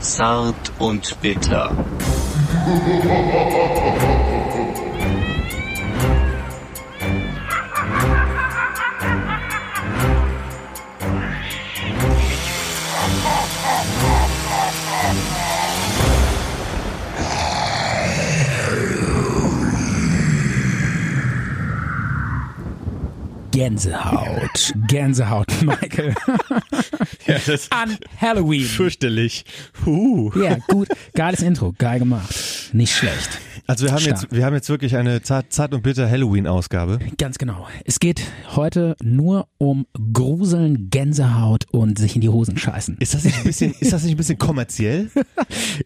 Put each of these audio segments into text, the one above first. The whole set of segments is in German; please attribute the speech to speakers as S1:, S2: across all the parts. S1: Zart und bitter.
S2: Gänsehaut. Gänsehaut, Michael.
S3: Ja, das
S2: An Halloween.
S3: fürchterlich. Huh.
S2: Ja, gut. Geiles Intro. Geil gemacht. Nicht schlecht.
S3: Also wir haben
S2: Stark.
S3: jetzt, wir haben jetzt wirklich eine zart, zart und bitter Halloween-Ausgabe.
S2: Ganz genau. Es geht heute nur um Gruseln, Gänsehaut und sich in die Hosen scheißen.
S3: Ist das nicht ein bisschen, ist das nicht ein bisschen kommerziell?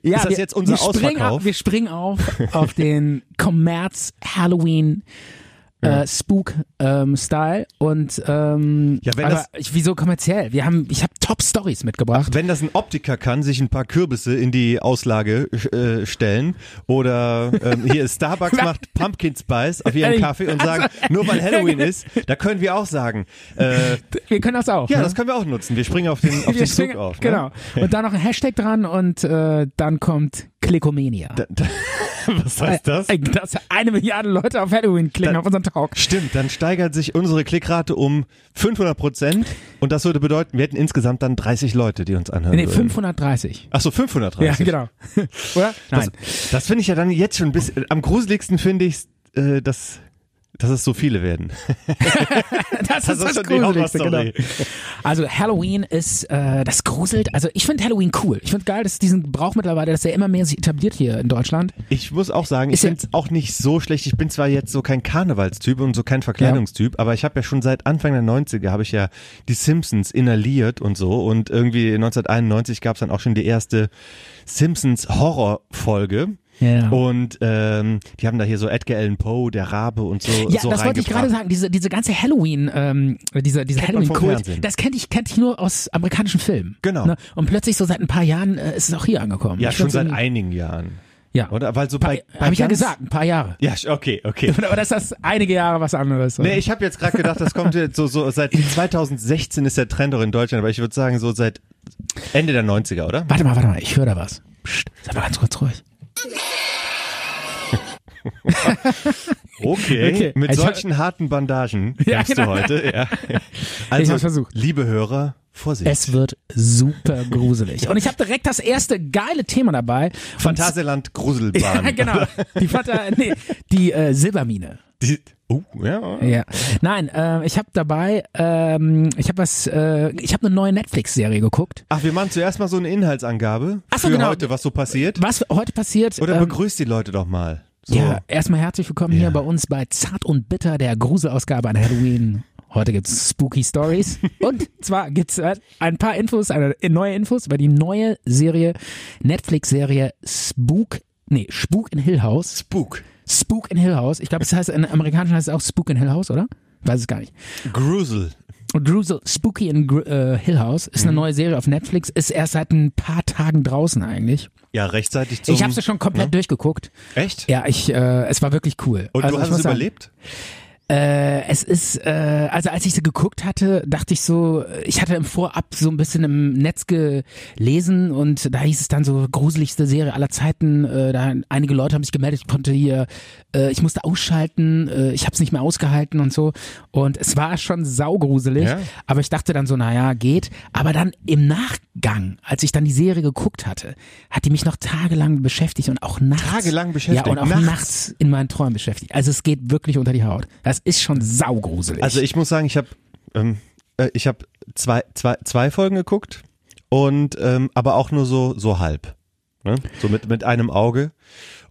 S2: Ja,
S3: das jetzt unser
S2: wir springen
S3: Ausverkauf?
S2: Auf, wir springen auf, auf den Kommerz Halloween äh, Spook ähm, Style und ähm,
S3: Ja, wenn
S2: aber
S3: das-
S2: ich, wieso kommerziell? Wir haben ich habe Top Stories mitgebracht.
S3: Wenn das ein Optiker kann, sich ein paar Kürbisse in die Auslage äh, stellen oder ähm, hier Starbucks macht Pumpkin Spice auf ihren
S2: Ey, also-
S3: Kaffee und sagen, nur weil Halloween ist, da können wir auch sagen, äh,
S2: Wir können das auch.
S3: ja,
S2: ne?
S3: das können wir auch nutzen. Wir springen auf den, auf
S2: wir
S3: den Zug
S2: springen-
S3: auf. Ne?
S2: Genau. Und dann noch ein Hashtag dran und äh, dann kommt Klickomania.
S3: Da, da, was heißt das?
S2: Äh, Dass eine Milliarde Leute auf Halloween klicken,
S3: Da-
S2: auf unseren Talk.
S3: Stimmt, dann steigert sich unsere Klickrate um 500 Prozent und das würde bedeuten, wir hätten insgesamt dann 30 Leute, die uns anhören.
S2: Nee,
S3: würden.
S2: 530.
S3: Ach so, 530.
S2: Ja, genau. Oder? Nein.
S3: Das, das finde ich ja dann jetzt schon ein bisschen, am gruseligsten finde ich, äh, dass, dass es so viele werden.
S2: Das, ist
S3: Das ist
S2: das,
S3: schon die
S2: Gruseligste, genau.
S3: Horrorstory.
S2: Also Halloween ist, äh, das gruselt, also ich finde Halloween cool. Ich finde geil, dass es diesen Brauch mittlerweile, dass der immer mehr sich etabliert hier in Deutschland.
S3: Ich muss auch sagen, ich
S2: Ist ja-
S3: finde es auch nicht so schlecht. Ich bin zwar jetzt so kein Karnevalstyp und so kein Verkleidungstyp, aber ich habe ja schon seit Anfang der 90er habe ich ja die Simpsons inhaliert und so und irgendwie 1991 gab es dann auch schon die erste Simpsons Horrorfolge.
S2: Ja.
S3: Und ähm, die haben da hier so Edgar Allan Poe, der Rabe und so
S2: Ja,
S3: so
S2: das wollte ich gerade
S3: reingebracht.
S2: sagen, diese, diese ganze Halloween, ähm, diese, diese
S3: Kennt man vom
S2: Halloween-Kult,
S3: Fernsehen.
S2: das kennt ich, kennt ich nur aus amerikanischen Filmen. ne?
S3: Genau.
S2: Und plötzlich so seit ein paar Jahren äh, ist es auch hier angekommen.
S3: Ja,
S2: Ich
S3: schon
S2: find's
S3: seit
S2: irgendwie-
S3: einigen Jahren.
S2: ja.
S3: Oder? Weil so bei, bei
S2: Habe ich ja
S3: ganz-
S2: gesagt, ein paar Jahre.
S3: Ja, okay, okay.
S2: Aber das ist einige Jahre was anderes.
S3: Nee, ich habe jetzt gerade gedacht, das kommt jetzt so, so seit 2016 ist der Trend doch in Deutschland, aber ich würde sagen, so seit Ende der 90er, oder?
S2: warte mal, warte mal, ich höre da was. Psst, sei mal ganz kurz ruhig.
S3: Okay.
S2: Okay.
S3: Mit
S2: Ich hab-
S3: solchen harten Bandagen
S2: Ja,
S3: kämpfst
S2: genau.
S3: du heute. Ja. Also,
S2: hab's versucht.
S3: liebe Hörer, Vorsicht.
S2: Es wird super gruselig. Und ich habe direkt das erste geile Thema dabei. Und-
S3: Phantasialand Gruselbahn.
S2: Ja, genau. Die, Fanta, nee, die äh, Silbermine.
S3: Die, oh, ja.
S2: Ja. Nein, äh, ich habe dabei, ähm, ich habe was, äh, ich habe eine neue Netflix-Serie geguckt.
S3: Ach, wir machen zuerst mal so eine Inhaltsangabe
S2: Ach so,
S3: für
S2: genau.
S3: heute, was so passiert.
S2: Was heute passiert.
S3: Oder
S2: ähm,
S3: begrüßt die Leute doch mal. So.
S2: Ja, erstmal herzlich willkommen hier bei uns bei Zart und Bitter, der Gruselausgabe an Halloween. Heute gibt's Spooky Stories. Und zwar gibt's äh, ein paar Infos, eine, neue Infos über die neue Serie, Netflix-Serie Spook, nee, Spook in Hill House.
S3: Spook.
S2: Spook in Hill House. Ich glaube, es heißt, in Amerikanischen heißt es auch Spook in Hill House, oder? Weiß es gar nicht.
S3: Grusel.
S2: Und Grusel, Spooky in Gr äh, Hill House ist
S3: Mhm.
S2: eine neue Serie auf Netflix, ist erst seit ein paar Tagen draußen eigentlich.
S3: Ja, rechtzeitig zum...
S2: ich habe sie schon komplett durchgeguckt.
S3: Echt?
S2: Ja, ich, äh, es war wirklich cool.
S3: Und
S2: also, ich
S3: du hast
S2: muss
S3: es überlebt?
S2: Sagen, äh, es ist, äh, also als ich sie geguckt hatte, dachte ich so, ich hatte im Vorab so ein bisschen im Netz gelesen und da hieß es dann so gruseligste Serie aller Zeiten. Äh, da einige Leute haben sich gemeldet, ich konnte hier, äh, ich musste ausschalten, äh, ich habe es nicht mehr ausgehalten und so. Und es war schon saugruselig.
S3: Ja.
S2: Aber ich dachte dann so, naja, geht. Aber dann im Nachgang, als ich dann die Serie geguckt hatte, hat die mich noch tagelang beschäftigt und auch nachts.
S3: Tagelang beschäftigt?
S2: Ja, und auch nachts,
S3: Nachts?
S2: in meinen Träumen beschäftigt. Also es geht wirklich unter die Haut. Das ist schon saugruselig.
S3: Also ich muss sagen, ich habe ähm, äh, ich habe zwei, zwei, zwei Folgen geguckt und ähm, aber auch nur so so halb, ne? so mit mit einem Auge.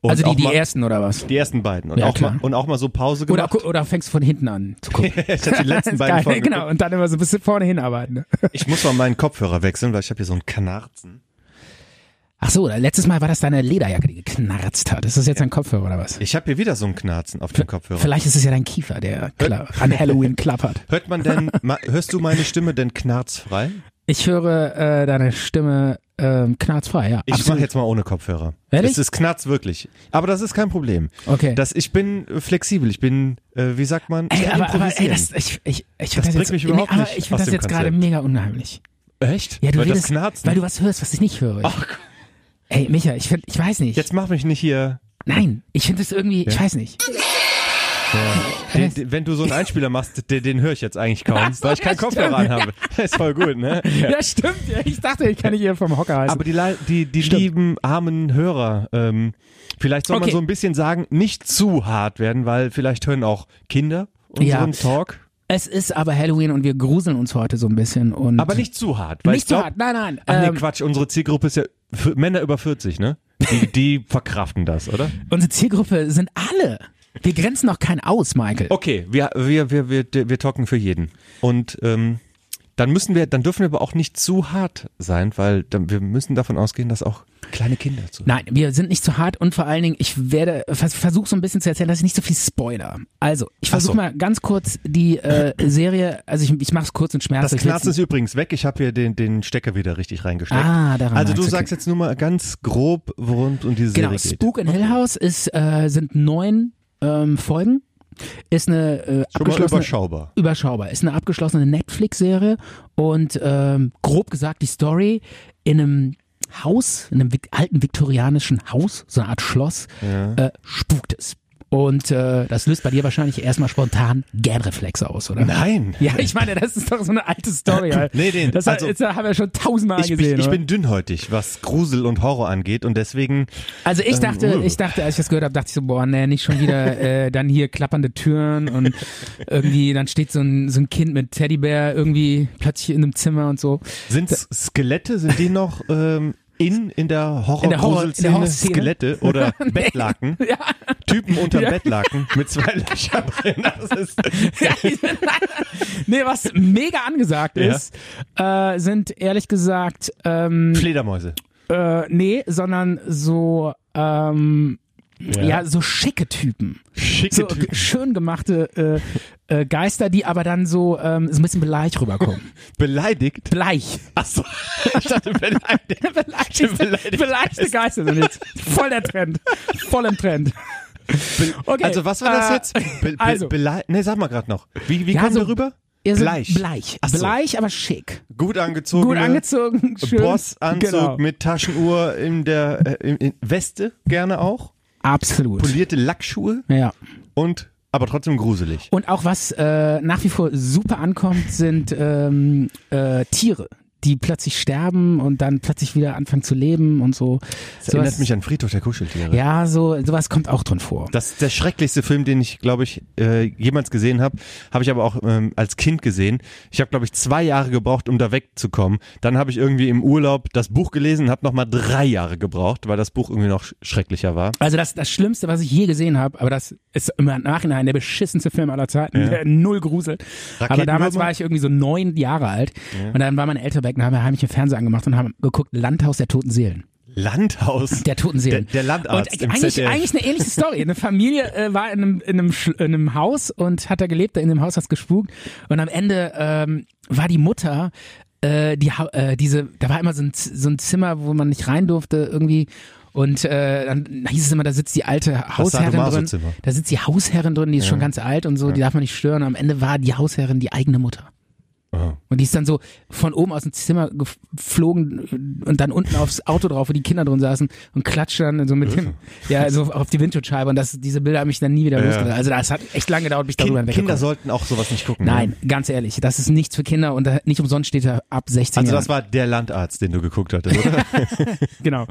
S3: Und
S2: also
S3: auch
S2: die, die
S3: mal,
S2: ersten oder was?
S3: die ersten beiden und
S2: Ja,
S3: auch
S2: klar.
S3: mal und auch mal so Pause
S2: Oder,
S3: gemacht.
S2: gu- oder fängst von hinten an zu gucken.
S3: ich hab die letzten
S2: Ist
S3: beiden Folgen.
S2: genau,
S3: Genau.
S2: und dann immer so ein bisschen vorne hinarbeiten. ne?
S3: Ich muss mal meinen Kopfhörer wechseln, weil ich habe hier so einen Kanarzen.
S2: Ach so, oder letztes Mal war das deine Lederjacke, die geknarzt hat. Ist das jetzt dein Kopfhörer oder was?
S3: Ich habe hier wieder so einen Knarzen auf dem Kopfhörer.
S2: Vielleicht ist es ja dein Kiefer, der kla- an Halloween klappert.
S3: Hört man denn, ma, hörst du meine Stimme denn knarzfrei?
S2: Ich höre äh, deine Stimme ähm, knarzfrei, ja.
S3: Ich mache
S2: absolut.
S3: jetzt mal ohne Kopfhörer.
S2: Ehrlich?
S3: Es ist knarz wirklich. Aber das ist kein Problem.
S2: Okay.
S3: Das, ich bin äh, flexibel. Ich bin, äh, wie sagt man, ich
S2: Ey,
S3: kann
S2: aber, aber ey,
S3: improvisieren.
S2: das, ich, ich, ich
S3: Das
S2: find
S3: bringt
S2: jetzt,
S3: mich überhaupt
S2: nee, aber
S3: nicht
S2: ich
S3: aus
S2: finde das
S3: dem
S2: jetzt gerade
S3: Konzept.
S2: mega unheimlich.
S3: Echt?
S2: Ja, du
S3: Weil
S2: redest,
S3: das ne? knarzen.
S2: weil du was hörst, was ich nicht höre.
S3: Ach,
S2: Ey, Micha, ich, find, ich weiß nicht.
S3: jetzt mach mich nicht hier.
S2: Nein, ich finde es irgendwie, ich
S3: Ja.
S2: weiß nicht.
S3: Den, den, wenn du so einen Einspieler machst, den, den höre ich jetzt eigentlich kaum, weil ich keinen
S2: stimmt.
S3: Kopfhörer anhabe. Ist voll gut, ne?
S2: Ja, stimmt. Ja, ich dachte, ich kann nicht hier vom Hocker heißen.
S3: Aber die, Lei- die, die
S2: Stimmt.
S3: lieben armen Hörer, ähm, vielleicht soll man
S2: Okay.
S3: so ein bisschen sagen, nicht zu hart werden, weil vielleicht hören auch Kinder unseren
S2: Ja.
S3: Talk.
S2: es ist aber Halloween und wir gruseln uns heute so ein bisschen. Und
S3: Aber nicht zu hart. Weil
S2: Nicht
S3: ich
S2: zu
S3: glaub,
S2: hart, nein, nein.
S3: Ach nee,
S2: ähm,
S3: Quatsch, unsere Zielgruppe ist ja f- Männer über 40, ne? Die, die verkraften das, oder?
S2: unsere Zielgruppe sind alle. Wir grenzen noch keinen aus, Michael.
S3: Okay, wir, wir, wir, wir, wir talken für jeden. Und ähm, dann müssen wir, dann dürfen wir aber auch nicht zu hart sein, weil dann, wir müssen davon ausgehen, dass auch kleine Kinder zu.
S2: Nein, wir sind nicht zu hart und vor allen Dingen, ich werde versuche so ein bisschen zu erzählen, dass ich nicht so viel spoiler. Also, ich versuche
S3: Ach so.
S2: mal ganz kurz die äh, Serie, also ich, ich mache es kurz und schmerzlich.
S3: Das
S2: Ich will's
S3: Knarzen ist übrigens weg. Ich habe hier den, den Stecker wieder richtig reingesteckt.
S2: Ah, daran
S3: also du
S2: magst du-
S3: sagst jetzt nur mal ganz grob, worum um diese
S2: Genau,
S3: Serie geht.
S2: Spook in Hill House ist, äh, sind neun ähm, Folgen. Ist eine äh,
S3: Schon mal
S2: abgeschlossene,
S3: überschaubar.
S2: überschaubar. Ist eine abgeschlossene Netflix-Serie und ähm, grob gesagt die Story in einem Haus, in einem vik- alten viktorianischen Haus, so eine Art Schloss, äh, spukt es. Und äh, das löst bei dir wahrscheinlich erstmal spontan Gärreflex aus, oder?
S3: Nein.
S2: Ja, ich meine, das ist doch so eine alte Story. Halt.
S3: Nee, nee,
S2: das,
S3: also-
S2: das haben wir schon tausendmal
S3: Ich,
S2: gesehen.
S3: bin, ich
S2: oder?
S3: bin dünnhäutig, was Grusel und Horror angeht und deswegen
S2: Also ich
S3: Ähm,
S2: dachte,
S3: uh.
S2: ich dachte, als ich das gehört habe, dachte ich so, boah, nee, nicht schon wieder äh, dann hier klappernde Türen und irgendwie, dann steht so ein, so ein Kind mit Teddybär irgendwie plötzlich in einem Zimmer und so.
S3: Sind Skelette, sind die noch ähm, in,
S2: In
S3: in der
S2: der Horror- in der
S3: Horror-Gruselszene?
S2: Horrorszene?
S3: Skelette oder Bettlaken?
S2: Ja.
S3: Typen unter
S2: Ja.
S3: Bettlaken mit zwei Löchern drin. Das ist,
S2: nee, was mega angesagt
S3: Ja.
S2: ist, äh, sind ehrlich gesagt, ähm,
S3: Fledermäuse.
S2: äh, nee, sondern so, ähm, ja. so schicke Typen.
S3: Schicke
S2: So g-
S3: Typen.
S2: schön gemachte äh, äh, Geister, die aber dann so, ähm, so ein bisschen bleich rüberkommen.
S3: Beleidigt.
S2: Bleich.
S3: Achso, ich dachte beleidigt.
S2: Beleidigte,
S3: Beleidigte
S2: beleidigte, Geister sind jetzt voll der Trend. Voll im Trend. Okay,
S3: Also was war das
S2: äh,
S3: jetzt? Be be
S2: also.
S3: belei- nee, sag mal gerade noch. Wie, wie
S2: Ja,
S3: kam
S2: so-
S3: der rüber?
S2: Ihr seid
S3: Bleich.
S2: Bleich.
S3: Ach so.
S2: Bleich, aber schick.
S3: Gut angezogen.
S2: Gut angezogen, schön.
S3: Bossanzug
S2: Genau.
S3: mit Taschenuhr in der äh, in, in Weste gerne auch.
S2: Absolut.
S3: Polierte Lackschuhe
S2: ja.
S3: und aber trotzdem gruselig.
S2: Und auch was äh, nach wie vor super ankommt, sind ähm, äh, Tiere, die plötzlich sterben und dann plötzlich wieder anfangen zu leben und so.
S3: Das erinnert mich an Friedhof der Kuscheltiere.
S2: ja, so sowas kommt auch drin vor.
S3: Das ist der schrecklichste Film, den ich, glaube ich, äh, jemals gesehen habe. Habe ich aber auch ähm, als Kind gesehen. Ich habe, glaube ich, zwei Jahre gebraucht, um da wegzukommen. Dann habe ich irgendwie im Urlaub das Buch gelesen und habe nochmal drei Jahre gebraucht, weil das Buch irgendwie noch sch- schrecklicher war.
S2: Also das, das Schlimmste, was ich je gesehen habe, aber das ist im Nachhinein der beschissenste Film aller Zeiten, der null gruselt. Aber damals
S3: Raketenwürmer?
S2: war ich irgendwie so neun Jahre alt und dann war mein Eltern weg und haben wir heimlich den Fernseher angemacht und haben geguckt, Landhaus der toten Seelen.
S3: Landhaus.
S2: Der toten Seelen.
S3: Der- der Landarzt
S2: Und
S3: im
S2: eigentlich,
S3: ZDF.
S2: eigentlich eine ähnliche Story. Eine Familie äh, war in einem, in, einem, Schl- in einem Haus und hat da gelebt, in dem Haus hat's gespukt. Und am Ende ähm, war die Mutter, äh, die, Hau- äh, diese, da war immer so ein, Z- so ein Zimmer, wo man nicht rein durfte irgendwie. Und äh, dann hieß es immer, da sitzt die alte Hausherrin drin.
S3: Sadomaso-Zimmer.
S2: Da sitzt die Hausherrin drin, die ist schon ganz alt und so, die darf man nicht stören. Am Ende war die Hausherrin die eigene Mutter. Und die ist dann so von oben aus dem Zimmer geflogen äh, und dann unten aufs Auto drauf, wo die Kinder drin saßen und klatscht dann so mit dem, ja, so auf die Windschutzscheibe und das, diese Bilder haben mich dann nie wieder losgelassen. Also das hat echt lange gedauert, bis ich darüber
S3: Kind,
S2: hinweggekommen
S3: Kinder sollten auch sowas nicht gucken.
S2: Nein,
S3: ne?
S2: ganz ehrlich, das ist nichts für Kinder und da- nicht umsonst steht da ab 16
S3: Also
S2: Jahren.
S3: das war der Landarzt, den du geguckt hattest, oder?
S2: genau.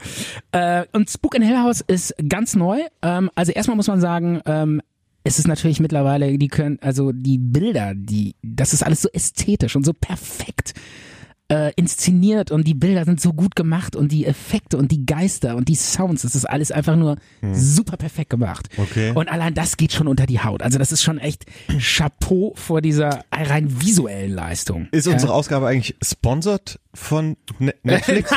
S2: Äh, und Spook in Hill House ist ganz neu. Ähm, also erstmal muss man sagen, ähm, es ist natürlich mittlerweile, die können, also die Bilder, die, das ist alles so ästhetisch und so perfekt äh, inszeniert und die Bilder sind so gut gemacht und die Effekte und die Geister und die Sounds, das ist alles einfach nur super perfekt gemacht.
S3: Okay.
S2: Und allein das geht schon unter die Haut. Also das ist schon echt Chapeau vor dieser rein visuellen Leistung.
S3: Ist
S2: Ja.
S3: unsere Ausgabe eigentlich sponsored von Ne- Netflix?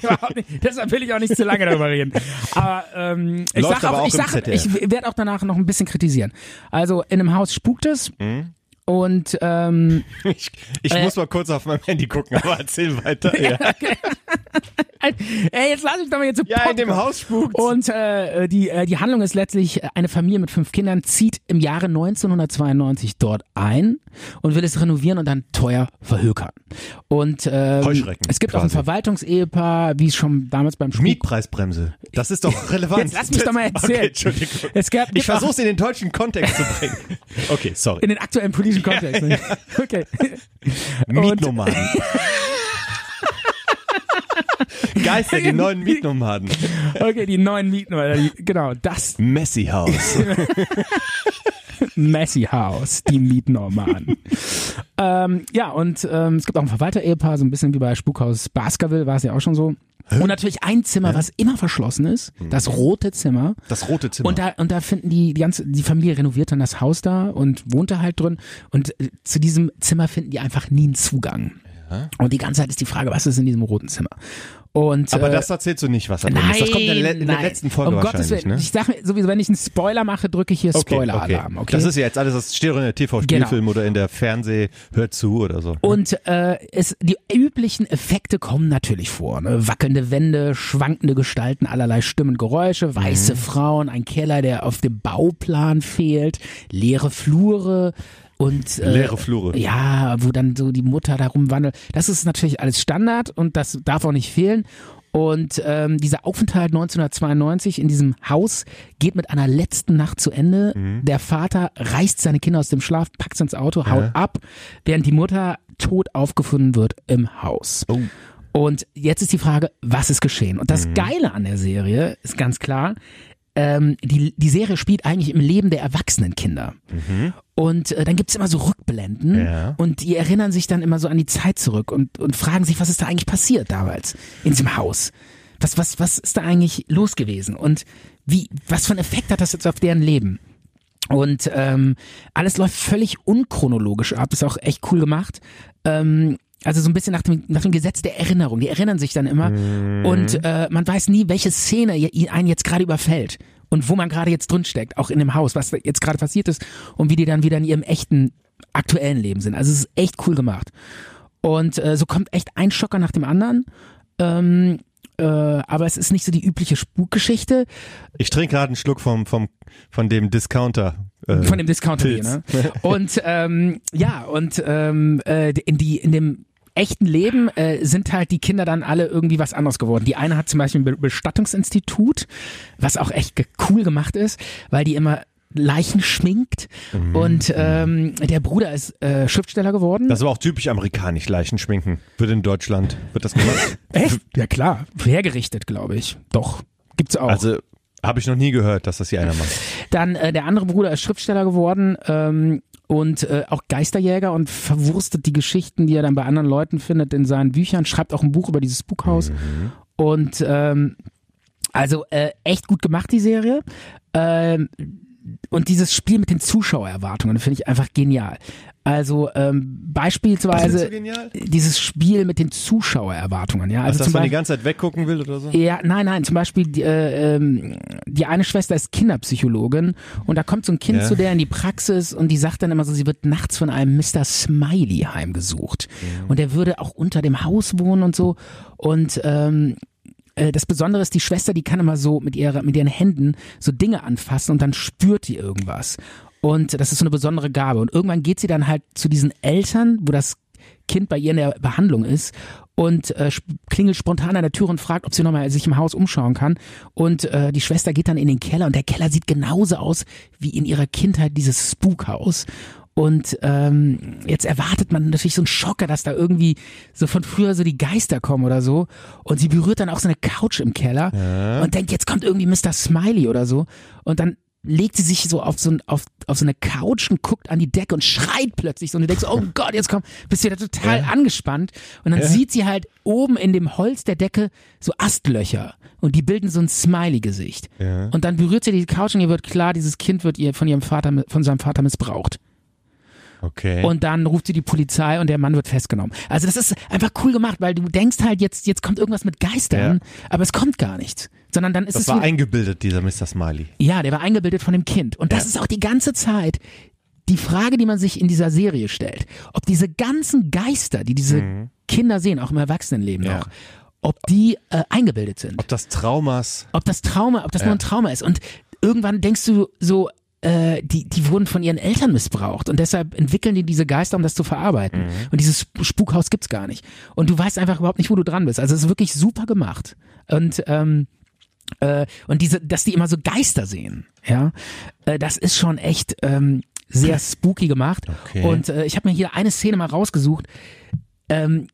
S2: überhaupt nicht. Deshalb will ich auch nicht zu lange darüber reden. Aber ähm, ich
S3: Läuft
S2: sag
S3: aber
S2: auch,
S3: auch
S2: ich,
S3: im
S2: sag,
S3: ZDF.
S2: ich werde auch danach noch ein bisschen kritisieren. Also in einem Haus spukt es
S3: Mhm.
S2: und ähm, Äh.
S3: Ich, ich muss mal kurz auf meinem Handy gucken, aber erzähl weiter. Ja.
S2: Ey, jetzt lass mich doch mal jetzt so
S3: Ja, in dem Haus spukt's.
S2: Und äh, die, äh, die Handlung ist letztlich, äh, eine Familie mit fünf Kindern zieht im Jahre 1992 dort ein und will es renovieren und dann teuer verhökern. Und ähm,
S3: Heuschrecken
S2: es gibt auch ein
S3: quasi.
S2: Verwaltungsehepaar, wie es schon damals beim Spuk
S3: Mietpreisbremse. Das ist doch relevant.
S2: Jetzt lass mich doch mal erzählen.
S3: Okay, Entschuldigung.
S2: Es gab-
S3: ich versuche es in den deutschen Kontext zu bringen. Okay, sorry.
S2: in den aktuellen politischen Kontext. ne? Okay.
S3: Mietnomaden. Geister, die neuen Mietnomaden.
S2: Okay, die neuen Mieten, oder die, genau, das
S3: Messi House.
S2: Messi-Haus, die Mietnormanen. ähm, ja, und ähm, es gibt auch ein Verwalter-Ehepaar, so ein bisschen wie bei Spukhaus Baskerville, war es ja auch schon so. Und natürlich ein Zimmer, was immer verschlossen ist, das rote Zimmer.
S3: Das rote Hm. Zimmer.
S2: Und da, und da finden die, die ganze, die Familie renoviert dann das Haus da und wohnt da halt drin. Und äh, zu diesem Zimmer finden die einfach nie einen Zugang. Und die ganze Zeit ist die Frage, was ist in diesem roten Zimmer? Und,
S3: Aber
S2: äh,
S3: das erzählst du nicht, was da drin
S2: Nein,
S3: ist. Das kommt in der, le- in der
S2: nein.
S3: letzten Folge
S2: um Gottes
S3: wahrscheinlich,
S2: Willen.
S3: ne?
S2: Ich sage mir sowieso, wenn ich einen Spoiler mache, drücke ich hier Spoiler-Alarm. Okay. Genau.
S3: Das ist ja jetzt alles, das steht doch in der TV-Spielfilm oder in der Fernseh, hört zu oder so.
S2: Und äh, es, die üblichen Effekte kommen natürlich vor. Ne? Wackelnde Wände, schwankende Gestalten, allerlei Stimmen,
S3: Mhm.
S2: Geräusche, weiße Frauen, ein Keller, der auf dem Bauplan fehlt, leere Flure und äh,
S3: Leere Flure.
S2: Ja, wo dann so die Mutter da rumwandelt. Das ist natürlich alles Standard und das darf auch nicht fehlen. Und ähm, dieser Aufenthalt 1992 in diesem Haus geht mit einer letzten Nacht zu Ende.
S3: Mhm.
S2: Der Vater reißt seine Kinder aus dem Schlaf, packt sie ins Auto, haut ab, während die Mutter tot aufgefunden wird im Haus. Und jetzt ist die Frage, was ist geschehen? Und das Geile an der Serie ist ganz klar, ähm, die, die Serie spielt eigentlich im Leben der erwachsenen Kinder. Und äh, dann gibt's immer so Rückblenden
S3: Ja.
S2: und die erinnern sich dann immer so an die Zeit zurück und, und fragen sich, was ist da eigentlich passiert damals in diesem Haus? Was, was, was ist da eigentlich los gewesen? Und wie, was für einen Effekt hat das jetzt auf deren Leben? Und ähm, alles läuft völlig unchronologisch ab, ist auch echt cool gemacht. Ähm, also so ein bisschen nach dem, nach dem Gesetz der Erinnerung. Die erinnern sich dann immer und äh, man weiß nie, welche Szene je- ihn- einen jetzt gerade überfällt und wo man gerade jetzt drin steckt, auch in dem Haus, was da jetzt gerade passiert ist und wie die dann wieder in ihrem echten aktuellen Leben sind. Also es ist echt cool gemacht. Und äh, so kommt echt ein Schocker nach dem anderen. Ähm, äh, aber es ist nicht so die übliche Spukgeschichte,
S3: Ich trinke gerade einen Schluck vom, vom, von dem Discounter. Äh,
S2: Von dem Discounter-Bier,
S3: Pilz.
S2: ne? Und ähm, ja, und ähm, äh, in, die, in dem echten Leben äh, sind halt die Kinder dann alle irgendwie was anderes geworden. Die eine hat zum Beispiel ein Be- Bestattungsinstitut, was auch echt ge- cool gemacht ist, weil die immer Leichen schminkt
S3: Mhm.
S2: und ähm, der Bruder ist äh, Schriftsteller geworden.
S3: Das war auch typisch amerikanisch, Leichen schminken. Wird in Deutschland, wird das gemacht?
S2: echt? Ja klar, hergerichtet, glaube ich. Doch, gibt's auch.
S3: Also, habe ich noch nie gehört, dass das hier einer macht.
S2: Dann äh, der andere Bruder ist Schriftsteller geworden ähm, und äh, auch Geisterjäger und verwurstet die Geschichten, die er dann bei anderen Leuten findet in seinen Büchern, schreibt auch ein Buch über dieses Spukhaus. Und ähm, also äh, echt gut gemacht, die Serie. Ähm, und dieses Spiel mit den Zuschauererwartungen finde ich einfach genial. Also ähm,
S3: ist
S2: beispielsweise
S3: so genial?
S2: dieses Spiel mit den Zuschauererwartungen, ja. Also
S3: Also, dass
S2: zum
S3: man die
S2: Beispiel,
S3: ganze Zeit weggucken will oder so?
S2: ja, nein, nein. Zum Beispiel die, äh, ähm, die eine Schwester ist Kinderpsychologin und da kommt so ein Kind
S3: Ja.
S2: zu der in die Praxis und die sagt dann immer so, sie wird nachts von einem Mr. Smiley heimgesucht und der würde auch unter dem Haus wohnen und so und ähm, äh, das Besondere ist, die Schwester, die kann immer so mit, ihrer, mit ihren Händen so Dinge anfassen und dann spürt die irgendwas. Und das ist so eine besondere Gabe. Und irgendwann geht sie dann halt zu diesen Eltern, wo das Kind bei ihr in der Behandlung ist und äh, sp- klingelt spontan an der Tür und fragt, ob sie nochmal sich im Haus umschauen kann. Und äh, die Schwester geht dann in den Keller und der Keller sieht genauso aus wie in ihrer Kindheit dieses Spukhaus. Und ähm, jetzt erwartet man natürlich so einen Schocker, dass da irgendwie so von früher so die Geister kommen oder so. Und sie berührt dann auch so eine Couch im Keller und denkt, jetzt kommt irgendwie Mr. Smiley oder so. Und dann legt sie sich so auf so, ein, auf, auf so eine Couch und guckt an die Decke und schreit plötzlich so. Und du denkst, oh Gott, jetzt komm, bist du wieder total angespannt. Und dann sieht sie halt oben in dem Holz der Decke so Astlöcher. Und die bilden so ein Smiley-Gesicht. Und dann berührt sie die Couch und ihr wird klar, dieses Kind wird ihr von ihrem Vater, von seinem Vater missbraucht.
S3: Okay.
S2: Und dann ruft sie die Polizei und der Mann wird festgenommen. Also das ist einfach cool gemacht, weil du denkst halt jetzt, jetzt kommt irgendwas mit Geistern, aber es kommt gar nichts. Sondern dann ist
S3: das
S2: es
S3: war
S2: wie,
S3: eingebildet, dieser Mr. Smiley.
S2: ja, der war eingebildet von dem Kind. Und das ist auch die ganze Zeit die Frage, die man sich in dieser Serie stellt. Ob diese ganzen Geister, die diese Kinder sehen, auch im Erwachsenenleben
S3: Mhm. Ja.
S2: noch, ob die äh, eingebildet sind.
S3: Ob das Traumas.
S2: Ob das Trauma, ob das nur ein Trauma ist. Und irgendwann denkst du so, äh, die, die wurden von ihren Eltern missbraucht und deshalb entwickeln die diese Geister, um das zu verarbeiten. Und dieses Sp- Spukhaus gibt's gar nicht. Und du weißt einfach überhaupt nicht, wo du dran bist. Also es ist wirklich super gemacht. Und ähm, äh, und diese, dass die immer so Geister sehen, ja, äh, das ist schon echt ähm, sehr spooky gemacht.
S3: Okay.
S2: Und äh, ich habe mir hier eine Szene mal rausgesucht.
S3: Und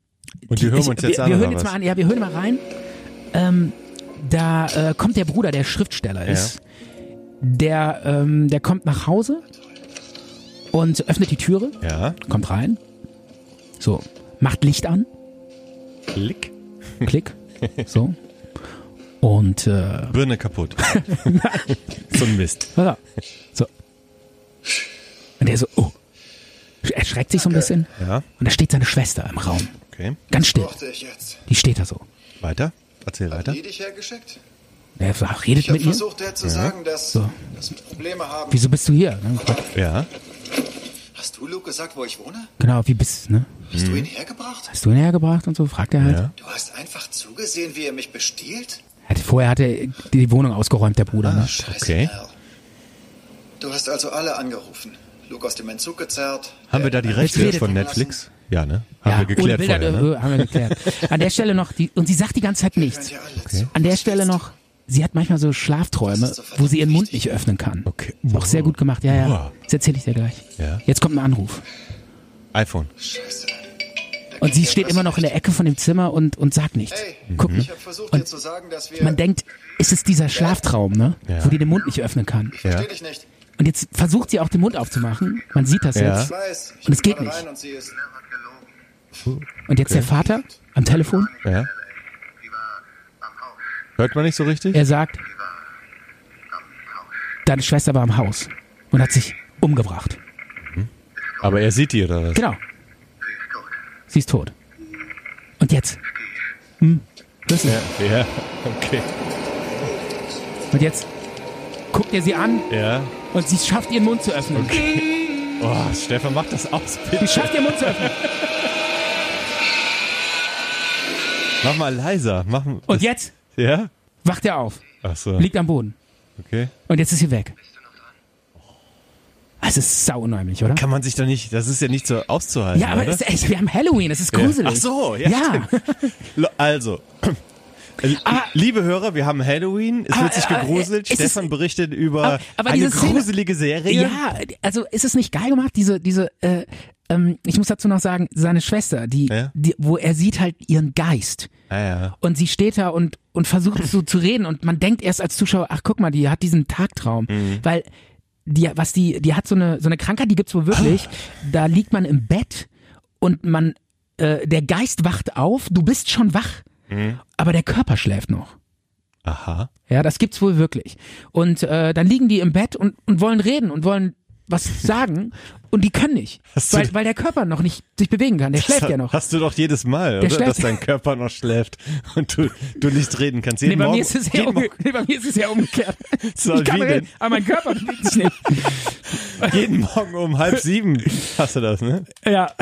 S3: die hören
S2: ich,
S3: wir uns jetzt
S2: wir,
S3: an.
S2: wir
S3: oder
S2: hören jetzt
S3: was?
S2: mal an, ja, wir hören mal rein. Ähm, da äh, kommt der Bruder, der Schriftsteller ist. Der, ähm, der kommt nach Hause und öffnet die Türe,
S3: Ja.
S2: kommt rein. So, macht Licht an.
S3: Klick.
S2: Klick. So. Und äh,
S3: Birne kaputt. so ein Mist.
S2: pass auf. so. Und der so, oh. Er schreckt sich so ein bisschen.
S3: Ja.
S2: Und da steht seine Schwester im Raum.
S3: Okay.
S2: Ganz still.
S4: brauchte ich jetzt.
S2: Die steht da so.
S3: Weiter. Erzähl
S4: Hat
S3: weiter.
S4: die dich hergeschickt?
S2: Er sagt, redet
S4: Ich habe
S2: mit mir.
S4: versucht, der zu sagen, dass,
S2: So.
S4: dass wir Probleme haben.
S2: Wieso bist du hier? Ne?
S3: Ja.
S4: Hast du Luke gesagt, wo ich wohne?
S2: Genau, wie bist ne?
S4: Hast du ihn hergebracht?
S2: Hast du ihn hergebracht und so? Fragt er halt.
S3: Ja.
S4: Du hast einfach zugesehen, wie er mich bestiehlt?
S2: Hat, vorher hat er die Wohnung ausgeräumt, der
S3: Ah,
S2: Bruder. ne?
S4: Scheiße,
S3: Okay.
S4: Al. Du hast also alle angerufen. Luke aus dem Entzug gezerrt.
S3: Haben wir da die Rechte
S2: redet
S3: von
S4: ihr
S3: Netflix? Ja, ne? Haben wir
S2: ohne
S3: geklärt
S2: Bilder,
S3: vorher, ne?
S2: äh, haben wir geklärt. An der Stelle noch, die, und sie sagt die ganze Zeit nichts.
S4: Hören dir alle zu.
S2: An der Stelle noch, sie hat manchmal so Schlafträume,
S4: ist so verdammt
S2: wo sie ihren Mund
S4: wichtig.
S2: nicht öffnen kann.
S3: Okay.
S2: Auch sehr gut gemacht, ja, ja.
S3: Wow.
S2: Das erzähle ich dir gleich.
S3: Ja.
S2: Jetzt kommt ein Anruf.
S3: iPhone.
S4: Scheiße. Da
S2: Und
S4: geht
S2: sie
S4: dir
S2: steht
S4: was
S2: immer noch in der Ecke von dem Zimmer und, und sagt nichts.
S4: Hey, Mhm.
S2: Guck,
S4: ich habe versucht, dir zu sagen, dass wir...
S2: man denkt, ist es dieser Schlaftraum, ne?
S3: Ja.
S2: Wo die den Mund nicht öffnen kann.
S3: Ja.
S4: Versteh dich nicht.
S2: Und jetzt versucht sie auch den Mund aufzumachen. Man sieht das
S3: Ja.
S2: jetzt.
S4: Ich weiß. Ich
S2: Und es
S4: bin
S2: geht
S4: gerade
S2: nicht.
S4: Rein und sie ist
S2: Und jetzt der Vater am Telefon.
S3: Ja. Hört man nicht so richtig?
S2: Er sagt, deine Schwester war im Haus und hat sich umgebracht.
S3: Aber er sieht die, oder was?
S2: Genau. Sie ist tot. Und jetzt? Hm? Hörst du?
S3: Ja, okay.
S2: Und jetzt guckt er sie an
S3: Ja.
S2: und sie schafft ihren Mund zu öffnen.
S3: Oh, Stefan, mach das aus,
S2: Sie
S3: bitte.
S2: schafft ihren Mund zu öffnen.
S3: Mach mal leiser. Mach mal.
S2: Und jetzt
S3: Ja?
S2: wacht er auf,
S3: Ach so.
S2: liegt am Boden.
S3: Okay.
S2: Und jetzt ist sie weg. Es ist sau unheimlich, oder?
S3: Kann man sich da nicht, das ist ja nicht so auszuhalten.
S2: Ja, aber
S3: oder?
S2: es, es, wir haben Halloween, es ist gruselig.
S3: Ach so, ja,
S2: Ja, Ah.
S3: Lo- Also. L- Liebe Hörer, wir haben Halloween, es
S2: Aber,
S3: wird sich
S2: aber,
S3: gegruselt.
S2: Ah, es ist-
S3: Stefan berichtet über
S2: Aber- aber
S3: eine
S2: diese Szene-
S3: gruselige Serie.
S2: Ja, also ist es nicht geil gemacht, diese, diese, äh, ähm, ich muss dazu noch sagen, seine Schwester, die,
S3: Ja.
S2: die wo er sieht halt ihren Geist.
S3: Ah, ja.
S2: Und sie steht da und, und versucht so zu reden und man denkt erst als Zuschauer, ach guck mal, die hat diesen Tagtraum. Weil die, was die, die hat so eine, so eine Krankheit, die gibt's wohl wirklich. Da liegt man im Bett und man, äh, der Geist wacht auf, du bist schon wach, aber der Körper schläft noch.
S3: Aha.
S2: Ja, das gibt's wohl wirklich. Und äh, dann liegen die im Bett und, und wollen reden und wollen was sagen und die können nicht,
S3: Hast du-
S2: weil, weil der Körper noch nicht sich bewegen kann. Der schläft
S3: Das
S2: ja noch.
S3: Hast du doch jedes Mal, oder?
S2: schläft-
S3: Dass dein Körper noch schläft und du, du nicht reden kannst.
S2: Nee,
S3: Jeden
S2: bei,
S3: Morgen,
S2: mir ist es sehr
S3: jeden,
S2: umge
S3: Morgen-
S2: nee, bei mir ist es sehr umgekehrt.
S3: So,
S2: ich kann
S3: wie
S2: reden,
S3: denn?
S2: aber mein Körper bewegt sich nicht.
S3: jeden Morgen um halb sieben hast du das, ne?
S2: Ja.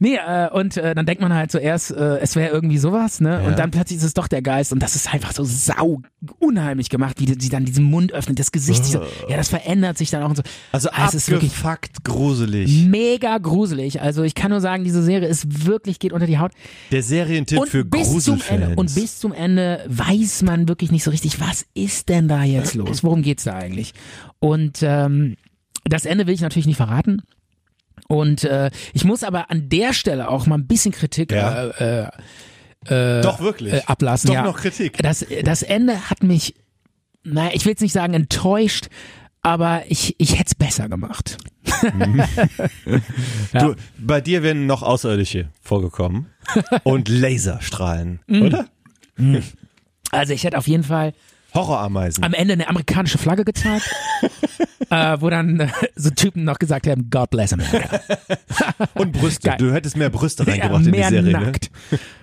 S2: Nee, äh, und äh, dann denkt man halt zuerst, äh, es wäre irgendwie sowas, ne?
S3: Ja.
S2: Und dann plötzlich ist es doch der Geist und das ist einfach so sau unheimlich gemacht, wie die- sie dann diesen Mund öffnet, das Gesicht, diese, ja, das verändert sich dann auch und so.
S3: Ah. Also
S2: Ah, es ist wirklich
S3: abgefuckt gruselig.
S2: mega gruselig. Also ich kann nur sagen, diese Serie ist wirklich geht unter die Haut.
S3: Der Serientipp
S2: Und
S3: für
S2: bis zum Ende
S3: Gruselfans.
S2: und bis zum Ende weiß man wirklich nicht so richtig, was ist denn da jetzt los? Worum geht's da eigentlich? Und ähm, das Ende will ich natürlich nicht verraten. Und äh, ich muss aber an der Stelle auch mal ein bisschen Kritik
S3: Ja.
S2: äh, äh,
S3: Doch wirklich.
S2: äh, ablassen.
S3: Doch
S2: ja.
S3: noch Kritik.
S2: Das, das Ende hat mich, naja, ich will jetzt nicht sagen enttäuscht, aber ich, ich hätte es besser gemacht.
S3: Du, bei dir wären noch Außerirdische vorgekommen und Laserstrahlen,
S2: Mhm.
S3: oder?
S2: Also ich hätte auf jeden Fall
S3: Horrorameisen.
S2: am Ende eine amerikanische Flagge gezeigt, äh, wo dann äh, so Typen noch gesagt haben, God bless America.
S3: und Brüste.
S2: Geil.
S3: Du hättest mehr Brüste
S2: Ja,
S3: reingebracht in die
S2: mehr
S3: Serie. Ne?
S2: nackt.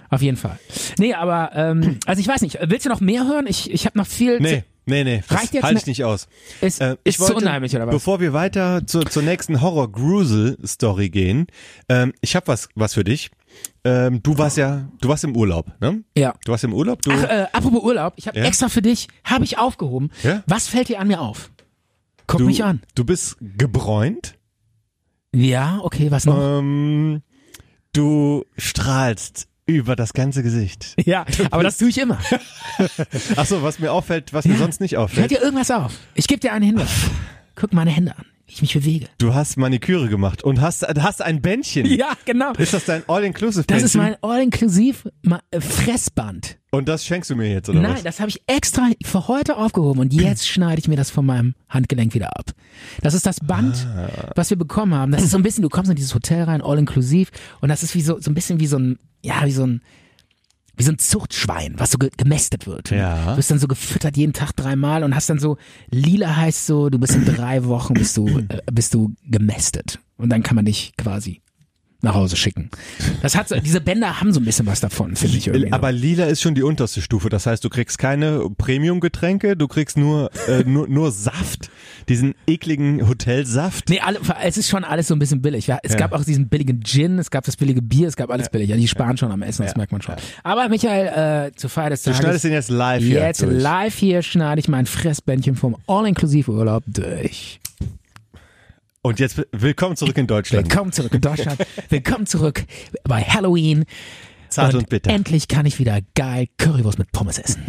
S2: Auf jeden Fall. Nee, aber, ähm, also ich weiß nicht, willst du noch mehr hören? Ich, ich habe noch viel.
S3: Nee, nee, nee. Das
S2: Reicht jetzt
S3: halte
S2: ne-
S3: ich nicht aus.
S2: Ist,
S3: Äh,
S2: ist zu unheimlich, oder was?
S3: Bevor wir weiter zu, zur nächsten Horror-Grusel-Story gehen, ähm, ich habe was, was für dich. Ähm, du warst ja, du warst im Urlaub, ne?
S2: Ja.
S3: Du warst im Urlaub, du.
S2: Ach, äh, apropos Urlaub, ich habe
S3: Ja?
S2: extra für dich, habe ich aufgehoben.
S3: Ja?
S2: Was fällt dir an mir auf? Guck
S3: du,
S2: mich an.
S3: Du bist gebräunt.
S2: Ja, okay, was noch?
S3: Ähm, du strahlst über das ganze Gesicht.
S2: ja, aber das tue ich immer.
S3: Achso, was mir auffällt, was mir sonst nicht
S2: Fällt
S3: auffällt.
S2: dir irgendwas auf? Ich gebe dir einen Hinweis. Guck meine Hände an, wie ich mich bewege.
S3: Du hast Maniküre gemacht und hast, hast ein Bändchen.
S2: Ja, genau.
S3: Ist das dein
S2: Das
S3: All-Inclusive-Bändchen?
S2: ist mein all-inklusiv Ma- äh, Fressband.
S3: Und das schenkst du mir jetzt, oder
S2: Nein,
S3: was?
S2: das habe ich extra für heute aufgehoben und jetzt schneide ich mir das von meinem Handgelenk wieder ab. Das ist das Band,
S3: Ah.
S2: was wir bekommen haben. Das ist so ein bisschen, du kommst in dieses Hotel rein, all-inklusiv und das ist wie so, so ein bisschen wie so ein, ja, wie so ein, wie so ein Zuchtschwein, was so ge gemästet wird.
S3: Ja.
S2: Du bist dann so gefüttert jeden Tag dreimal und hast dann so, lila heißt so, du bist in drei Wochen bist du, äh, bist du gemästet. Und dann kann man dich quasi nach Hause schicken. Das hat so, diese Bänder haben so ein bisschen was davon, finde ich irgendwie.
S3: Aber lila ist schon die unterste Stufe. Das heißt, du kriegst keine Premium-Getränke, du kriegst nur, äh, nur, nur Saft, diesen ekligen Hotelsaft.
S2: Nee, alle, es ist schon alles so ein bisschen billig. Ja, es
S3: Ja.
S2: gab auch diesen billigen Gin, es gab das billige Bier, es gab alles billig. Ja, die sparen schon am Essen, das merkt man schon. Aber Michael, äh, zur Feier des
S3: Du schneidest
S2: Tages.
S3: den jetzt live hier
S2: Jetzt
S3: durch.
S2: live hier schneide ich mein Fressbändchen vom All-Inklusive-Urlaub durch.
S3: Und jetzt willkommen zurück in Deutschland.
S2: Willkommen zurück in Deutschland. Willkommen zurück bei Halloween.
S3: Zart und bitter.
S2: Endlich kann ich wieder geil Currywurst mit Pommes essen.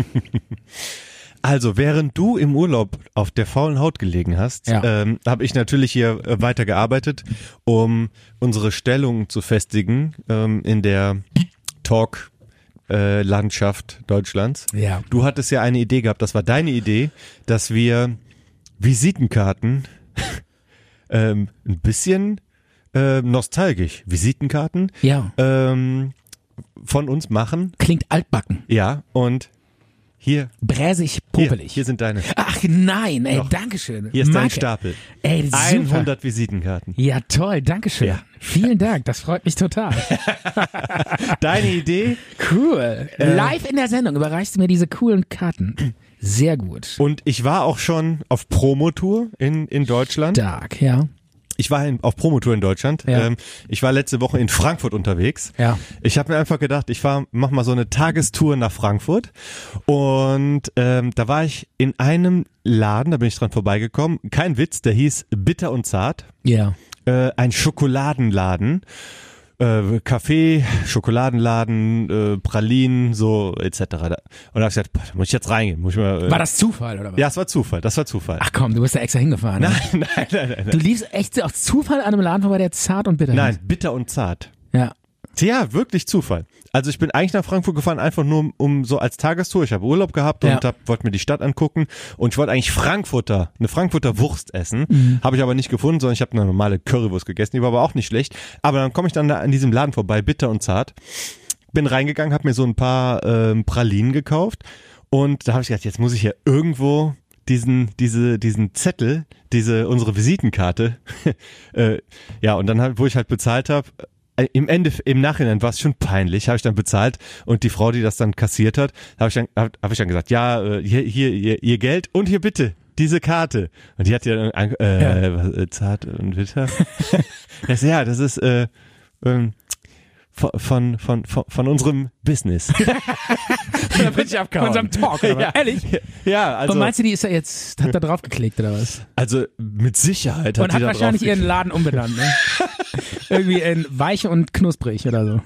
S3: Also, während du im Urlaub auf der faulen Haut gelegen hast,
S2: Ja.
S3: ähm, habe ich natürlich hier äh, weitergearbeitet, um unsere Stellung zu festigen ähm, in der Talk-Landschaft Deutschlands.
S2: Ja.
S3: Du hattest ja eine Idee gehabt, das war deine Idee, dass wir Visitenkarten ähm, ein bisschen äh, nostalgisch, Visitenkarten
S2: Ja.
S3: ähm, von uns machen.
S2: Klingt altbacken,
S3: Ja, und hier,
S2: bräsig,
S3: hier,
S2: popelig.
S3: hier sind deine.
S2: Ach nein, ey, Dankeschön.
S3: Hier ist dein
S2: Marke.
S3: Stapel.
S2: Ey, super.
S3: 100 Visitenkarten.
S2: Ja, toll, Dankeschön.
S3: Ja.
S2: Vielen Dank, das freut mich total.
S3: Deine Idee.
S2: Cool. Live in der Sendung überreichst du mir diese coolen Karten. Sehr gut.
S3: Und ich war auch schon auf Promotour in, in Deutschland.
S2: Stark, ja.
S3: Ich war in, auf Promotour in Deutschland.
S2: Ja.
S3: Ähm, ich war letzte Woche in Frankfurt unterwegs.
S2: Ja.
S3: Ich habe mir einfach gedacht, ich fahr, mach mal so eine Tagestour nach Frankfurt. Und ähm, da war ich in einem Laden, da bin ich dran vorbeigekommen. Kein Witz, der hieß Bitter und Zart.
S2: Ja.
S3: äh, ein Schokoladenladen. Äh, Kaffee, Schokoladenladen, äh, Pralinen, so etc. Da- Und da hab ich gesagt, boah, da muss ich jetzt reingehen. Muss ich mal, äh,
S2: War das Zufall oder was?
S3: ja, es war Zufall, das war Zufall.
S2: Ach komm, du bist da extra hingefahren. Nein, nein, nein, nein. Du liefst echt aus Zufall an einem Laden vorbei, der zart und bitter
S3: Nein,
S2: ist.
S3: bitter und zart.
S2: Ja.
S3: Tja, wirklich Zufall. Also ich bin eigentlich nach Frankfurt gefahren, einfach nur um, um so als Tagestour. Ich habe Urlaub gehabt und
S2: Ja.
S3: hab, wollte mir die Stadt angucken und ich wollte eigentlich Frankfurter, eine Frankfurter Wurst essen.
S2: Mhm.
S3: Habe ich aber nicht gefunden, sondern ich habe eine normale Currywurst gegessen, die war aber auch nicht schlecht. Aber dann komme ich dann da an diesem Laden vorbei, bitter und zart. Bin reingegangen, habe mir so ein paar ähm, Pralinen gekauft und da habe ich gedacht, jetzt muss ich ja irgendwo diesen diese diesen Zettel, diese unsere Visitenkarte äh, ja, und dann, halt, wo ich halt bezahlt habe, im Ende, im Nachhinein war es schon peinlich, habe ich dann bezahlt und die Frau, die das dann kassiert hat, habe ich, dann- hab, hab ich dann gesagt, ja, äh, hier, hier ihr, ihr Geld und hier bitte diese Karte. Und die hat ja dann, ange- äh, was, äh, zart und bitter. das, ja, das ist äh, ähm, von, von, von, von, von unserem Business.
S2: Da bin ich abgehauen. Von unserem Talk, oder?
S3: Ja.
S2: was? Ehrlich?
S3: ja, also,
S2: und meinst du, die ist ja jetzt, hat da drauf geklickt oder was?
S3: also mit Sicherheit hat
S2: und
S3: sie
S2: hat
S3: da
S2: wahrscheinlich
S3: drauf
S2: ihren Laden umbenannt, ne? Irgendwie in weich und knusprig oder so.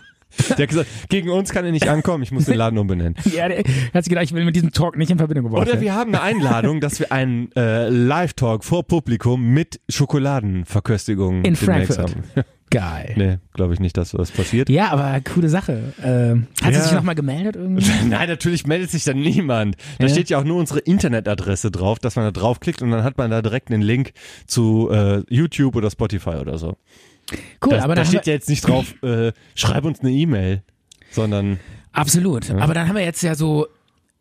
S3: Der hat gesagt, gegen uns kann er nicht ankommen, ich muss den Laden umbenennen.
S2: Ja, der hat sich gedacht, ich will mit diesem Talk nicht in Verbindung gebracht
S3: Oder
S2: werden.
S3: wir haben eine Einladung, dass wir einen äh, Live-Talk vor Publikum mit Schokoladenverköstigung
S2: In
S3: demnächst
S2: Frankfurt.
S3: haben.
S2: Geil.
S3: Nee, glaube ich nicht, dass das passiert.
S2: Ja, aber coole Sache. Ähm, hat
S3: Ja.
S2: sie sich nochmal gemeldet irgendwie?
S3: Nein, natürlich meldet sich dann niemand. Da
S2: Ja.
S3: steht ja auch nur unsere Internetadresse drauf, dass man da draufklickt und dann hat man da direkt einen Link zu äh, YouTube oder Spotify oder so.
S2: Cool,
S3: da
S2: aber
S3: da
S2: dann
S3: steht
S2: haben wir,
S3: ja jetzt nicht drauf, äh, schreib uns eine E-Mail, sondern
S2: absolut. Aber dann haben wir jetzt ja so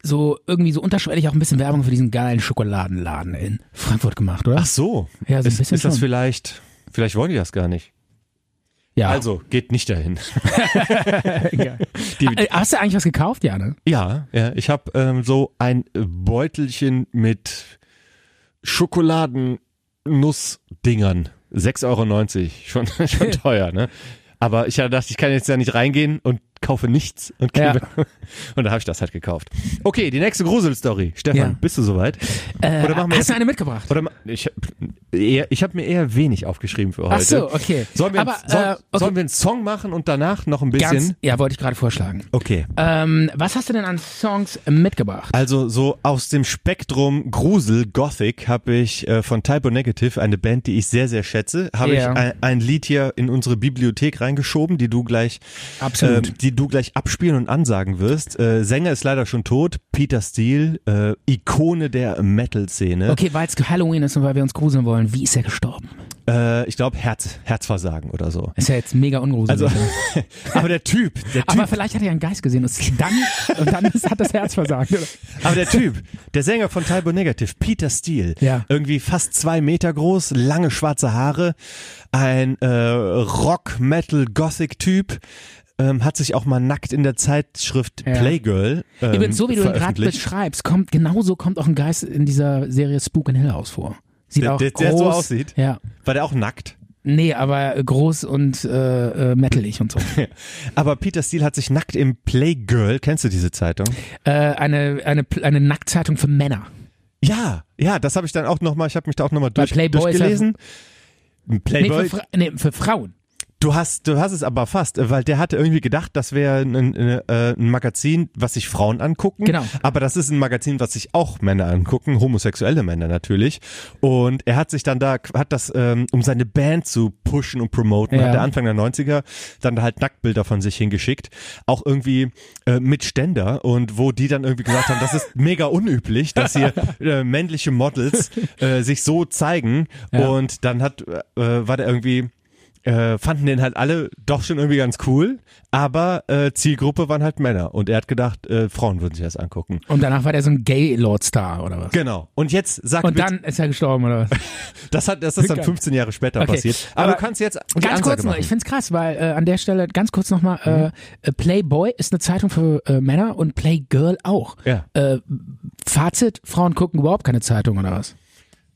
S2: so irgendwie so unterschwellig auch ein bisschen Werbung für diesen geilen Schokoladenladen in Frankfurt gemacht, oder?
S3: ach so,
S2: Ja, so ein
S3: ist,
S2: bisschen
S3: ist das
S2: schon.
S3: vielleicht, vielleicht wollen die das gar nicht.
S2: ja.
S3: Also, geht nicht dahin.
S2: ja. Äh, Hast du eigentlich was gekauft, ja, ne?
S3: Ja, ja, ich habe ähm, so ein Beutelchen mit Schokoladennussdingern. 6,90 Euro. Schon, schon teuer, ne? Aber ich habe gedacht, ich kann jetzt da nicht reingehen und kaufe nichts und
S2: Ja.
S3: gebe. Und da habe ich das halt gekauft. Okay, die nächste Gruselstory. Stefan,
S2: Ja.
S3: bist du soweit?
S2: Äh,
S3: Oder machen
S2: hast du
S3: wir erst-
S2: eine mitgebracht?
S3: Oder ma- ich, hab- eher- ich habe mir eher wenig aufgeschrieben für heute.
S2: Ach so, okay.
S3: Sollen wir,
S2: Aber,
S3: einen, soll,
S2: äh, okay.
S3: sollen wir einen Song machen und danach noch ein bisschen?
S2: Ganz, ja, wollte ich gerade vorschlagen.
S3: okay.
S2: Ähm, was hast du denn an Songs mitgebracht?
S3: Also so aus dem Spektrum Grusel, Gothic, habe ich äh, von Typo Negative, eine Band, die ich sehr, sehr schätze, habe
S2: Ja.
S3: ich ein, ein Lied hier in unsere Bibliothek reingeschoben, die du gleich,
S2: Absolut.
S3: ähm, die du gleich abspielen und ansagen wirst. Äh, Sänger ist leider schon tot, Peter Steele, äh, Ikone der Metal-Szene.
S2: Okay, weil es Halloween ist und weil wir uns gruseln wollen, wie ist er gestorben?
S3: Äh, ich glaube Herz, Herzversagen oder so.
S2: Ist ja jetzt mega ungruselig.
S3: Also, aber der Typ, der Typ
S2: aber vielleicht hat er ja einen Geist gesehen und ist dann, und dann ist, hat das Herz versagt. Oder?
S3: Aber der Typ, der Sänger von Typo Negative, Peter Steele,
S2: Ja.
S3: irgendwie fast zwei Meter groß, lange schwarze Haare, ein äh, Rock-Metal-Gothic-Typ, ähm, hat sich auch mal nackt in der Zeitschrift
S2: Ja.
S3: Playgirl ähm,
S2: Übrigens, so wie du ihn gerade
S3: veröffentlicht.
S2: beschreibst, kommt, genauso kommt auch ein Geist in dieser Serie Spook in Hill House vor. Sieht
S3: Der-
S2: auch
S3: der-
S2: groß,
S3: der so aussieht?
S2: Ja.
S3: War der auch nackt?
S2: Nee, aber groß und äh, äh, metalig und so.
S3: Aber Peter Steele hat sich nackt im Playgirl, kennst du diese Zeitung?
S2: äh, eine, eine, eine Nacktzeitung für Männer.
S3: Ja, ja, das habe ich dann auch nochmal, ich habe mich da auch nochmal
S2: Bei
S3: durch,
S2: Playboy ist er-
S3: durchgelesen.
S2: Nee,
S3: Playboy,
S2: für, Fra nee, für Frauen.
S3: Du hast, du hast es aber fast, äh, weil der hatte irgendwie gedacht, das wäre ein, ein, äh, ein Magazin, was sich Frauen angucken.
S2: Genau.
S3: Aber das ist ein Magazin, was sich auch Männer angucken, homosexuelle Männer natürlich. Und er hat sich dann da, hat das, ähm, um seine Band zu pushen und promoten,
S2: Ja.
S3: hat er Anfang der 90er dann halt Nacktbilder von sich hingeschickt. Auch irgendwie äh, mit Ständer und wo die dann irgendwie gesagt haben, das ist mega unüblich, dass hier äh, männliche Models äh, sich so zeigen.
S2: Ja.
S3: Und dann hat, äh, war der irgendwie äh, fanden den halt alle doch schon irgendwie ganz cool, aber äh, Zielgruppe waren halt Männer und er hat gedacht, äh, Frauen würden sich das angucken.
S2: Und danach war der so ein Gay-Lord-Star oder was.
S3: Genau. Und jetzt sagt
S2: Und
S3: bitte-
S2: dann ist er gestorben oder was?
S3: das hat das ist dann
S2: Geil.
S3: 15 Jahre später
S2: Okay.
S3: passiert. Aber,
S2: Aber
S3: du kannst jetzt die
S2: Ganz
S3: Ansage
S2: kurz noch,
S3: machen.
S2: ich find's krass, weil äh, an der Stelle ganz kurz nochmal,
S3: Mhm.
S2: äh, äh, Playboy ist eine Zeitung für äh, Männer und Playgirl auch.
S3: Ja.
S2: Äh, Fazit, Frauen gucken überhaupt keine Zeitung oder was?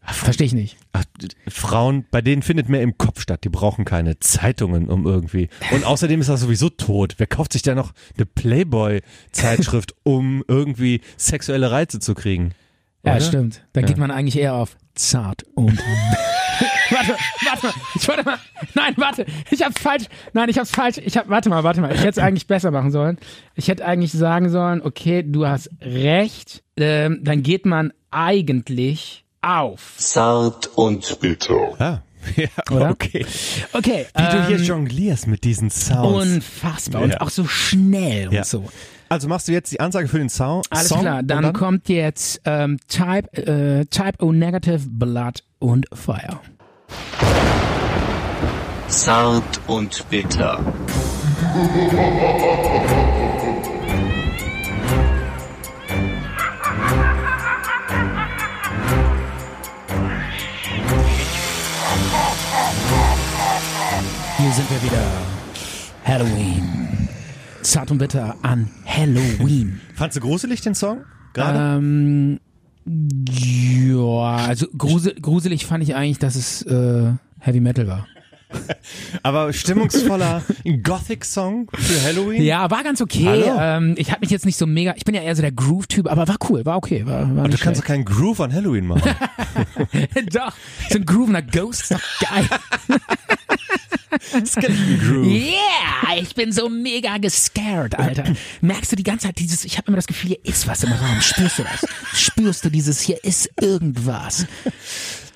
S2: Verstehe ich nicht.
S3: Ach, Frauen, bei denen findet mehr im Kopf statt. Die brauchen keine Zeitungen um irgendwie. Und außerdem ist das sowieso tot. Wer kauft sich da noch eine Playboy-Zeitschrift, um irgendwie sexuelle Reize zu kriegen?
S2: Ja,
S3: Oder?
S2: stimmt. Da geht man eigentlich eher auf zart und... warte, warte mal, ich wollte mal... Nein, warte, ich hab's falsch. Nein, ich hab's falsch. Ich hab, warte mal, warte mal. Ich hätte es eigentlich besser machen sollen. Ich hätte eigentlich sagen sollen, okay, du hast recht. Ähm, dann geht man eigentlich auf.
S1: Zart und bitter.
S3: Ah, ja,
S2: Oder?
S3: okay.
S2: Okay.
S3: Wie du hier
S2: ähm,
S3: jonglierst mit diesen Sounds.
S2: Unfassbar. Und
S3: Ja.
S2: auch so schnell und
S3: Ja.
S2: so.
S3: Also machst du jetzt die Ansage für den Song?
S2: Alles
S3: Song
S2: klar,
S3: und
S2: dann, kommt jetzt ähm, Type, äh, Type O Negative, Blood und Fire.
S1: Zart und bitter.
S2: Hier sind wir wieder. Halloween. Zart und bitter an Halloween.
S3: Fandst du gruselig den Song? Gerade?
S2: ähm, ja, also grusel, gruselig fand ich eigentlich, dass es äh, Heavy Metal war. Ähm.
S3: Aber stimmungsvoller Gothic-Song für Halloween?
S2: Ja, war ganz okay.
S3: Hallo?
S2: Ähm, ich hab mich jetzt nicht so mega, ich bin ja eher so der Groove-Typ, aber war cool, war okay. War, war
S3: Aber du
S2: nicht
S3: kannst doch keinen Groove an Halloween machen.
S2: Doch, so ein groovender Ghost ist doch geil.
S3: Skeleton-Groove.
S2: Yeah, ich bin so mega gescared, Alter. Merkst du die ganze Zeit dieses, ich habe immer das Gefühl, hier ist was im Raum. Spürst du das? Spürst du dieses, hier ist irgendwas?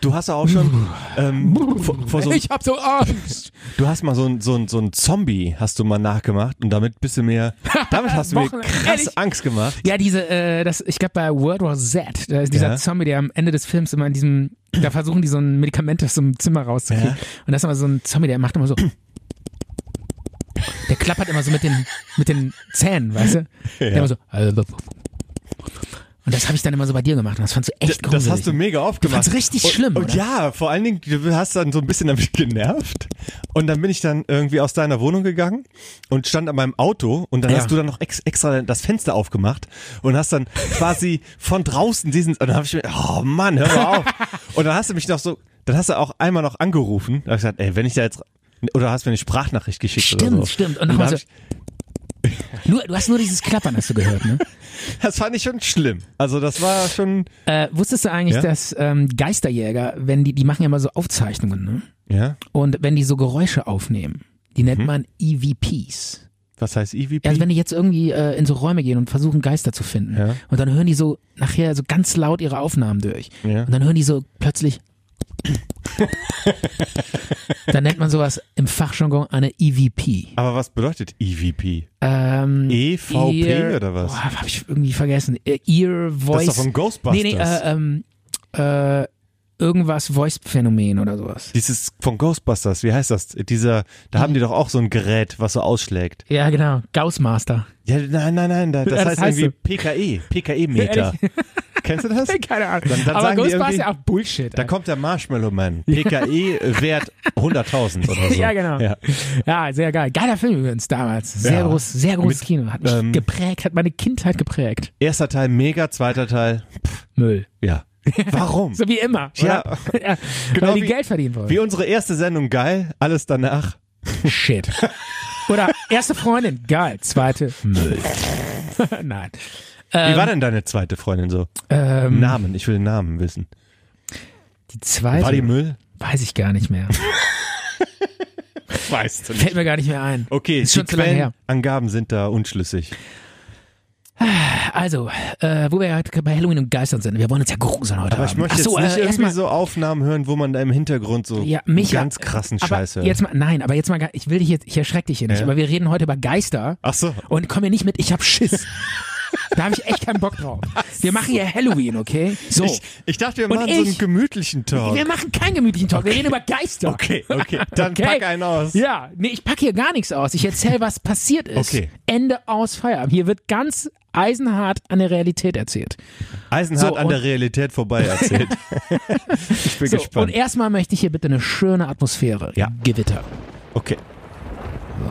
S3: Du hast ja auch schon ähm, vor, vor so,
S2: Ich hab so Angst.
S3: du hast mal so ein, so ein, so ein Zombie hast du mal nachgemacht und damit bist du mir, damit hast du mir
S2: Wochenende,
S3: krass
S2: ehrlich?
S3: Angst gemacht.
S2: Ja, diese, äh, das, ich glaube bei World War Z, da ist dieser
S3: Ja.
S2: Zombie, der am Ende des Films immer in diesem, da versuchen die so ein Medikament aus so einem Zimmer rauszukriegen.
S3: Ja.
S2: Und das ist immer so ein Zombie, der macht immer so. Der klappert immer so mit den, mit den Zähnen, weißt du? Der immer so. Und das habe ich dann immer so bei dir gemacht und das fandst du echt gruselig.
S3: Das hast du mega oft gemacht.
S2: fand's richtig
S3: und,
S2: schlimm,
S3: Und
S2: oder?
S3: ja, vor allen Dingen, du hast dann so ein bisschen damit genervt. Und dann bin ich dann irgendwie aus deiner Wohnung gegangen und stand an meinem Auto und dann
S2: Ja.
S3: hast du dann noch ex extra das Fenster aufgemacht und hast dann quasi von draußen diesen, und dann habe ich mir, oh Mann, hör mal auf. und dann hast du mich noch so, dann hast du auch einmal noch angerufen, da hab ich gesagt, ey, wenn ich da jetzt Oder hast mir eine Sprachnachricht geschickt
S2: Stimmt,
S3: oder so.
S2: stimmt. Und
S3: da
S2: nochmal
S3: hab
S2: so.
S3: ich,
S2: Nur, du hast nur dieses Klappern, hast du gehört, ne?
S3: das fand ich schon schlimm. Also das war schon,
S2: Äh, wusstest du eigentlich,
S3: Ja?
S2: dass ähm, Geisterjäger, wenn die, die machen ja mal so Aufzeichnungen, ne?
S3: ja,
S2: Und wenn die so Geräusche aufnehmen, die nennt man EVPs.
S3: was heißt E EVP?
S2: Also wenn die jetzt irgendwie äh, in so Räume gehen und versuchen Geister zu finden
S3: Ja.
S2: und dann hören die so nachher so ganz laut ihre Aufnahmen durch
S3: Ja.
S2: und dann hören die so plötzlich dann nennt man sowas im Fachjargon eine EVP.
S3: Aber was bedeutet E EVP?
S2: Ähm,
S3: EVP
S2: Ear-
S3: oder was?
S2: Boah, hab ich irgendwie vergessen. Äh, Ear
S3: das
S2: Voice.
S3: ist doch von Ghostbusters.
S2: Nee, nee, äh, ähm, äh, irgendwas Voice Phänomen oder sowas.
S3: Dieses von Ghostbusters, wie heißt das? Dieser, da
S2: Hm.
S3: haben die doch auch so ein Gerät, was so ausschlägt.
S2: Ja, genau. Gaussmaster.
S3: Ja, nein, nein, nein, da, das,
S2: Ja, das
S3: heißt,
S2: heißt
S3: irgendwie E, PKE, PKE-Meter. Kennst du das?
S2: Keine Ahnung.
S3: Dann- dann
S2: Aber
S3: sagen die
S2: Ghostbusters ist
S3: irgendwie-
S2: ja auch Bullshit.
S3: Da kommt der Marshmallow Man. PKE wert 100.000 oder so.
S2: Ja, genau.
S3: Ja.
S2: Ja, sehr geil. Geiler Film übrigens damals. Sehr
S3: Ja.
S2: groß, sehr großes Kino. Hat mich
S3: ähm,
S2: geprägt, hat meine Kindheit geprägt.
S3: Erster Teil mega, zweiter Teil,
S2: Müll.
S3: ja. Warum?
S2: So wie immer.
S3: Ja.
S2: Oder? ja
S3: Genau
S2: weil die
S3: wie-
S2: Geld verdienen wollen.
S3: Wie unsere erste Sendung geil, alles danach.
S2: Shit. Oder erste Freundin, geil. Zweite, Müll. Nein.
S3: Wie war denn deine zweite Freundin so?
S2: Ähm,
S3: Namen, ich will den Namen wissen.
S2: die zweite
S3: War die Müll?
S2: weiß ich gar nicht mehr.
S3: Weißt du
S2: Fällt mir gar nicht mehr ein.
S3: Okay,
S2: Ist
S3: die
S2: schon zu lange her.
S3: Quellenangaben sind da unschlüssig.
S2: Also, äh, wo wir heute bei Halloween und Geistern sind. Wir wollen uns ja gruseln heute
S3: Aber ich
S2: Abend.
S3: möchte
S2: Ach so,
S3: jetzt nicht
S2: äh,
S3: irgendwie
S2: erstmal
S3: so Aufnahmen hören, wo man da im Hintergrund so
S2: Ja,
S3: einen
S2: Micha,
S3: ganz krassen
S2: aber
S3: Scheiß hört.
S2: Jetzt mal, nein, aber jetzt mal, gar- ich will dich jetzt, ich erschrecke dich hier nicht,
S3: Ja.
S2: aber wir reden heute über Geister.
S3: Ach so.
S2: Und komm mir nicht mit, ich hab Schiss. da habe ich echt keinen Bock drauf. Wir machen hier Halloween, okay? So.
S3: ich, ich dachte, wir
S2: Und
S3: machen so einen
S2: ich-
S3: gemütlichen Talk.
S2: wir machen keinen gemütlichen Talk, wir reden über Geister.
S3: Okay, okay, dann pack einen aus.
S2: Ja, nee, ich pack hier gar nichts aus. Ich erzähl, was passiert ist.
S3: Okay.
S2: Ende aus Feierabend. Hier wird ganz eisenhart an der Realität erzählt.
S3: Eisenhart
S2: So,
S3: an
S2: und-
S3: der Realität vorbei erzählt. ich bin
S2: So, und
S3: gespannt.
S2: erstmal möchte ich hier bitte eine schöne Atmosphäre.
S3: Ja.
S2: Gewitter.
S3: Okay.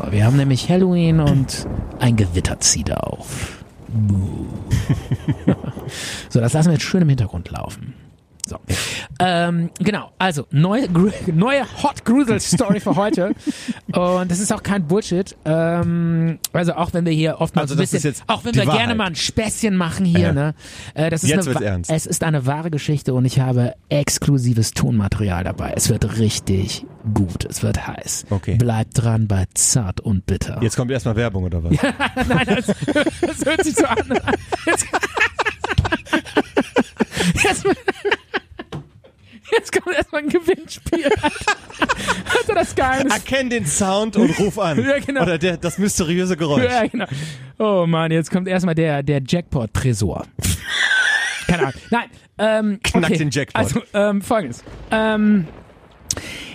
S2: So, wir haben nämlich Halloween und ein Gewitter zieht auf. Buh. so, das lassen wir jetzt schön im Hintergrund laufen. So. Ähm, genau, also neue, Gru- neue Hot Grusel Story für heute. Und das ist auch kein Bullshit. Ähm, also auch wenn wir hier oftmals
S3: Also
S2: ein
S3: das
S2: bisschen,
S3: ist jetzt
S2: auch wenn
S3: die
S2: wir gerne
S3: Wahrheit.
S2: mal ein Späßchen machen hier,
S3: Ja.
S2: ne? Äh, das ist
S3: Jetzt
S2: eine,
S3: wird's
S2: wa-
S3: ernst.
S2: Es ist eine wahre Geschichte und ich habe exklusives Tonmaterial dabei. Es wird richtig gut. Es wird heiß.
S3: Okay.
S2: Bleibt dran bei Zart und Bitter.
S3: Jetzt kommt erstmal Werbung oder was?
S2: Nein, das, das hört sich so an. Jetzt, jetzt, jetzt kommt erstmal ein Gewinnspiel. Hast du das Geheimnis?
S3: Erkenn den Sound und ruf an.
S2: Ja, genau.
S3: Oder der, das mysteriöse Geräusch.
S2: Ja, genau. Oh Mann, jetzt kommt erstmal der, der Jackpot-Tresor. Keine Ahnung. Nein. Ähm, okay.
S3: Knack den Jackpot.
S2: Also, ähm, folgendes. Ähm,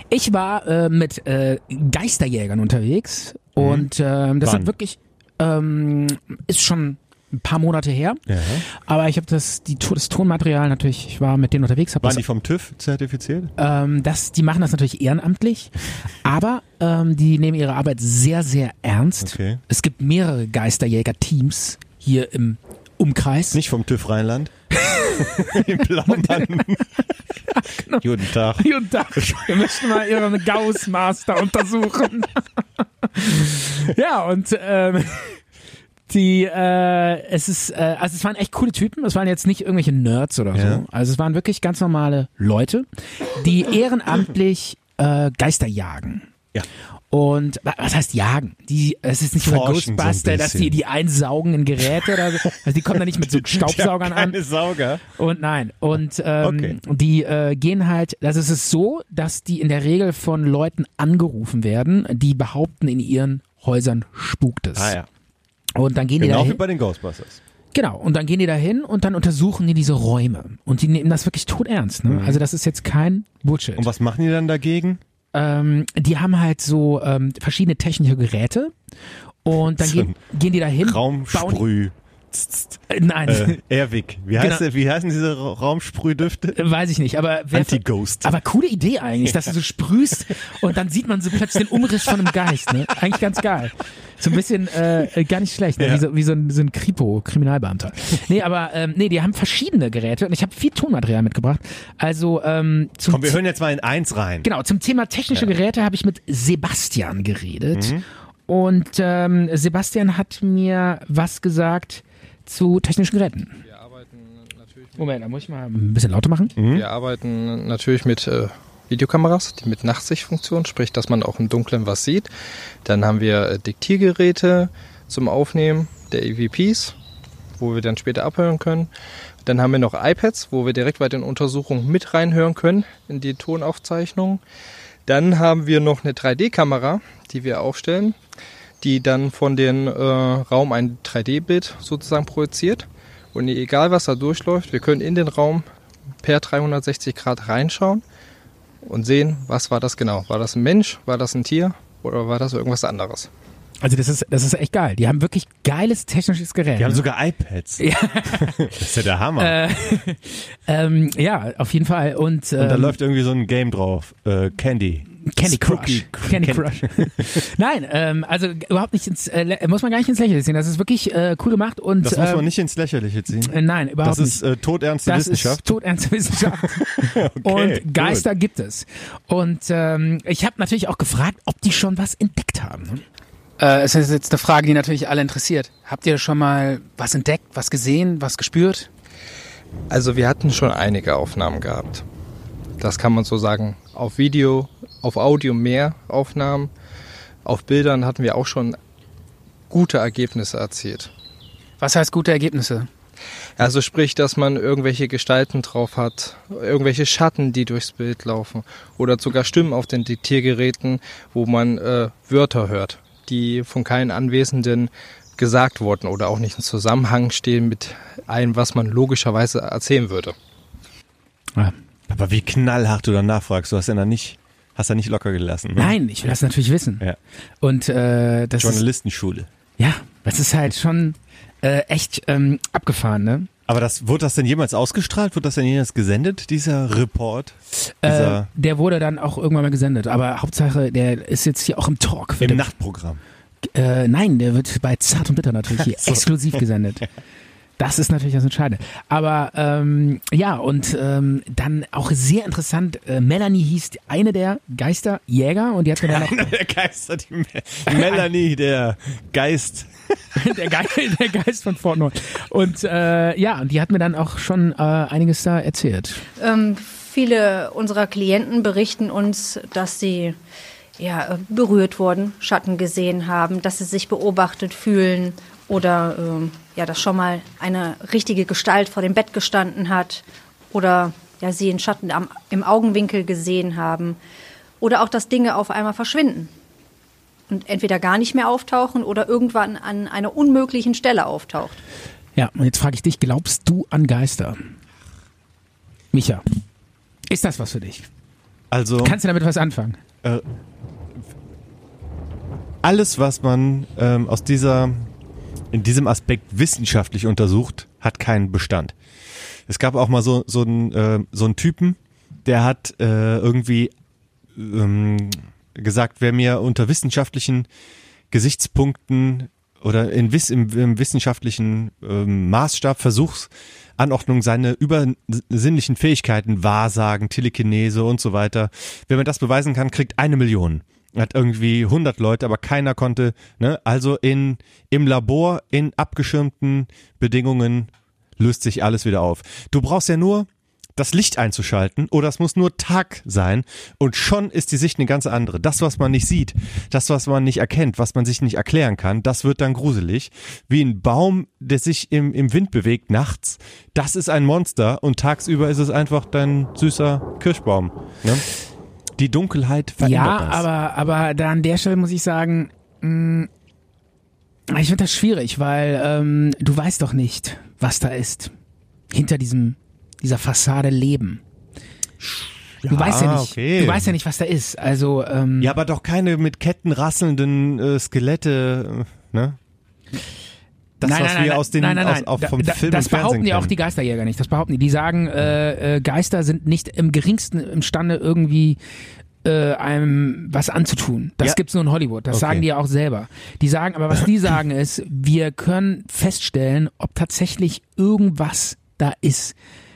S2: ich war äh, mit äh, Geisterjägern unterwegs und ähm, das
S3: Mhm. Wann?
S2: sind wirklich, ähm, ist schon ein paar Monate her,
S3: Ja.
S2: aber ich habe das, die, To- das Tonmaterial natürlich, ich war mit denen unterwegs, habe
S3: Waren
S2: das
S3: die vom TÜV zertifiziert?
S2: ähm, das, die machen das natürlich ehrenamtlich, aber ähm, die nehmen ihre Arbeit sehr, sehr ernst.
S3: Okay.
S2: Es gibt mehrere Geisterjäger-Teams hier im Umkreis.
S3: Nicht vom TÜV Rheinland. Im Blaumann.
S2: genau.
S3: Guten Tag.
S2: und da. Wir möchten mal ihren Gauss-Master untersuchen. ja, und ähm, die, äh, es ist, äh, also es waren echt coole Typen. Es waren jetzt nicht irgendwelche Nerds oder
S3: Ja.
S2: so. Also es waren wirklich ganz normale Leute, die ehrenamtlich äh, Geister jagen.
S3: Ja.
S2: Und wa- was heißt jagen? Die, es ist nicht über
S3: Forschen so ein
S2: Ghostbuster, dass die
S3: bisschen.
S2: die einsaugen in Geräte oder so. Also die kommen da nicht mit so Staubsaugern
S3: Die haben
S2: an.
S3: keine Sauger.
S2: Und nein. Und ähm,
S3: Okay.
S2: die äh, gehen halt, also es ist so, dass die in der Regel von Leuten angerufen werden, die behaupten, in ihren Häusern spukt es.
S3: Ah ja.
S2: Und dann gehen
S3: Genau
S2: die
S3: wie
S2: dahin.
S3: bei den Ghostbusters.
S2: Genau, und dann gehen die dahin und dann untersuchen die diese Räume. Und die nehmen das wirklich tot ernst. Ne?
S3: Mhm.
S2: Also das ist jetzt kein Bullshit.
S3: Und was machen die dann dagegen?
S2: Ähm, die haben halt so ähm, verschiedene technische Geräte und dann
S3: So
S2: gehen, gehen die dahin. bauen-
S3: Raumsprüh.
S2: Äh, Nein,
S3: Äh, Airwick. Wie, heißt
S2: Genau.
S3: der- wie heißen diese Ra- Raumsprühdüfte?
S2: weiß ich nicht, aber wer
S3: Anti-Ghost.
S2: Aber coole Idee eigentlich, dass du so sprühst und dann sieht man so plötzlich den Umriss von einem Geist, ne? Eigentlich ganz geil. So ein bisschen äh, gar nicht schlecht, ne?
S3: Ja.
S2: wie, so, wie so ein, so ein Kripo, Kriminalbeamter. Nee, aber ähm, nee, die haben verschiedene Geräte und ich habe viel Tonmaterial mitgebracht. Also ähm, zum
S3: Komm, wir hören jetzt mal in eins rein.
S2: Genau, zum Thema technische Geräte habe ich mit Sebastian geredet.
S3: Mhm.
S2: Und ähm, Sebastian hat mir was gesagt zu technischen Geräten.
S5: Wir arbeiten natürlich mit,
S2: Moment, da muss ich mal ein bisschen lauter machen.
S3: Mhm.
S5: wir arbeiten natürlich mit äh, Videokameras, die mit Nachtsichtfunktion, sprich, dass man auch im Dunkeln was sieht. Dann haben wir äh, Diktiergeräte zum Aufnehmen der EVPs, wo wir dann später abhören können. Dann haben wir noch iPads, wo wir direkt bei den Untersuchungen mit reinhören können in die Tonaufzeichnung. Dann haben wir noch eine 3D-Kamera, die wir aufstellen, die dann von dem äh, Raum ein 3D-Bild sozusagen projiziert. Und egal was da durchläuft, wir können in den Raum per 360 Grad reinschauen und sehen, was war das genau. War das ein Mensch, war das ein Tier oder war das irgendwas anderes?
S2: Also das ist, das ist echt geil. Die haben wirklich geiles technisches Gerät.
S3: Die haben
S2: ne?
S3: sogar iPads. das ist ja der Hammer.
S2: ähm, ja, auf jeden Fall. Und, ähm,
S3: Und da läuft irgendwie so ein Game drauf. Äh, Candy.
S2: Candy Crush.
S3: Spooky
S2: Candy Crush. Nein, ähm, also g- überhaupt nicht ins, äh, le- muss man gar nicht ins Lächeln ziehen. Das ist wirklich äh, cool gemacht und
S3: Das muss
S2: ähm,
S3: man nicht ins Lächerliche ziehen.
S2: Äh, nein, überhaupt
S3: Das ist
S2: nicht.
S3: äh, todernste
S2: Das ist
S3: Wissenschaft.
S2: todernste Wissenschaft. und Geister gibt es. Und ähm, ich habe natürlich auch gefragt, ob die schon was entdeckt haben. ne?
S6: Äh, es ist jetzt eine Frage, die natürlich alle interessiert. Habt ihr schon mal was entdeckt, was gesehen, was gespürt?
S5: Also wir hatten schon einige Aufnahmen gehabt. Das kann man so sagen. Auf Video, auf Audio mehr Aufnahmen. Auf Bildern hatten wir auch schon gute Ergebnisse erzielt.
S6: Was heißt gute Ergebnisse?
S5: Also sprich, dass man irgendwelche Gestalten drauf hat, irgendwelche Schatten, die durchs Bild laufen oder sogar Stimmen auf den Diktiergeräten, wo man äh, Wörter hört, die von keinen Anwesenden gesagt wurden oder auch nicht im Zusammenhang stehen mit allem, was man logischerweise erzählen würde.
S2: Ah,
S3: Aber wie knallhart du dann nachfragst. Du hast ja da nicht, hast da nicht locker gelassen. Ne?
S2: Nein, ich will das natürlich wissen.
S3: Ja.
S2: Und äh, das ist,
S3: Journalistenschule.
S2: ja, das ist halt schon äh, echt ähm, abgefahren, ne?
S3: Aber das, wurde das denn jemals ausgestrahlt? Wurde das denn jemals gesendet, dieser Report? Dieser
S2: Äh, der wurde dann auch irgendwann mal gesendet, aber Hauptsache, der ist jetzt hier auch im Talk.
S3: im
S2: Wird-
S3: Nachtprogramm.
S2: äh, nein, der wird bei Zart und Bitter natürlich hier exklusiv gesendet. Das ist natürlich das Entscheidende. Aber ähm, ja, und ähm, dann auch sehr interessant, äh, Melanie hieß eine der Geisterjäger und die hat mir dann noch
S3: Der Geister, die Me Melanie, der Geist.
S2: der, Geist, der Geist von Fortnite. Und äh, ja, und die hat mir dann auch schon äh, einiges da erzählt.
S7: Ähm, viele unserer Klienten berichten uns, dass sie ja, äh, berührt wurden, Schatten gesehen haben, dass sie sich beobachtet fühlen oder ähm, ja, dass schon mal eine richtige Gestalt vor dem Bett gestanden hat oder ja, sie einen Schatten am, im Augenwinkel gesehen haben oder auch, dass Dinge auf einmal verschwinden und entweder gar nicht mehr auftauchen oder irgendwann an einer unmöglichen Stelle auftaucht.
S2: Ja, und jetzt frage ich dich, glaubst du an Geister? Micha, ist das was für dich?
S3: Also
S2: Kannst du damit was anfangen?
S3: alles, was man ähm, aus dieser, in diesem Aspekt wissenschaftlich untersucht, hat keinen Bestand. Es gab auch mal so, so, einen, äh, so einen Typen, der hat äh, irgendwie ähm, gesagt, wer mir unter wissenschaftlichen Gesichtspunkten oder in, wiss- im, im wissenschaftlichen ähm, Maßstab Versuchsanordnung seine übersinnlichen Fähigkeiten, Wahrsagen, Telekinese und so weiter. Wenn man das beweisen kann, kriegt eine Million. Hat irgendwie 100 Leute, aber keiner konnte, ne? Also in, im Labor, in abgeschirmten Bedingungen löst sich alles wieder auf. Du brauchst ja nur das Licht einzuschalten oder es muss nur Tag sein und schon ist die Sicht eine ganz andere. Das, was man nicht sieht, das, was man nicht erkennt, was man sich nicht erklären kann, das wird dann gruselig. Wie ein Baum, der sich im, im Wind bewegt nachts, das ist ein Monster und tagsüber ist es einfach dein süßer Kirschbaum. Ne? Die Dunkelheit verändert
S2: Ja,
S3: das.
S2: aber, aber da an der Stelle muss ich sagen, mh, ich finde das schwierig, weil ähm, du weißt doch nicht, was da ist. Hinter diesem, dieser Fassade leben. Du weißt ja nicht,
S3: okay.
S2: du weißt ja nicht, was da ist. Also, ähm,
S3: ja, aber doch keine mit Ketten rasselnden äh, Skelette, äh, ne? das,
S2: nein,
S3: was
S2: nein,
S3: wir
S2: nein,
S3: aus den
S2: nein, nein, nein.
S3: Aus, auf, vom
S2: da, da-
S3: Film
S2: Das
S3: und Fernsehen
S2: behaupten ja auch
S3: kennen.
S2: die Geisterjäger nicht. Das behaupten die. Die sagen, äh, äh, Geister sind nicht im geringsten imstande irgendwie äh, einem was anzutun. Das
S3: Ja.
S2: gibt's nur in Hollywood. Das
S3: Okay.
S2: sagen die ja auch selber. Die sagen, aber was die sagen ist, wir können feststellen, ob tatsächlich irgendwas da ist,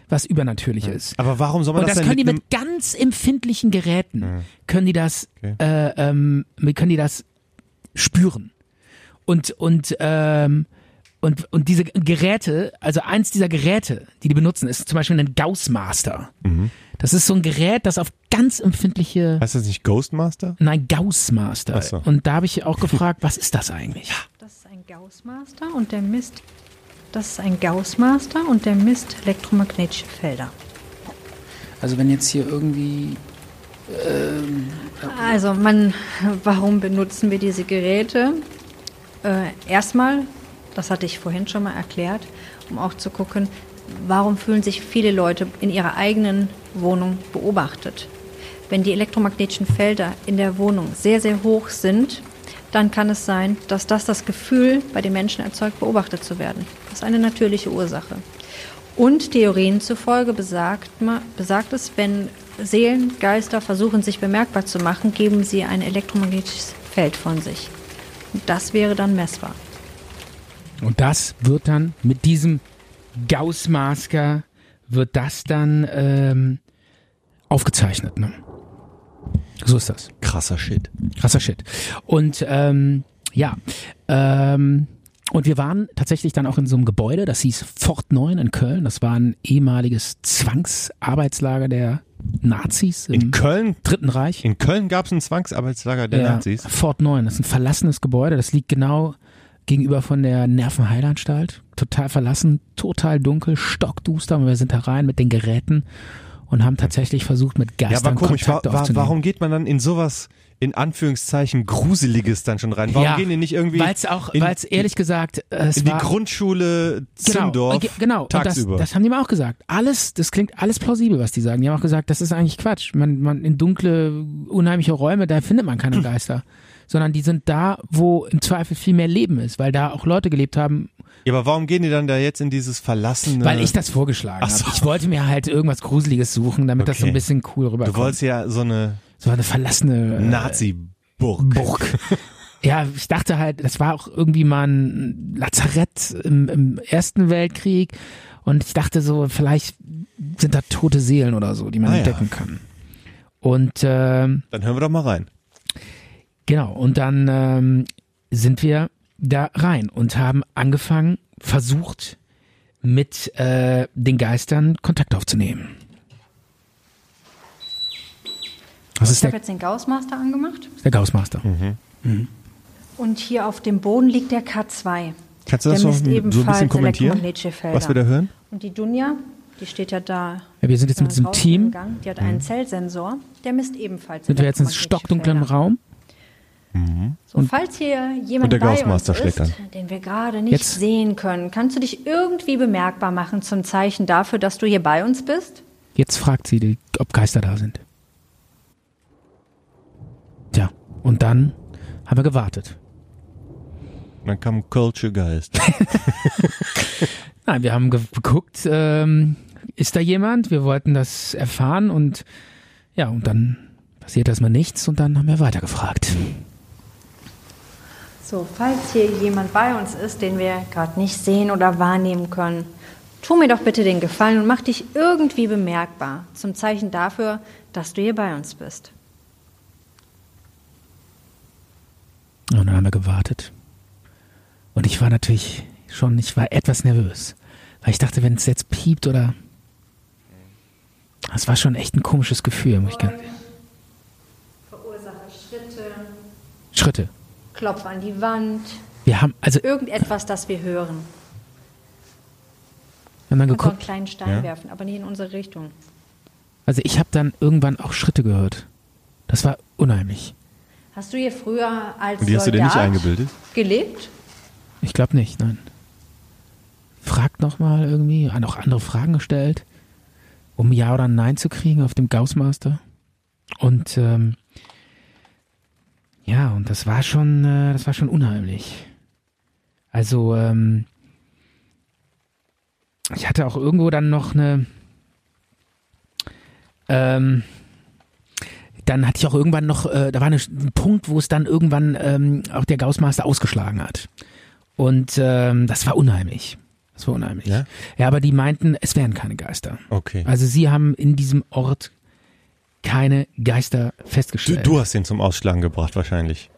S2: was übernatürlich ist.
S3: Aber warum soll man
S2: Und
S3: das,
S2: das
S3: denn
S2: können die
S3: mit Ah.
S2: mit ganz empfindlichen Geräten, können die das,
S3: Okay.
S2: äh, ähm, können die das spüren. Und, und, ähm, und, und diese Geräte, also eins dieser Geräte, die die benutzen, ist zum Beispiel ein Gaussmaster.
S3: Mhm.
S2: Das ist so ein Gerät, das auf ganz empfindliche,
S3: einem, heißt das nicht Ghostmaster?
S2: nein, Gaussmaster.
S3: Ach so.
S2: Und da habe ich auch gefragt, was ist das eigentlich?
S7: Das ist ein Gaussmaster und der misst. Das ist ein Gaussmaster und der misst elektromagnetische Felder.
S6: Also wenn jetzt hier irgendwie
S7: Also, man, warum benutzen wir diese Geräte? Äh, erstmal, das hatte ich vorhin schon mal erklärt, um auch zu gucken, warum fühlen sich viele Leute in ihrer eigenen Wohnung beobachtet. Wenn die elektromagnetischen Felder in der Wohnung sehr, sehr hoch sind, dann kann es sein, dass das das Gefühl bei den Menschen erzeugt, beobachtet zu werden. Das ist eine natürliche Ursache. Und Theorien zufolge besagt, ma- besagt es, wenn Seelen, Geister versuchen, sich bemerkbar zu machen, geben sie ein elektromagnetisches Feld von sich. Und das wäre dann messbar.
S2: Und das wird dann mit diesem Gaussmasker wird das dann ähm, aufgezeichnet. Ne? So ist das.
S3: Krasser Shit.
S2: Krasser Shit. Und ähm, ja, ähm, und wir waren tatsächlich dann auch in so einem Gebäude, das hieß Fort 9 in Köln. Das war ein ehemaliges Zwangsarbeitslager der Nazis
S3: In
S2: im
S3: Köln,
S2: Dritten Reich.
S3: in Köln gab es ein Zwangsarbeitslager der Nazis.
S2: Fort 9, das ist ein verlassenes Gebäude, das liegt genau gegenüber von der Nervenheilanstalt. Total verlassen, total dunkel, stockduster und wir sind da rein mit den Geräten und haben tatsächlich versucht mit
S3: Ja,
S2: Geistern
S3: aber komisch, wa
S2: Kontakt
S3: wa
S2: aufzunehmen.
S3: warum geht man dann in sowas in Anführungszeichen gruseliges dann schon rein? Warum
S2: ja,
S3: gehen die nicht irgendwie
S2: Weil es auch,
S3: in,
S2: weil es ehrlich gesagt, äh, es
S3: in die
S2: war
S3: Grundschule
S2: genau,
S3: Zündorf
S2: ge- genau. Und das,
S3: tagsüber?
S2: das haben die mir auch gesagt. Alles, das klingt alles plausibel, was die sagen. Die haben auch gesagt, das ist eigentlich Quatsch. Man, man in dunkle, unheimliche Räume, da findet man keine Geister, sondern die sind da, wo im Zweifel viel mehr Leben ist, weil da auch Leute gelebt haben,
S3: ja, aber warum gehen die dann da jetzt in dieses verlassene?
S2: Weil ich das vorgeschlagen
S3: Ach so.
S2: habe. Ich wollte mir halt irgendwas Gruseliges suchen, damit das so
S3: Okay.
S2: ein bisschen cool
S3: du
S2: rüberkommt.
S3: wolltest ja so eine
S2: So eine verlassene äh,
S3: Nazi-Burg.
S2: Burg. ja, ich dachte halt, das war auch irgendwie mal ein Lazarett im, im Ersten Weltkrieg. Und ich dachte so, vielleicht sind da tote Seelen oder so, die man
S3: Ah ja.
S2: entdecken kann. Und ähm,
S3: Dann hören wir doch mal rein.
S2: Genau, und dann ähm, sind wir da rein und haben angefangen, versucht, mit äh, den Geistern Kontakt aufzunehmen. Das ist
S7: Ich habe
S2: der,
S7: jetzt den Gaussmaster angemacht
S2: der Gaussmaster.
S7: und hier auf dem Boden liegt der K2.
S3: Kannst du das
S7: der
S3: noch
S7: misst
S3: so ein
S7: ebenfalls
S3: bisschen kommentieren,
S7: elektromagnetische Felder.
S3: was wir da hören?
S7: Und die Dunja, die steht ja da.
S2: Ja, wir sind jetzt
S7: äh,
S2: mit diesem
S7: draußen
S2: Team. Mhm.
S7: im Gang. Die hat einen Zellsensor, der misst ebenfalls.
S2: Sind wir jetzt in stockdunklen
S7: Raum?
S2: Raum?
S7: So, falls hier
S3: Und
S7: jemand
S3: der
S7: bei uns
S3: Gaussmaster schlägt
S7: ist,
S3: an.
S7: den wir gerade nicht
S2: Jetzt.
S7: sehen können, kannst du dich irgendwie bemerkbar machen zum Zeichen dafür, dass du hier bei uns bist?
S2: Jetzt fragt sie, die, ob Geister da sind. Tja, und dann haben wir gewartet.
S3: Dann kam Culture Geist.
S2: Nein, wir haben ge- geguckt, ähm, ist da jemand? Wir wollten das erfahren und ja, und dann passiert erstmal nichts und dann haben wir weitergefragt.
S7: So, falls hier jemand bei uns ist, den wir gerade nicht sehen oder wahrnehmen können, tu mir doch bitte den Gefallen und mach dich irgendwie bemerkbar zum Zeichen dafür, dass du hier bei uns bist.
S2: Und dann haben wir gewartet. Und ich war natürlich schon, ich war etwas nervös, weil ich dachte, wenn es jetzt piept oder. Das war schon echt ein komisches Gefühl, muss ich sagen.
S7: Verursache Schritte,
S2: Schritte.
S7: klopf an die Wand,
S2: Wir haben, also, wir
S7: irgendetwas, das wir hören.
S2: haben dann
S7: Kannst auch einen
S2: geguckt.
S7: kleinen Stein werfen, aber nicht in unsere Richtung.
S2: Also, ich habe dann irgendwann auch Schritte gehört. Das war unheimlich.
S7: Hast du hier früher als
S3: Und die hast du dir nicht
S7: Soldat
S3: eingebildet?
S7: gelebt?
S2: Ich glaube nicht, nein. Fragt nochmal irgendwie, hat auch andere Fragen gestellt, um Ja oder Nein zu kriegen auf dem Gaussmaster. Und ähm, ja, und das war schon, äh, das war schon unheimlich. Also ähm, ich hatte auch irgendwo dann noch eine. Ähm, dann hatte ich auch irgendwann noch, äh, da war eine, ein Punkt, wo es dann irgendwann ähm, auch der Gaussmaster ausgeschlagen hat. Und ähm, das war unheimlich. Das war unheimlich.
S3: Ja?
S2: ja, aber die meinten, es wären keine Geister.
S3: Okay.
S2: Also sie haben in diesem Ort keine Geister
S3: Du,
S2: festgestellt.
S3: du hast ihn zum Ausschlagen gebracht wahrscheinlich.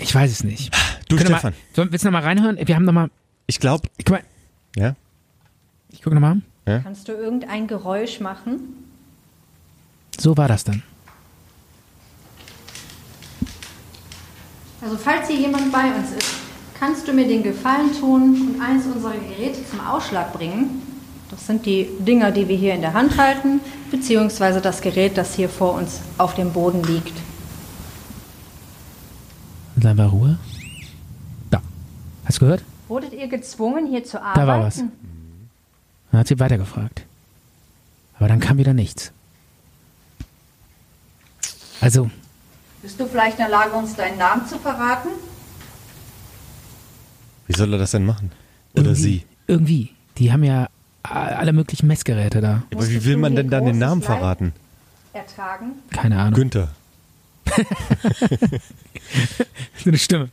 S2: Ich weiß es nicht.
S3: Du,
S2: Können wir
S3: Stefan.
S2: Mal, sollen, willst du nochmal reinhören? Wir haben nochmal.
S3: Ich glaube,
S2: Guck mal,
S3: ja.
S2: ich gucke nochmal.
S7: Kannst du irgendein Geräusch machen?
S2: So war das dann.
S7: Also falls hier jemand bei uns ist, kannst du mir den Gefallen tun und eines unserer Geräte zum Ausschlag bringen. Das sind die Dinger, die wir hier in der Hand halten, beziehungsweise das Gerät, das hier vor uns auf dem Boden liegt.
S2: Und dann war Ruhe. Da. Hast du gehört?
S7: Wurdet ihr gezwungen, hier zu arbeiten?
S2: Da war was. Dann hat sie weitergefragt. Aber dann kam wieder nichts. Also,
S7: Bist du vielleicht in der Lage, uns deinen Namen zu verraten?
S3: Wie soll er das denn machen? Oder
S2: irgendwie-
S3: sie?
S2: Irgendwie. Die haben ja a- alle möglichen Messgeräte da.
S3: Aber wie will man denn dann den Namen verraten?
S7: Ertragen.
S2: Keine Ahnung.
S3: Günther.
S2: So eine Stimme.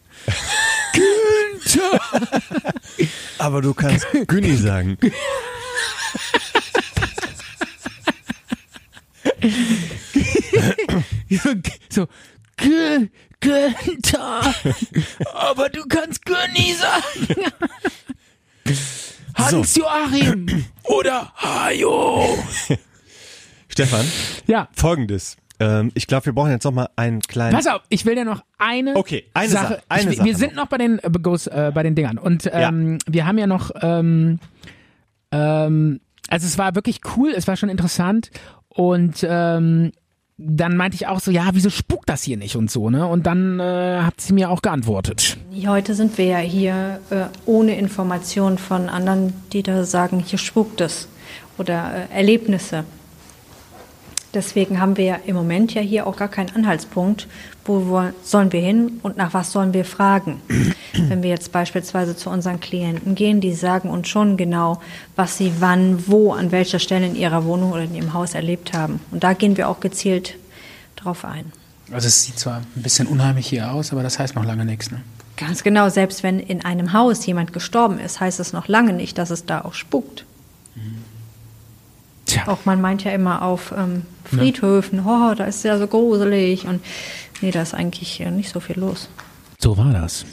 S2: Günther!
S3: Aber du kannst Günni sagen.
S2: So, Gü Günther! Aber du kannst Günni sagen! Hans-Joachim! Oder Hajo!
S3: Stefan,
S2: Ja,
S3: folgendes. Ähm, ich glaube, wir brauchen jetzt nochmal einen kleinen.
S2: Pass auf, ich will dir noch eine,
S3: Okay, eine Sache, eine
S2: ich,
S3: Sache
S2: Wir sind noch bei den, äh, Goes, äh, bei den Dingern. Und ähm, wir haben ja noch, ähm, ähm, also es war wirklich cool, es war schon interessant. Und ähm, dann meinte ich auch so, ja, wieso spukt das hier nicht und so, ne? Und dann äh, hat sie mir auch geantwortet.
S7: Heute sind wir ja hier äh, ohne Informationen von anderen, die da sagen, hier spukt es oder äh, Erlebnisse. Deswegen haben wir ja im Moment ja hier auch gar keinen Anhaltspunkt, wo wir, sollen wir hin und nach was sollen wir fragen. Wenn wir jetzt beispielsweise zu unseren Klienten gehen, die sagen uns schon genau, was sie wann, wo, an welcher Stelle in ihrer Wohnung oder in ihrem Haus erlebt haben. Und da gehen wir auch gezielt drauf ein.
S6: Also es sieht zwar ein bisschen unheimlich hier aus, aber das heißt noch lange nichts. Ne?
S7: Ganz genau, selbst wenn in einem Haus jemand gestorben ist, heißt es noch lange nicht, dass es da auch spukt.
S2: Tja.
S7: Auch man meint ja immer auf ähm, Friedhöfen, oh, da ist ja so gruselig und nee, da ist eigentlich äh, nicht so viel los.
S2: So war das.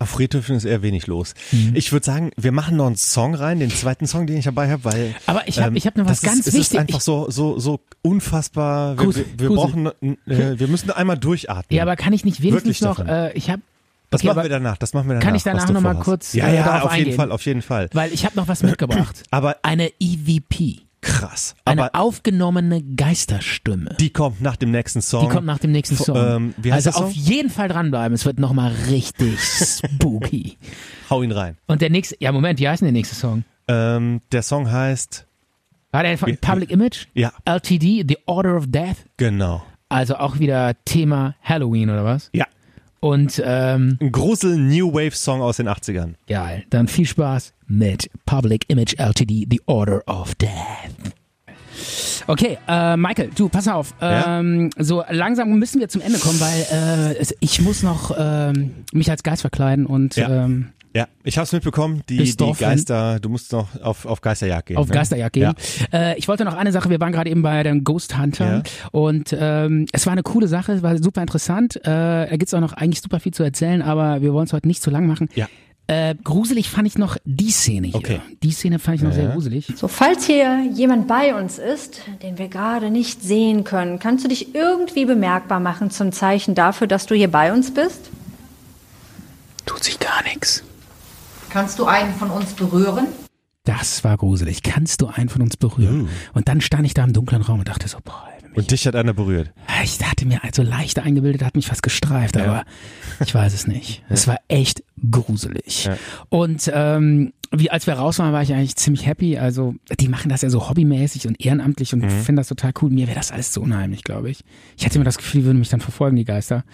S3: Auf Friedhöfen ist eher wenig los.
S2: Mhm.
S3: Ich würde sagen, wir machen noch einen Song rein, den zweiten Song, den ich dabei habe, weil. ähm,
S2: Aber ich hab- ich hab noch was
S3: das
S2: ganz
S3: ist, Es ist
S2: wichtig.
S3: einfach
S2: Ich-
S3: so, so, so unfassbar. Wir,
S2: Grusel,
S3: wir, wir
S2: Grusel.
S3: brauchen, äh, wir müssen einmal durchatmen.
S2: Hm? Ja, aber kann ich nicht wenigstens
S3: Wirklich,
S2: noch,
S3: Stefan.
S2: äh, ich habe,
S3: das
S2: okay,
S3: machen
S2: aber-
S3: wir danach. Das machen wir danach.
S2: Kann ich danach
S3: was du
S2: noch mal
S3: vorhast.
S2: kurz,
S3: Ja,
S2: äh,
S3: ja,
S2: darauf
S3: auf jeden
S2: eingehen?
S3: Fall, auf jeden Fall.
S2: weil ich habe noch was mitgebracht.
S3: Aber
S2: Eine EVP.
S3: krass.
S2: Eine
S3: Aber
S2: aufgenommene Geisterstimme.
S3: die kommt nach dem nächsten Song.
S2: Die kommt nach dem nächsten
S3: F-
S2: Song.
S3: Ähm, wie heißt
S2: also
S3: der Song?
S2: auf jeden Fall dranbleiben. Es wird nochmal richtig spooky.
S3: Hau ihn rein.
S2: Und der nächste, ja Moment, wie heißt denn der nächste Song?
S3: Ähm, der Song heißt.
S2: War der von Public Image?
S3: Ja,
S2: LTD, The Order of Death.
S3: genau.
S2: Also auch wieder Thema Halloween oder was?
S3: Ja.
S2: Und ähm,
S3: Ein Grusel New Wave Song aus den 80ern.
S2: geil. Dann viel Spaß mit Public Image LTD, The Order of Death. Okay, äh, Michael, du, pass auf.
S3: Ja?
S2: Ähm, So langsam müssen wir zum Ende kommen, weil äh, es- ich muss noch ähm, mich als Geist verkleiden und
S3: Ja.
S2: ähm,
S3: Ja, ich hab's mitbekommen, die,
S2: Bis
S3: die
S2: Dorf hin.
S3: Geister, du musst noch auf, auf Geisterjagd gehen.
S2: Auf
S3: ne?
S2: Geisterjagd gehen. Äh, ich wollte noch eine Sache, wir waren gerade eben bei den Ghost Hunter und ähm, es war eine coole Sache, es war super interessant. Äh, da gibt's auch noch eigentlich super viel zu erzählen, aber wir wollen es heute nicht zu lang machen.
S3: Ja.
S2: Äh, gruselig fand ich noch die Szene hier.
S3: Okay.
S2: Die Szene fand ich noch sehr gruselig.
S7: So, falls hier jemand bei uns ist, den wir gerade nicht sehen können, kannst du dich irgendwie bemerkbar machen zum Zeichen dafür, dass du hier bei uns bist?
S6: Tut sich gar nichts.
S8: Kannst du einen von uns berühren?
S2: Das war gruselig. Kannst du einen von uns berühren?
S6: Hm.
S2: Und dann stand ich da im dunklen Raum und dachte so, boah, Alter, mich-
S3: Und dich hat einer berührt.
S2: ich hatte mir also leicht eingebildet, hat mich fast gestreift, aber ich weiß es nicht. Es war echt gruselig. Und ähm, wie, als wir raus waren, war ich eigentlich ziemlich happy. Also die machen das ja so hobbymäßig und ehrenamtlich und
S3: Mhm.
S2: finde das total cool. Mir wäre das alles zu unheimlich, glaube ich. Ich hatte immer das Gefühl, die würden mich dann verfolgen, die Geister.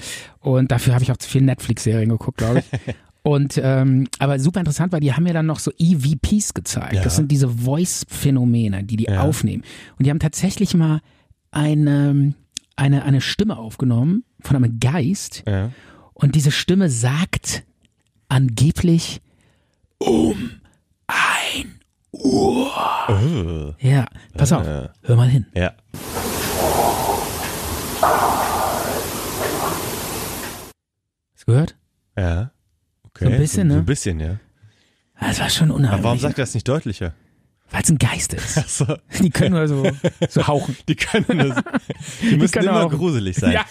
S2: Und dafür habe ich auch zu viel Netflix-Serien geguckt, glaube ich. Und ähm, aber super interessant, weil die haben ja dann noch so EVPs gezeigt.
S3: Ja.
S2: Das sind diese Voice-Phänomene, die die
S3: Ja.
S2: aufnehmen. Und die haben tatsächlich mal eine, eine, eine Stimme aufgenommen von einem Geist.
S3: Ja.
S2: Und diese Stimme sagt angeblich um ein Uhr. Ja, pass auf, hör mal hin.
S3: Oh. Ja.
S2: Hast du gehört?
S3: Ja. Okay.
S2: So ein bisschen,
S3: So
S2: ne?
S3: ein bisschen, ja.
S2: Das war schon unheimlich.
S3: Aber warum sagt er das nicht deutlicher?
S2: Weil es ein Geist ist.
S3: So,
S2: Die können nur so, so hauchen.
S3: die können das, die müssen
S2: können
S3: immer
S2: auch-
S3: gruselig sein.
S2: Ja.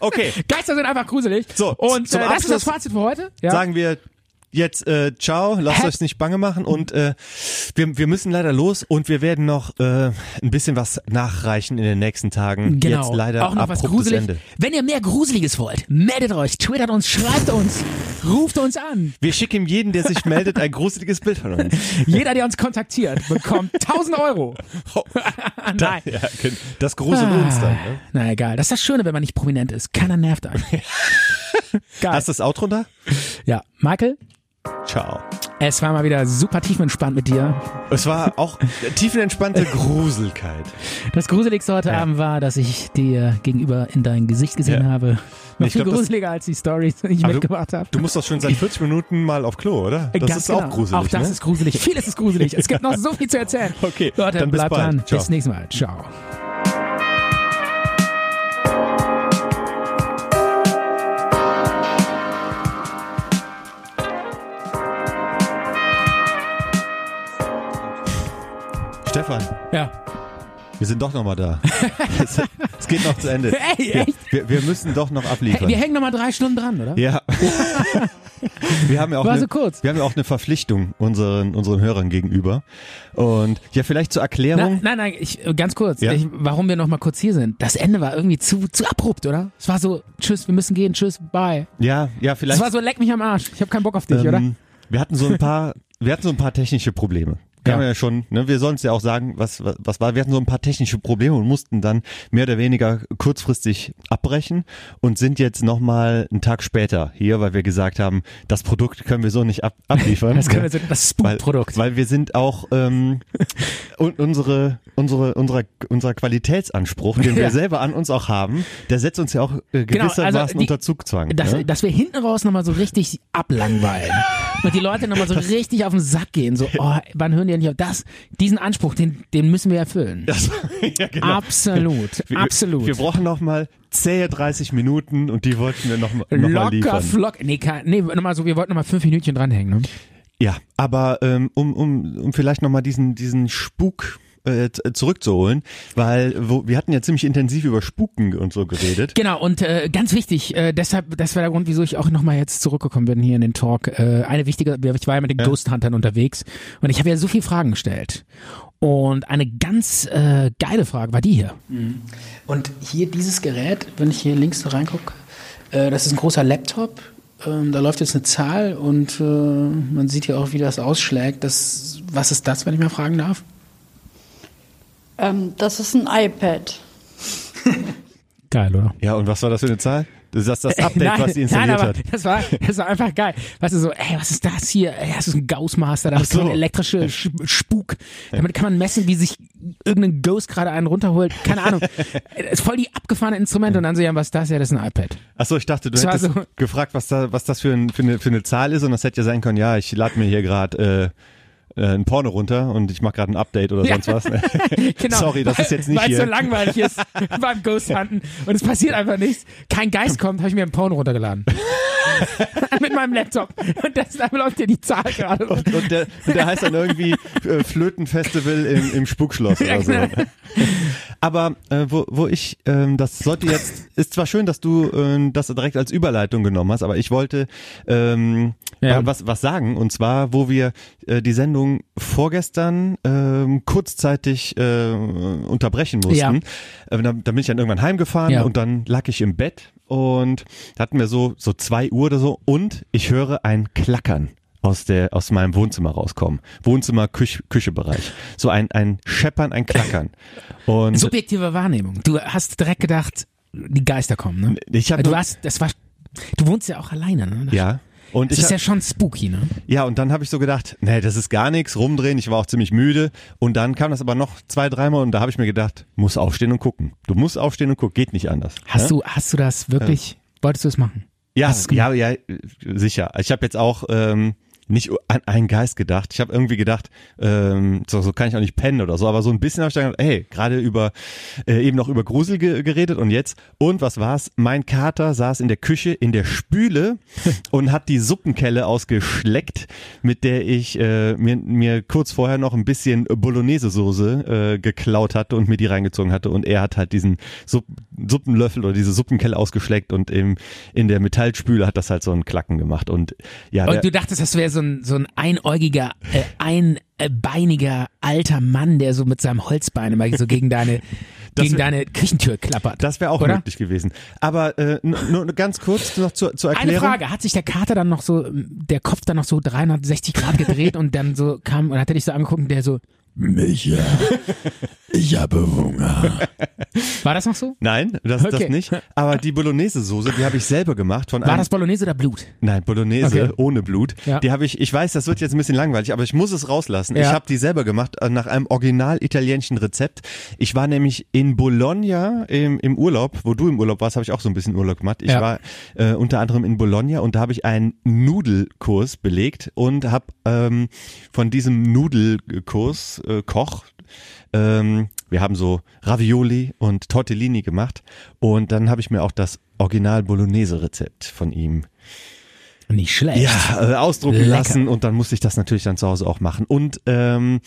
S3: Okay,
S2: Geister sind einfach gruselig.
S3: So,
S2: und äh, das
S3: zum
S2: ist das
S3: Abschluss
S2: Fazit für heute. Ja.
S3: sagen wir jetzt äh, ciao, lasst
S2: Hä?
S3: euch nicht bange machen und äh, wir, wir müssen leider los und wir werden noch äh, ein bisschen was nachreichen in den nächsten Tagen.
S2: genau.
S3: Jetzt leider
S2: auch noch was
S3: abruptes
S2: gruselig.
S3: Ende.
S2: Wenn ihr mehr Gruseliges wollt, meldet euch, twittert uns, schreibt uns, ruft uns an.
S3: Wir schicken jedem, der sich meldet, ein gruseliges Bild von uns.
S2: Jeder, der uns kontaktiert, bekommt 1000 Euro. Ah, Nein. Ah.
S3: Oh, Ja, gen- das gruselt uns dann. Ne?
S2: Na egal, das ist das Schöne, wenn man nicht prominent ist. Keiner nervt einen. Geil.
S3: Hast du das Outro da?
S2: ja, Michael,
S3: Ciao.
S2: es war mal wieder super tiefenentspannt mit dir.
S3: Es war auch tiefenentspannte Gruselkeit.
S2: Das Gruseligste heute Abend war, dass ich dir gegenüber in dein Gesicht gesehen
S3: Ja.
S2: habe. Noch
S3: ich
S2: viel
S3: glaub, das-
S2: gruseliger als die Stories, die ich
S3: Aber du-
S2: mitgebracht habe.
S3: Du musst doch schon seit 40 Minuten mal auf Klo, oder? Das
S2: Ganz
S3: ist
S2: genau.
S3: auch gruselig.
S2: Auch das
S3: ne?
S2: ist gruselig. Vieles ist gruselig. Es gibt noch so viel zu erzählen.
S3: Okay,
S2: Leute,
S3: dann bis
S2: bleibt
S3: bald.
S2: dran.
S3: Ciao.
S2: Bis nächstes Mal. Ciao.
S3: Stefan,
S2: Ja.
S3: wir sind doch nochmal da. es, es geht noch zu Ende.
S2: Ey,
S3: wir,
S2: echt?
S3: Wir, wir müssen doch noch abliefern.
S2: Hey, wir hängen nochmal drei Stunden dran, oder?
S3: ja. Wir haben ja auch
S2: War
S3: eine,
S2: so kurz.
S3: wir haben ja auch eine Verpflichtung unseren unseren Hörern gegenüber und ja vielleicht zur
S2: Na,
S3: Erklärung.
S2: nein, nein, ich, äh, ganz kurz,
S3: Ja.
S2: ich, warum wir nochmal kurz hier sind. Das Ende war irgendwie zu, zu abrupt, oder? Es war so, tschüss, wir müssen gehen, tschüss, bye.
S3: ja, ja vielleicht.
S2: Es war so, leck mich am Arsch. Ich habe keinen Bock auf dich, oder?
S3: Ähm, Wir hatten so ein paar, wir hatten so ein paar technische Probleme. Kann
S2: Ja.
S3: man ja schon, ne? wir sollen es ja auch sagen, was, was, was war, wir hatten so ein paar technische Probleme und mussten dann mehr oder weniger kurzfristig abbrechen und sind jetzt nochmal einen Tag später hier, weil wir gesagt haben, das Produkt können wir so nicht ab, abliefern.
S2: Das können wir so, das
S3: weil,
S2: Spook-Produkt.
S3: weil wir sind auch ähm, und unsere unsere unserer unser Qualitätsanspruch, den wir
S2: Ja.
S3: selber an uns auch haben, der setzt uns ja auch äh,
S2: Genau, also
S3: gewissermaßen
S2: die-
S3: unter Zugzwang.
S2: Dass,
S3: ne?
S2: dass wir hinten raus nochmal so richtig ablangweilen. Und die Leute nochmal so richtig auf den Sack gehen. So, oh, wann hören die denn nicht auf das? Diesen Anspruch, den, den müssen wir erfüllen.
S3: Das- ja, genau.
S2: Absolut,
S3: Wir-
S2: absolut.
S3: Wir brauchen noch mal zähe 30 Minuten und die wollten wir noch, mal- noch mal
S2: Locker,
S3: liefern.
S2: flock. Nee, kein- nee, nochmal so, wir wollten nochmal fünf Minütchen dranhängen. Ne?
S3: Ja, aber ähm, um, um, um vielleicht noch mal diesen, diesen Spuk äh, z- zurückzuholen, weil wo, wir hatten ja ziemlich intensiv über Spuken und so geredet.
S2: Genau, und äh, ganz wichtig, äh, deshalb, das war der Grund, wieso ich auch nochmal jetzt zurückgekommen bin hier in den Talk. Äh, eine wichtige, ich war ja mit den Ghost Huntern unterwegs und ich habe ja so viele Fragen gestellt. Und eine ganz äh, geile Frage war die hier.
S6: Mhm. Und hier dieses Gerät, wenn ich hier links reingucke, äh, das ist ein großer Laptop. Ähm, da läuft jetzt eine Zahl und äh, man sieht hier auch, wie das ausschlägt. Das, was ist das, wenn ich mal fragen darf?
S9: Ähm, das ist ein iPad.
S2: Geil, oder?
S3: Ja, und was war das für eine Zahl? Das ist das, das Update,
S2: nein,
S3: was sie installiert
S2: nein, aber
S3: hat.
S2: Das war, das war einfach geil. Weißt du, so, ey, was ist das hier? Ey, das ist ein Gaussmaster, da ist so
S3: so.
S2: ein elektrischer Sch- Spuk. Damit kann man messen, wie sich irgendein Ghost gerade einen runterholt. Keine Ahnung. Es ist voll die abgefahrene Instrumente und dann so, ja, was ist das? Ja, das ist ein iPad.
S3: Achso, ich dachte, du
S2: Das war
S3: hättest
S2: so-
S3: gefragt, was, da, was das für, ein, für, eine, für eine Zahl ist und das hätte ja sein können, ja, ich lade mir hier gerade äh, äh, ein Porno runter und ich mache gerade ein Update oder
S2: Ja.
S3: sonst was. ne? Sorry, das
S2: weil,
S3: ist jetzt
S2: Genau. Weil
S3: nicht
S2: es
S3: hier.
S2: so langweilig ist beim Ghost Hunten und es passiert einfach nichts. Kein Geist kommt, habe ich mir einen Porn runtergeladen. Mit meinem Laptop. Und das, da läuft dir die Zahl gerade.
S3: Und, und, der, und der heißt dann irgendwie äh, Flötenfestival im, im Spukschloss oder so.
S2: genau.
S3: Aber äh, wo, wo ich, ähm, das sollte jetzt, ist zwar schön, dass du ähm, das direkt als Überleitung genommen hast, aber ich wollte ähm,
S2: Ja.
S3: wa- was, was sagen. Und zwar, wo wir äh, die Sendung vorgestern ähm, kurzzeitig äh, unterbrechen mussten.
S2: Ja.
S3: Äh, da, da bin ich dann irgendwann heimgefahren
S2: Ja.
S3: und dann lag ich im Bett und da hatten wir so so zwei Uhr oder so und ich höre ein Klackern aus der aus meinem Wohnzimmer rauskommen. Wohnzimmer Küche Küchebereich. So ein ein Scheppern, ein Klackern. Und
S2: Subjektive Wahrnehmung. Du hast direkt gedacht, die Geister kommen, ne?
S3: ich habe
S2: du
S3: nur-
S2: warst, das war, du wohnst ja auch alleine, ne?
S3: ja Und
S2: Das
S3: ich
S2: ist
S3: hab-
S2: ja schon spooky, ne?
S3: Ja, und dann habe ich so gedacht, nee, das ist gar nichts, rumdrehen, ich war auch ziemlich müde. Und dann kam das aber noch zwei, dreimal und da habe ich mir gedacht, muss aufstehen und gucken. Du musst aufstehen und gucken, geht nicht anders. ne?
S2: Hast
S3: Ja?
S2: du, hast du das wirklich, wolltest du es machen?
S3: Ja,
S2: Hast du-
S3: ja, ja, sicher. Ich habe jetzt auch ähm, nicht an einen Geist gedacht. Ich habe irgendwie gedacht, ähm, so, so kann ich auch nicht pennen oder so, aber so ein bisschen habe ich dann gedacht, hey, gerade über äh, eben noch über Grusel ge geredet und jetzt und was war's? Mein Kater saß in der Küche in der Spüle und hat die Suppenkelle ausgeschleckt, mit der ich äh, mir, mir kurz vorher noch ein bisschen Bolognese Soße äh, geklaut hatte und mir die reingezogen hatte und er hat halt diesen Supp Suppenlöffel oder diese Suppenkelle ausgeschleckt und im, in der Metallspüle hat das halt so einen Klacken gemacht und ja, der,
S2: Und du dachtest, das wäre so ein, so ein einäugiger, äh, einbeiniger alter Mann, der so mit seinem Holzbein immer so gegen deine,
S3: Das
S2: gegen
S3: wär-
S2: deine Küchentür klappert.
S3: das wäre auch
S2: oder?
S3: möglich gewesen. Aber äh, nur- nur ganz kurz noch zur, zur
S2: Eine
S3: Erklärung.
S2: Frage, hat sich der Kater dann noch so, der Kopf dann noch so 360 Grad gedreht und dann so kam und hat er dich so angeguckt und der so, Micha, ich habe Hunger. War das noch so?
S3: Nein, das, das
S2: Okay.
S3: nicht. Aber die Bolognese-Soße, die habe ich selber gemacht von
S2: War
S3: einem
S2: das Bolognese oder Blut?
S3: Nein, Bolognese
S2: Okay.
S3: ohne Blut.
S2: Ja.
S3: Die habe ich, ich weiß, das wird jetzt ein bisschen langweilig, aber ich muss es rauslassen. Ich
S2: Ja.
S3: habe die selber gemacht äh, nach einem original italienischen Rezept. Ich war nämlich in Bologna im, im Urlaub, wo du im Urlaub warst, habe ich auch so ein bisschen Urlaub gemacht. Ich
S2: Ja.
S3: war äh, unter anderem in Bologna und da habe ich einen Nudelkurs belegt und habe ähm, von diesem Nudelkurs äh, Koch ähm, wir haben so Ravioli und Tortellini gemacht und dann habe ich mir auch das Original Bolognese Rezept von ihm
S2: Nicht schlecht.
S3: ja, äh, ausdrucken
S2: Lecker.
S3: lassen und dann musste ich das natürlich dann zu Hause auch machen. Und ähm,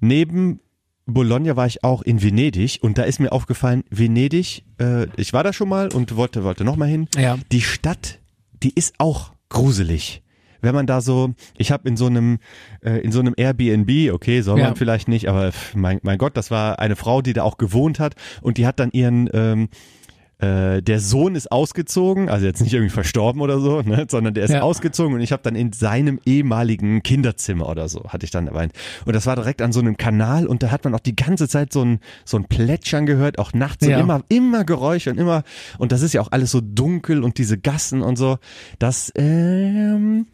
S3: neben Bologna war ich auch in Venedig und da ist mir aufgefallen, Venedig, äh, ich war da schon mal und wollte, wollte nochmal hin.
S2: Ja.
S3: Die Stadt, die ist auch gruselig. Wenn man da so, ich habe in so einem äh, in so einem Airbnb, okay, soll
S2: Ja.
S3: man vielleicht nicht, aber pff, mein, mein Gott, das war eine Frau, die da auch gewohnt hat und die hat dann ihren ähm, äh, der Sohn ist ausgezogen, also jetzt nicht irgendwie verstorben oder so, ne, sondern der ist
S2: Ja.
S3: ausgezogen und ich habe dann in seinem ehemaligen Kinderzimmer oder so, hatte ich dann dabei. Und das war direkt an so einem Kanal und da hat man auch die ganze Zeit so ein, so ein Plätschern gehört, auch nachts
S2: Ja.
S3: und immer, immer Geräusche und immer, und das ist ja auch alles so dunkel und diese Gassen und so, das, ähm,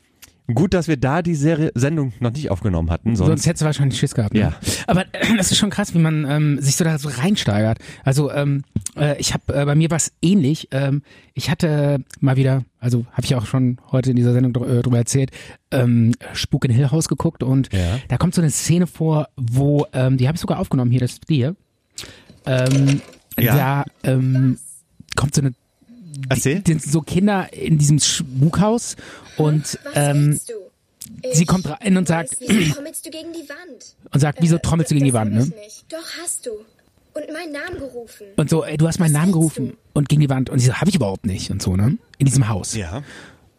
S3: gut, dass wir da die Serie, Sendung noch nicht aufgenommen hatten,
S2: Sonst
S3: sonst,
S2: hättest du wahrscheinlich Schiss gehabt. Ne?
S3: Ja.
S2: Aber äh, das ist schon krass, wie man ähm, sich so da so reinsteigert. Also ähm, äh, ich habe äh, bei mir was ähnlich. Ähm, ich hatte mal wieder, also habe ich auch schon heute in dieser Sendung dr äh, drüber erzählt, ähm, Spuk in Hill House geguckt und
S3: Ja.
S2: da kommt so eine Szene vor, wo ähm, die habe ich sogar aufgenommen hier, das ist die hier. Ähm,
S3: Ja.
S2: Da ähm, kommt so eine
S3: erzähl.
S2: sind so Kinder in diesem Spukhaus und ähm, sie kommt rein und sagt-
S9: Wieso trommelst du gegen die Wand?
S2: und sagt, wieso trommelst du gegen die
S9: Das
S2: Wand,
S9: hab
S2: ne?
S9: ich Nicht. Doch, hast du. Und meinen Namen gerufen.
S2: Und so, ey, du hast meinen
S9: Was
S2: Namen
S9: willst
S2: gerufen und gegen die Wand. Und ich so, hab ich überhaupt nicht. Und so, ne? In diesem Haus.
S3: Ja.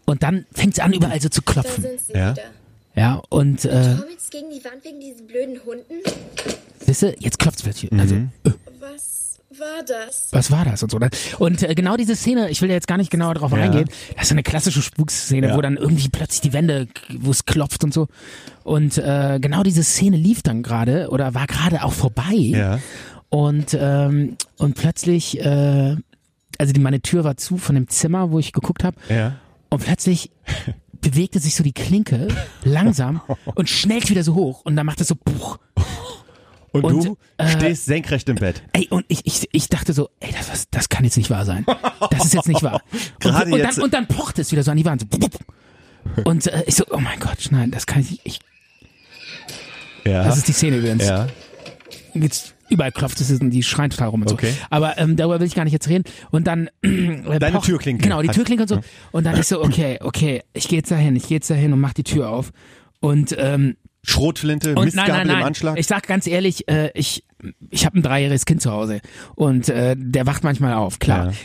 S2: Und dann fängt's an, überall so zu
S9: Da
S2: klopfen.
S9: sind sie
S3: Ja.
S9: wieder.
S2: Ja, und äh,
S9: Trommelst gegen die Wand wegen diesen blöden Hunden?
S2: wisst ihr, jetzt klopft's plötzlich. Also,
S3: Mhm.
S9: Was war das?
S2: was war das und so. ne? Und äh, genau diese Szene, ich will ja jetzt gar nicht genauer drauf eingehen, das ist so eine klassische Spukszene,
S3: Ja.
S2: wo dann irgendwie plötzlich die Wände, wo es klopft und so. Und äh, genau diese Szene lief dann gerade oder war gerade auch vorbei.
S3: Ja.
S2: Und, ähm, und plötzlich, äh, also die, meine Tür war zu von dem Zimmer, wo ich geguckt habe.
S3: Ja.
S2: Und plötzlich bewegte sich so die Klinke langsam und schnellt wieder so hoch. Und dann macht es so, puch.
S3: Und,
S2: Und,
S3: du
S2: äh,
S3: stehst senkrecht im Bett.
S2: Ey, und ich, ich, ich dachte so, ey, das, was, das kann jetzt nicht wahr sein. Das ist jetzt nicht wahr.
S3: Gerade
S2: und, und,
S3: jetzt-
S2: Dann, und dann pochte es wieder so an die Wand. So, pup, pup. Und äh, ich so, oh mein Gott, nein, das kann ich nicht. Ich,
S3: Ja.
S2: das ist die Szene übrigens.
S3: ja.
S2: Jetzt überall klopft es und die schreien total rum und
S3: Okay.
S2: so. Aber ähm, darüber will ich gar nicht jetzt reden. Und dann äh,
S3: Deine
S2: pocht-
S3: Türklinke.
S2: Genau, die
S3: Hat-
S2: Türklinke und so. Und dann ist so, okay, okay, ich gehe jetzt dahin, ich gehe jetzt dahin und mach die Tür auf. Und ähm,
S3: Schrotflinte,
S2: Und
S3: Mistgabel
S2: nein, nein, nein.
S3: im Anschlag.
S2: Ich sag ganz ehrlich, äh, ich, ich habe ein dreijähriges Kind zu Hause und äh, der wacht manchmal auf, klar.
S3: Ja.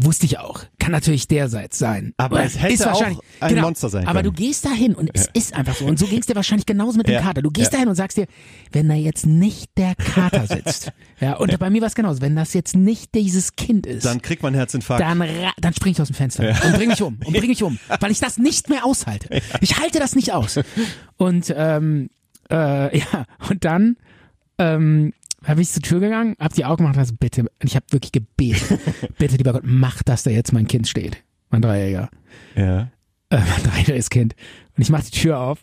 S2: Wusste ich auch. Kann natürlich derseits sein.
S3: Aber
S2: Oder
S3: es hätte
S2: ist wahrscheinlich,
S3: auch ein
S2: genau,
S3: Monster sein
S2: Aber
S3: können.
S2: du gehst dahin und es ist einfach so. Und so ging's dir wahrscheinlich genauso mit dem
S3: Ja.
S2: Kater. Du gehst
S3: Ja.
S2: dahin und sagst dir, wenn da jetzt nicht der Kater sitzt. ja, und bei mir war es genauso. Wenn das jetzt nicht dieses Kind ist,
S3: dann kriegt man Herzinfarkt.
S2: dann, ra- dann springe ich aus dem Fenster und bring mich um und bring mich um, weil ich das nicht mehr aushalte. Ich halte das nicht aus. Und ähm, äh, ja, und dann ähm, habe ich zur Tür gegangen, habe die Augen gemacht und hab so, bitte, und ich habe wirklich gebeten, bitte, lieber Gott, mach, dass da jetzt mein Kind steht, mein Dreijähriger.
S3: ja.
S2: äh, mein dreijähriges Kind. Und ich mache die Tür auf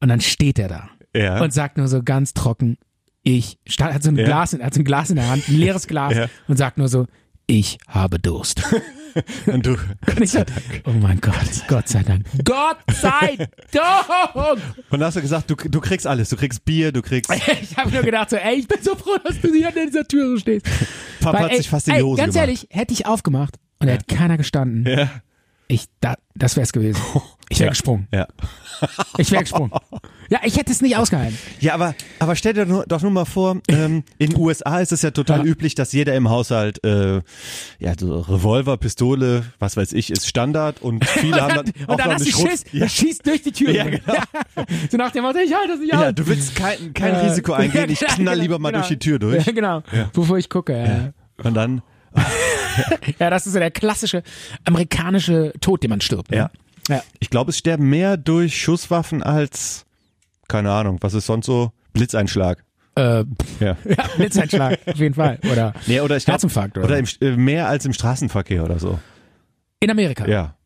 S2: und dann steht er da
S3: Ja.
S2: und sagt nur so ganz trocken, ich, sta- hat so ein,
S3: Ja.
S2: Glas, in- hat so ein Glas in der Hand, ein leeres Glas
S3: Ja.
S2: und sagt nur so, ich habe Durst.
S3: Und du,
S2: Und ich so, oh mein Gott, Gott sei Dank. Gott sei Dank!
S3: und hast du gesagt, du, du kriegst alles. Du kriegst Bier, du kriegst.
S2: Ich habe nur gedacht so, ey, ich bin so froh, dass du hier an dieser Tür so stehst.
S3: Papa
S2: Weil,
S3: hat
S2: ey,
S3: sich fast in die
S2: ey,
S3: Hose
S2: Ganz
S3: gemacht.
S2: ehrlich, hätte ich aufgemacht und da hätte keiner gestanden.
S3: Ja.
S2: Ich, da, das wär's gewesen. Ich wäre gesprungen.
S3: Ja.
S2: Ich wäre gesprungen. Ja, ich hätte es nicht ausgehalten.
S3: Ja, aber, aber stell dir nur, doch nur mal vor, ähm, in den USA ist es ja total
S2: Ja.
S3: üblich, dass jeder im Haushalt äh, ja, so Revolver, Pistole, was weiß ich, ist Standard und viele haben dann auch
S2: und dann
S3: noch
S2: hast
S3: eine
S2: du
S3: Schrot-
S2: Schiss,
S3: Ja.
S2: er schießt durch die Tür.
S3: Ja, genau.
S2: so nach dem Motto, ich halte das nicht aus.
S3: ja, du willst kein, kein
S2: Äh,
S3: Risiko eingehen, ich
S2: genau. ja,
S3: knall
S2: genau,
S3: lieber mal
S2: genau.
S3: durch die Tür durch.
S2: Ja, genau, bevor ich gucke. Ja.
S3: Und dann,
S2: Ja. das ist so der klassische amerikanische Tod, den man stirbt. Ne?
S3: Ja.
S2: ja.
S3: ich glaube, es sterben mehr durch Schusswaffen als, keine Ahnung, was ist sonst so? Blitzeinschlag.
S2: Äh, pff,
S3: Ja.
S2: ja, Blitzeinschlag, auf jeden Fall. Oder,
S3: Nee, oder ich glaub,
S2: Herzinfarkt. Oder,
S3: Oder im, äh, mehr als im Straßenverkehr oder so.
S2: in Amerika.
S3: Ja.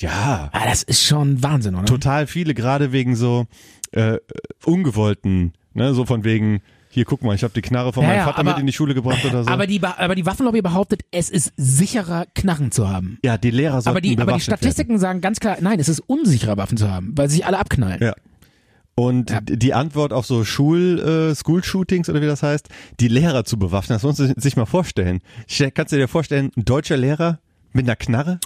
S3: Ja.
S2: Ah, das ist schon Wahnsinn, oder?
S3: total viele, gerade wegen so äh, ungewollten, ne, so von wegen, hier guck mal, ich habe die Knarre von
S2: Ja,
S3: meinem
S2: ja,
S3: Vater
S2: aber-
S3: mit in die Schule gebracht oder so.
S2: Aber die, Ba- aber die Waffenlobby behauptet, es ist sicherer, Knarren zu haben.
S3: ja, die Lehrer sollten
S2: Aber die, aber die
S3: bewaffnet
S2: Statistiken sagen ganz klar, nein, es ist unsicherer, Waffen zu haben, weil sich alle abknallen.
S3: Ja. werden. Und
S2: Ja.
S3: die Antwort auf so Schul, äh, School-Shootings oder wie das heißt, die Lehrer zu bewaffnen, das muss man sich mal vorstellen. Ste- Kannst du dir vorstellen, ein deutscher Lehrer mit einer Knarre?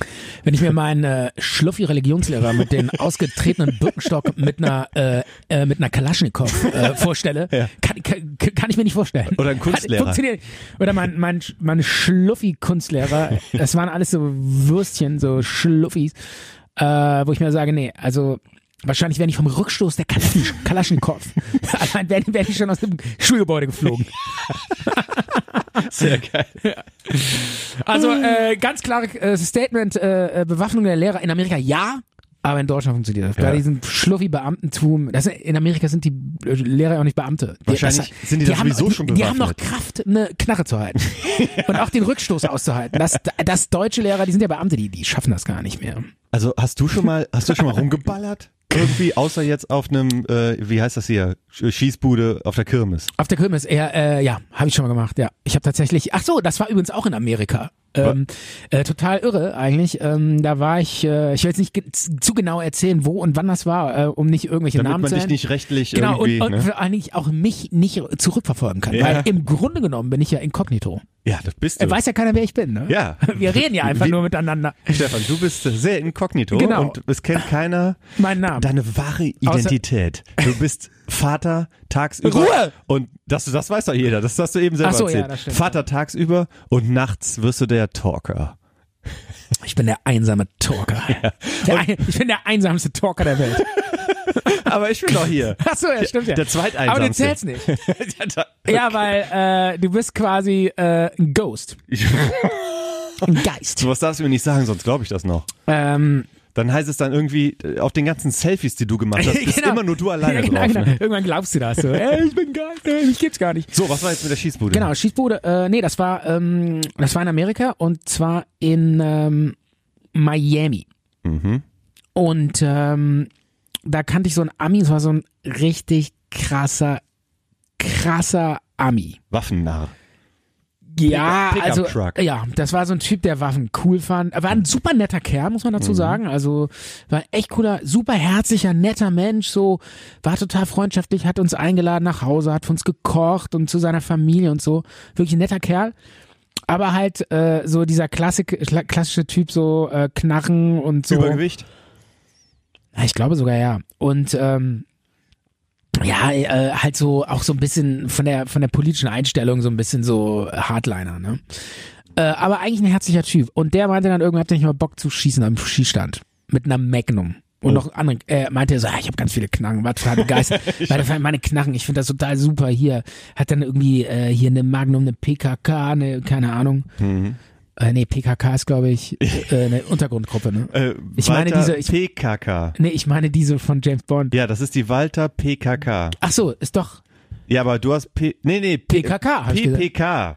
S2: Wenn ich mir meinen äh, schluffi Religionslehrer mit den ausgetretenen Birkenstock mit einer äh, äh, mit einer Kalaschnikow äh, vorstelle, kann, kann, kann ich mir nicht vorstellen.
S3: Oder ein Kunstlehrer.
S2: Hat- Funktioniert. Oder mein mein mein schluffi Kunstlehrer, das waren alles so Würstchen, so Schluffis, äh, wo ich mir sage, nee, also Wahrscheinlich wäre ich vom Rückstoß der Kalasch Kalaschnikow. Allein wäre wär ich schon aus dem Schulgebäude geflogen.
S3: Sehr geil.
S2: Also äh, ganz klare äh, Statement, äh, äh, Bewaffnung der Lehrer in Amerika ja, aber in Deutschland funktioniert das. Bei
S3: Ja.
S2: diesem Schluffi-Beamtentum, das, in Amerika sind die äh, Lehrer ja auch nicht Beamte. Die,
S3: Wahrscheinlich
S2: das,
S3: sind die da
S2: haben,
S3: sowieso schon
S2: Die, die haben noch
S3: bewaffnet.
S2: Kraft, eine Knarre zu halten und auch den Rückstoß auszuhalten. Das, das deutsche Lehrer, die sind ja Beamte, die, die schaffen das gar nicht mehr.
S3: Also hast du schon mal, hast du schon mal rumgeballert? Irgendwie, außer jetzt auf einem, äh, wie heißt das hier, Sch- Schießbude auf der Kirmes.
S2: Auf der Kirmes, eher, äh, ja, habe ich schon mal gemacht, ja. Ich habe tatsächlich, ach so, das war übrigens auch in Amerika. Ähm, äh, total irre eigentlich. Ähm, da war ich, äh, ich will jetzt nicht ge z- zu genau erzählen, wo und wann das war, äh, um nicht irgendwelche
S3: Damit
S2: Namen
S3: man
S2: zu
S3: dich
S2: nennen.
S3: nicht rechtlich
S2: Genau,
S3: irgendwie...
S2: und, und
S3: ne?
S2: vor allen Dingen auch mich nicht zurückverfolgen kann.
S3: Ja.
S2: Weil im Grunde genommen bin ich ja inkognito.
S3: Ja, das bist du.
S2: Er weiß ja keiner, wer ich bin, ne?
S3: Ja.
S2: Äh, Wir reden ja einfach
S3: Wie-
S2: nur miteinander.
S3: Stefan, du bist sehr inkognito
S2: Genau.
S3: und es kennt keiner
S2: Mein Name.
S3: deine wahre Identität. Du bist Vater tagsüber.
S2: Ruhe!
S3: Und das, das weiß doch jeder, das hast du eben selber
S2: Ach so, ja,
S3: erzählt.
S2: das stimmt,
S3: Vater tagsüber und nachts wirst du der Talker.
S2: Ich bin der einsame Talker. Der ein, ich bin der einsamste Talker der Welt.
S3: Aber ich bin doch hier.
S2: Ach so, ja, stimmt ja.
S3: Der Zweiteinsamste.
S2: Aber du zählst nicht.
S3: Ja, da-
S2: Ja, weil äh, du bist quasi äh, ein Ghost. ein Geist.
S3: Sowas darfst du mir nicht sagen, sonst glaube ich das noch.
S2: Ähm,
S3: Dann heißt es dann irgendwie, äh, auf den ganzen Selfies, die du gemacht hast, bist immer nur du alleine
S2: Ja, genau,
S3: drauf.
S2: genau.
S3: Ne?
S2: Irgendwann glaubst du das so. Ey, ich bin Geist, ey, mich gibt's gar nicht.
S3: So, was war jetzt mit der Schießbude?
S2: Genau, Schießbude. Äh, nee, das war, ähm, das war in Amerika und zwar in ähm, Miami.
S3: Mhm.
S2: Und ähm, da kannte ich so einen Ami, das war so ein richtig krasser, krasser Ami.
S3: Waffennarr.
S2: Ja,
S3: Pickup
S2: also
S3: Truck.
S2: ja, das war so ein Typ, der Waffen cool fand. Er war ein super netter Kerl, muss man dazu sagen. Also war ein echt cooler, super herzlicher, netter Mensch. So war total freundschaftlich, hat uns eingeladen nach Hause, hat für uns gekocht und zu seiner Familie und so. Wirklich ein netter Kerl. Aber halt äh, so dieser Klassik, kla- klassische Typ, so äh, Knarren und so.
S3: Übergewicht.
S2: Ja, Ich glaube sogar ja. Und ähm, ja, äh, halt so auch so ein bisschen von der von der politischen Einstellung so ein bisschen so Hardliner, ne? Äh, aber eigentlich ein herzlicher Typ. Und der meinte dann irgendwann, habt ihr nicht mal Bock zu schießen am Schießstand mit einer Magnum. Und noch andere, äh, meinte er so, ah, ich habe ganz viele Knarren, was für ein Geist. meine, meine Knarren, ich finde das total super hier. Hat dann irgendwie äh, hier eine Magnum, eine PKK, eine, keine Ahnung. Äh, nee, PKK ist, glaube ich, äh, eine Untergrundgruppe, ne?
S3: Äh,
S2: Ich meine
S3: Walter
S2: diese- ich-
S3: PKK.
S2: Nee, ich meine diese von James Bond.
S3: Ja, das ist die Walter PKK.
S2: Ach so, ist doch
S3: Ja, aber du hast P. Nee, nee, P
S2: PKK, hab ich gesagt.
S3: PPK.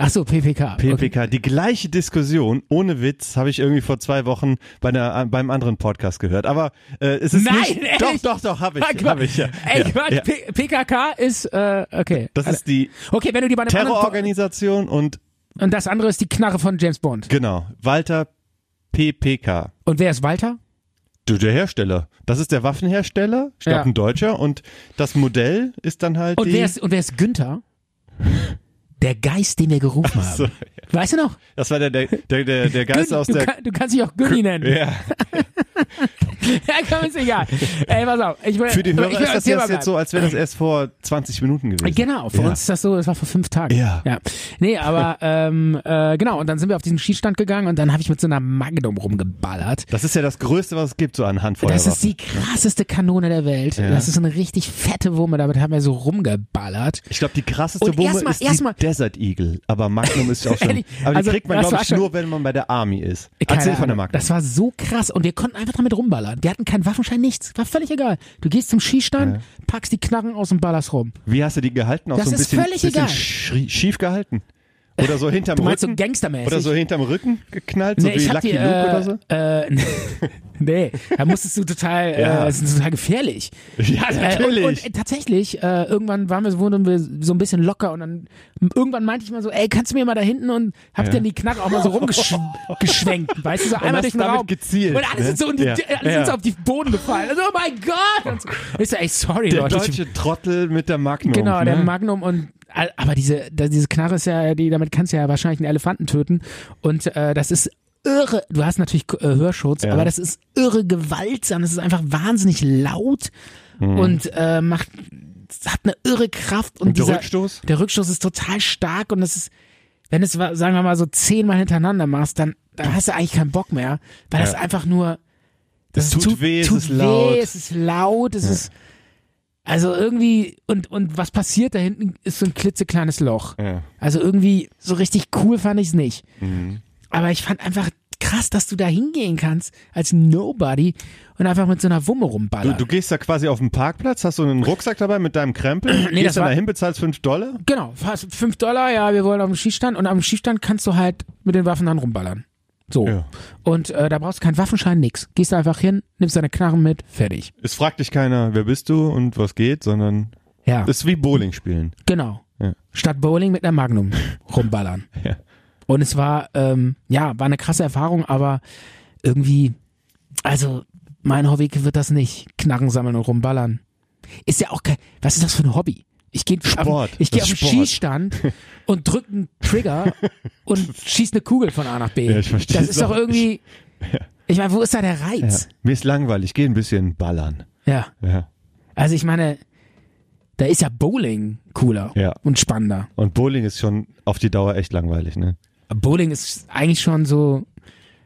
S2: Ach so, PPK. Okay.
S3: PPK, die gleiche Diskussion, ohne Witz, habe ich irgendwie vor zwei Wochen bei einer, äh, beim anderen Podcast gehört. Aber äh, es ist
S2: Nein,
S3: nicht.
S2: echt?
S3: Doch, doch, doch, habe
S2: Ah,
S3: ich.
S2: Quatsch.
S3: Hab ich ja.
S2: Ey,
S3: ja,
S2: Quatsch,
S3: ja.
S2: P- PKK ist, äh, okay.
S3: Das ist die
S2: Okay, wenn du die bei einem anderen...
S3: Terrororganisation und
S2: Und das andere ist die Knarre von James Bond.
S3: genau, Walter PPK.
S2: Und wer ist Walter?
S3: Du, Der Hersteller. Das ist der Waffenhersteller, ich glaube
S2: Ja.
S3: ein Deutscher, und das Modell ist dann halt
S2: Und
S3: die.
S2: wer ist, und wer ist Günther? Der Geist, den wir gerufen haben.
S3: so, ja.
S2: Weißt du noch?
S3: das war der, der, der, der, der Geist
S2: Gün-
S3: aus
S2: du,
S3: der.
S2: kann, du kannst dich auch Günni nennen.
S3: Ja.
S2: Ja, komm, ist egal. Ey, pass auf. Ich will,
S3: Für die
S2: ich
S3: Hörer
S2: will
S3: ist das
S2: Thema
S3: jetzt, jetzt so,
S2: bleiben.
S3: als wäre das erst vor 20 Minuten gewesen.
S2: Genau, für
S3: Ja.
S2: uns ist das so, das war vor fünf Tagen.
S3: Ja.
S2: ja. Nee, aber ähm, äh, genau, und dann sind wir auf diesen Schießstand gegangen und dann habe ich mit so einer Magnum rumgeballert.
S3: Das ist ja das Größte, was es gibt, so an Handfeuerwaffen.
S2: Das ist die krasseste Kanone der Welt. Das ist so eine richtig fette Wumme, damit haben wir so rumgeballert.
S3: Ich glaube, die krasseste
S2: Und
S3: Bombe
S2: erstmal-
S3: ist
S2: erstmal-
S3: die Desert Eagle. Aber Magnum ist auch schon.
S2: Ehrlich,
S3: aber die
S2: also
S3: kriegt man,
S2: das
S3: glaube
S2: war
S3: ich,
S2: schon-
S3: nur, wenn man bei der Army ist.
S2: Keine
S3: Erzähl von der
S2: Ahnung.
S3: Magnum.
S2: Das war so krass und wir konnten einfach damit rumballern. Wir hatten keinen Waffenschein, nichts. War völlig egal. Du gehst zum Schießstand, packst die Knarren aus und ballerst rum.
S3: Wie hast du die gehalten? Auch
S2: Das
S3: so ein
S2: ist
S3: bisschen,
S2: völlig
S3: bisschen
S2: egal.
S3: schrie- schief gehalten? Oder so hinterm
S2: Du meinst so
S3: Rücken?
S2: gangstermäßig?
S3: oder so hinterm Rücken geknallt, so
S2: Nee,
S3: wie
S2: ich hab
S3: Lucky
S2: die,
S3: Luke
S2: äh,
S3: oder so?
S2: Äh, nee, da musstest du total,
S3: Ja.
S2: äh, das ist total gefährlich.
S3: Ja, natürlich.
S2: Äh, und, und äh, tatsächlich, äh, irgendwann waren wir, so- wurden wir so ein bisschen locker und dann irgendwann meinte ich mal so, ey, kannst du mir mal da hinten und hab dann die Knarre auch mal so rumgeschwenkt, weißt du, so einmal
S3: hast
S2: durch den
S3: damit
S2: Raum.
S3: gezielt,
S2: und alle
S3: ne?
S2: sind so, in die,
S3: Ja,
S2: alle
S3: ja.
S2: sind so auf die Boden gefallen. Also, oh mein Gott! Und so. Ich so, ey, sorry,
S3: der
S2: Leute. ich-
S3: deutsche Trottel mit der Magnum.
S2: Genau,
S3: ne?
S2: der Magnum und aber diese da- diese Knarre ist ja, die damit kannst du ja wahrscheinlich einen Elefanten töten und äh, das ist irre. Du hast natürlich äh, Hörschutz, aber das ist irre gewaltsam. Das ist einfach wahnsinnig laut und äh, macht hat eine irre Kraft und,
S3: Mhm. Und der
S2: dieser,
S3: Rückstoß?
S2: Der Rückstoß ist total stark und das ist wenn es wa- sagen wir mal so zehnmal hintereinander machst, dann dann hast du eigentlich keinen Bock mehr, weil das einfach nur
S3: Das tut, weh, es
S2: äh, tut
S3: ist laut.
S2: Weh, es ist laut, es ist also irgendwie und und was passiert da hinten ist so ein klitzekleines Loch.
S3: Ja. Mhm.
S2: Also irgendwie so richtig cool fand ich es nicht. Aber ich fand einfach krass, dass du da hingehen kannst als Nobody und einfach mit so einer Wumme
S3: Du,
S2: rumballern.
S3: du gehst da quasi auf den Parkplatz, hast so einen Rucksack dabei mit deinem Krempel,
S2: Nee, das
S3: gehst dann
S2: war-
S3: dahin, bezahlst 5 Dollar.
S2: genau, fast 5 Dollar, ja, wir wollen auf dem Schießstand und am Schießstand kannst du halt mit den Waffen dann rumballern. So.
S3: Ja.
S2: Und äh, da brauchst du keinen Waffenschein, nix. Gehst da einfach hin, nimmst deine Knarren mit, fertig.
S3: Es fragt dich keiner, wer bist du und was geht, sondern
S2: Ja.
S3: es ist wie Bowling spielen.
S2: Genau.
S3: Ja.
S2: Statt Bowling mit einer Magnum rumballern.
S3: Ja.
S2: Und es war, ähm, ja, war eine krasse Erfahrung, aber irgendwie, also mein Hobby wird das nicht. Knarren sammeln und rumballern. Ist ja auch kein, was ist das für ein Hobby? Ich gehe
S3: Sport.
S2: ich gehe
S3: Das
S2: auf den
S3: ist Sport.
S2: Schießstand und drücke einen Trigger und schieß eine Kugel von A nach B.
S3: Ja, ich versteh's
S2: das ist doch
S3: auch
S2: irgendwie, ich meine, wo ist da der
S3: Ja.
S2: Reiz?
S3: Mir ist langweilig, geh ein bisschen ballern.
S2: ja.
S3: Ja.
S2: Also ich meine, da ist ja Bowling cooler
S3: Ja.
S2: und spannender.
S3: Und Bowling ist schon auf die Dauer echt langweilig, ne?
S2: Bowling ist eigentlich schon so.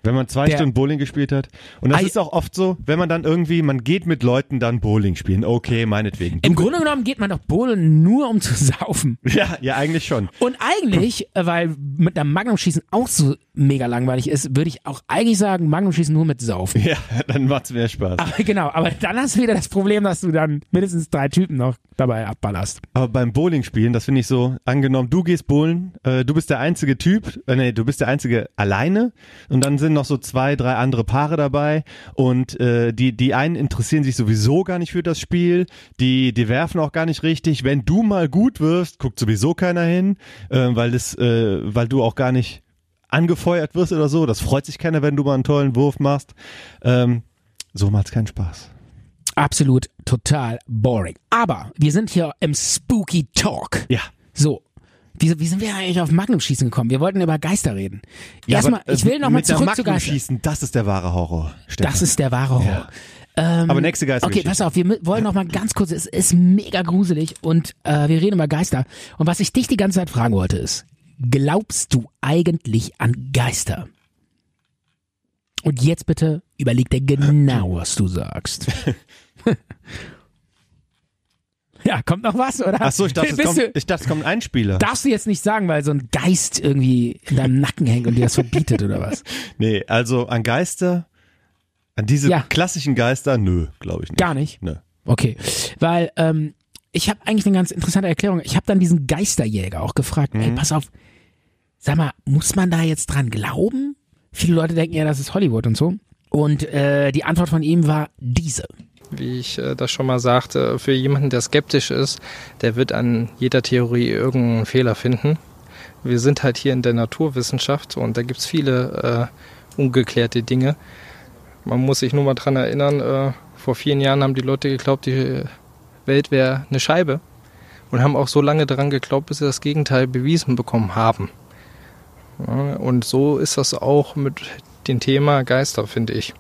S3: Wenn man zwei
S2: Der-
S3: Stunden Bowling gespielt hat. Und das
S2: Ei-
S3: ist auch oft so, wenn man dann irgendwie, man geht mit Leuten dann Bowling spielen. Okay, meinetwegen.
S2: Im Grunde genommen geht man doch Bowlen nur um zu saufen.
S3: Ja, ja, eigentlich schon.
S2: Und eigentlich, äh, weil mit einem Magnum-Schießen auch so mega langweilig ist, würde ich auch eigentlich sagen, Magnum-Schießen nur mit Saufen.
S3: Ja, dann macht's mehr Spaß.
S2: Aber genau, aber dann hast du wieder das Problem, dass du dann mindestens drei Typen noch dabei abballerst.
S3: Aber beim Bowling spielen, das finde ich so, angenommen, du gehst bowlen, äh, du bist der einzige Typ, äh, nee, du bist der einzige alleine und dann sind noch so zwei, drei andere Paare dabei und äh, die, die einen interessieren sich sowieso gar nicht für das Spiel, die, die werfen auch gar nicht richtig. Wenn du mal gut wirfst, guckt sowieso keiner hin, äh, weil das, äh, weil du auch gar nicht angefeuert wirst oder so. Das freut sich keiner, wenn du mal einen tollen Wurf machst. Ähm, so macht's keinen Spaß.
S2: Absolut, total boring. Aber wir sind hier im Spooky Talk.
S3: Ja.
S2: So. Wie, wie sind wir eigentlich auf Magnum-Schießen gekommen? Wir wollten über Geister reden.
S3: Ja,
S2: Erstmal,
S3: aber, äh,
S2: ich will nochmal
S3: mit der
S2: zurück zu
S3: Magnum
S2: Geistern.
S3: schießen, das ist der wahre Horror. Stefan.
S2: Das ist der wahre Horror.
S3: Aber nächste
S2: Okay,
S3: Geistergeschichte.
S2: pass auf, wir mü- wollen noch mal ganz kurz, es ist mega gruselig und äh, wir reden über Geister. Und was ich dich die ganze Zeit fragen wollte ist, glaubst du eigentlich an Geister? Und jetzt bitte überleg dir genau, was du sagst. ja, kommt noch was, oder?
S3: Ach so, ich dachte, es
S2: Bist
S3: kommt,
S2: du,
S3: ich dachte, es kommt ein Einspieler.
S2: darfst du jetzt nicht sagen, weil so ein Geist irgendwie in deinem Nacken hängt und dir das verbietet, oder was?
S3: Nee, also an Geister, an diese
S2: Ja.
S3: klassischen Geister, nö, glaube ich nicht.
S2: Gar nicht.
S3: Nö.
S2: Okay, weil ähm,
S3: Mhm.
S2: ich habe eigentlich eine ganz interessante Erklärung. Ich habe dann diesen Geisterjäger auch gefragt, ey, pass auf, Sag mal, muss man da jetzt dran glauben? Viele Leute denken ja, das ist Hollywood und so. Und äh, die Antwort von ihm war diese.
S5: wie ich äh, das schon mal sagte, für jemanden, der skeptisch ist, der wird an jeder Theorie irgendeinen Fehler finden. Wir sind halt hier in der Naturwissenschaft und da gibt's viele äh, ungeklärte Dinge. Man muss sich nur mal dran erinnern, äh, vor vielen Jahren haben die Leute geglaubt, die Welt wäre eine Scheibe und haben auch so lange daran geglaubt, bis sie das Gegenteil bewiesen bekommen haben. Ja, und so ist das auch mit dem Thema Geister, finde ich.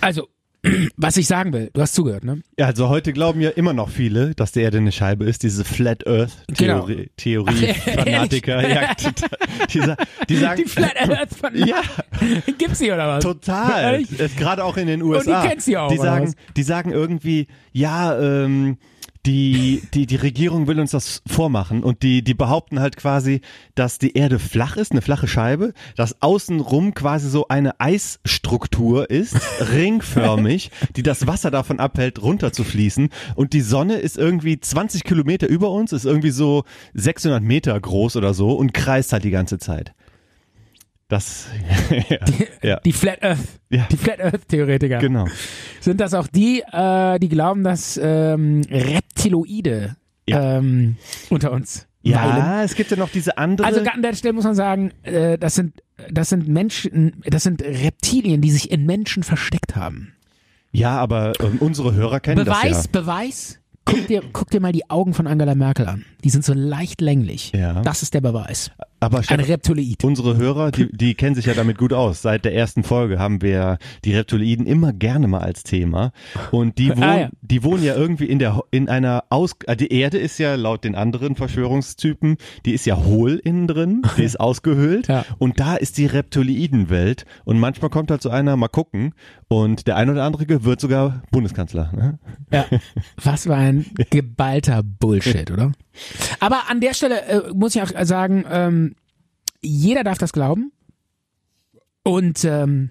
S2: Also, was ich sagen will, du hast zugehört, ne?
S3: Ja, also heute glauben ja immer noch viele, dass die Erde eine Scheibe ist, diese Flat Earth
S2: Genau.
S3: Theorie, Theorie Fanatiker. Ja, t- t- die, sa- die sagen,
S2: Die Flat Earth von
S3: ja,
S2: gibt's die oder was?
S3: total.
S2: Ehrlich?
S3: Äh, Gerade auch in den USA.
S2: kennt sie auch,
S3: Die
S2: oder
S3: sagen,
S2: was?
S3: die sagen irgendwie, ja, ähm, die, die, die Regierung will uns das vormachen und die, die behaupten halt quasi, dass die Erde flach ist, eine flache Scheibe, dass außenrum quasi so eine Eisstruktur ist, ringförmig, die das Wasser davon abhält, runterzufließen und die Sonne ist irgendwie 20 Kilometer über uns, ist irgendwie so 600 Meter groß oder so und kreist halt die ganze Zeit. Das, ja, ja,
S2: Die Flat Earth.
S3: Ja.
S2: Die Flat Earth Theoretiker.
S3: genau.
S2: Sind das auch die, äh, die glauben, dass ähm, Reptiloide
S3: Ja.
S2: ähm, unter uns weilen?
S3: Ja, es gibt ja noch diese andere.
S2: Also an der Stelle muss man sagen, äh, das sind das sind Menschen, das sind Reptilien, die sich in Menschen versteckt haben.
S3: ja, aber ähm, unsere Hörer kennen
S2: Beweis,
S3: das
S2: Beweis. Guck dir, guck dir mal die Augen von Angela Merkel an. Die sind so leicht länglich.
S3: Ja. Äh,
S2: Das ist der Beweis.
S3: ja. Aber
S2: Ein
S3: Stefan,
S2: Reptiloid.
S3: unsere Hörer, die, die kennen sich ja damit gut aus. Seit der ersten Folge haben wir die Reptiloiden immer gerne mal als Thema. Und die wohnen,
S2: Ah, ja.
S3: die wohnen ja irgendwie in der in einer Aus äh, die Erde ist ja laut den anderen Verschwörungstypen, die ist ja hohl innen drin, die ist ausgehöhlt.
S2: Ja.
S3: Und da ist die Reptiloidenwelt. Und manchmal kommt halt so einer, mal gucken. Und der ein oder andere wird sogar Bundeskanzler. Ne?
S2: Ja. Was für ein geballter Bullshit, oder? Aber an der Stelle äh, muss ich auch sagen, ähm, jeder darf das glauben. Und ähm,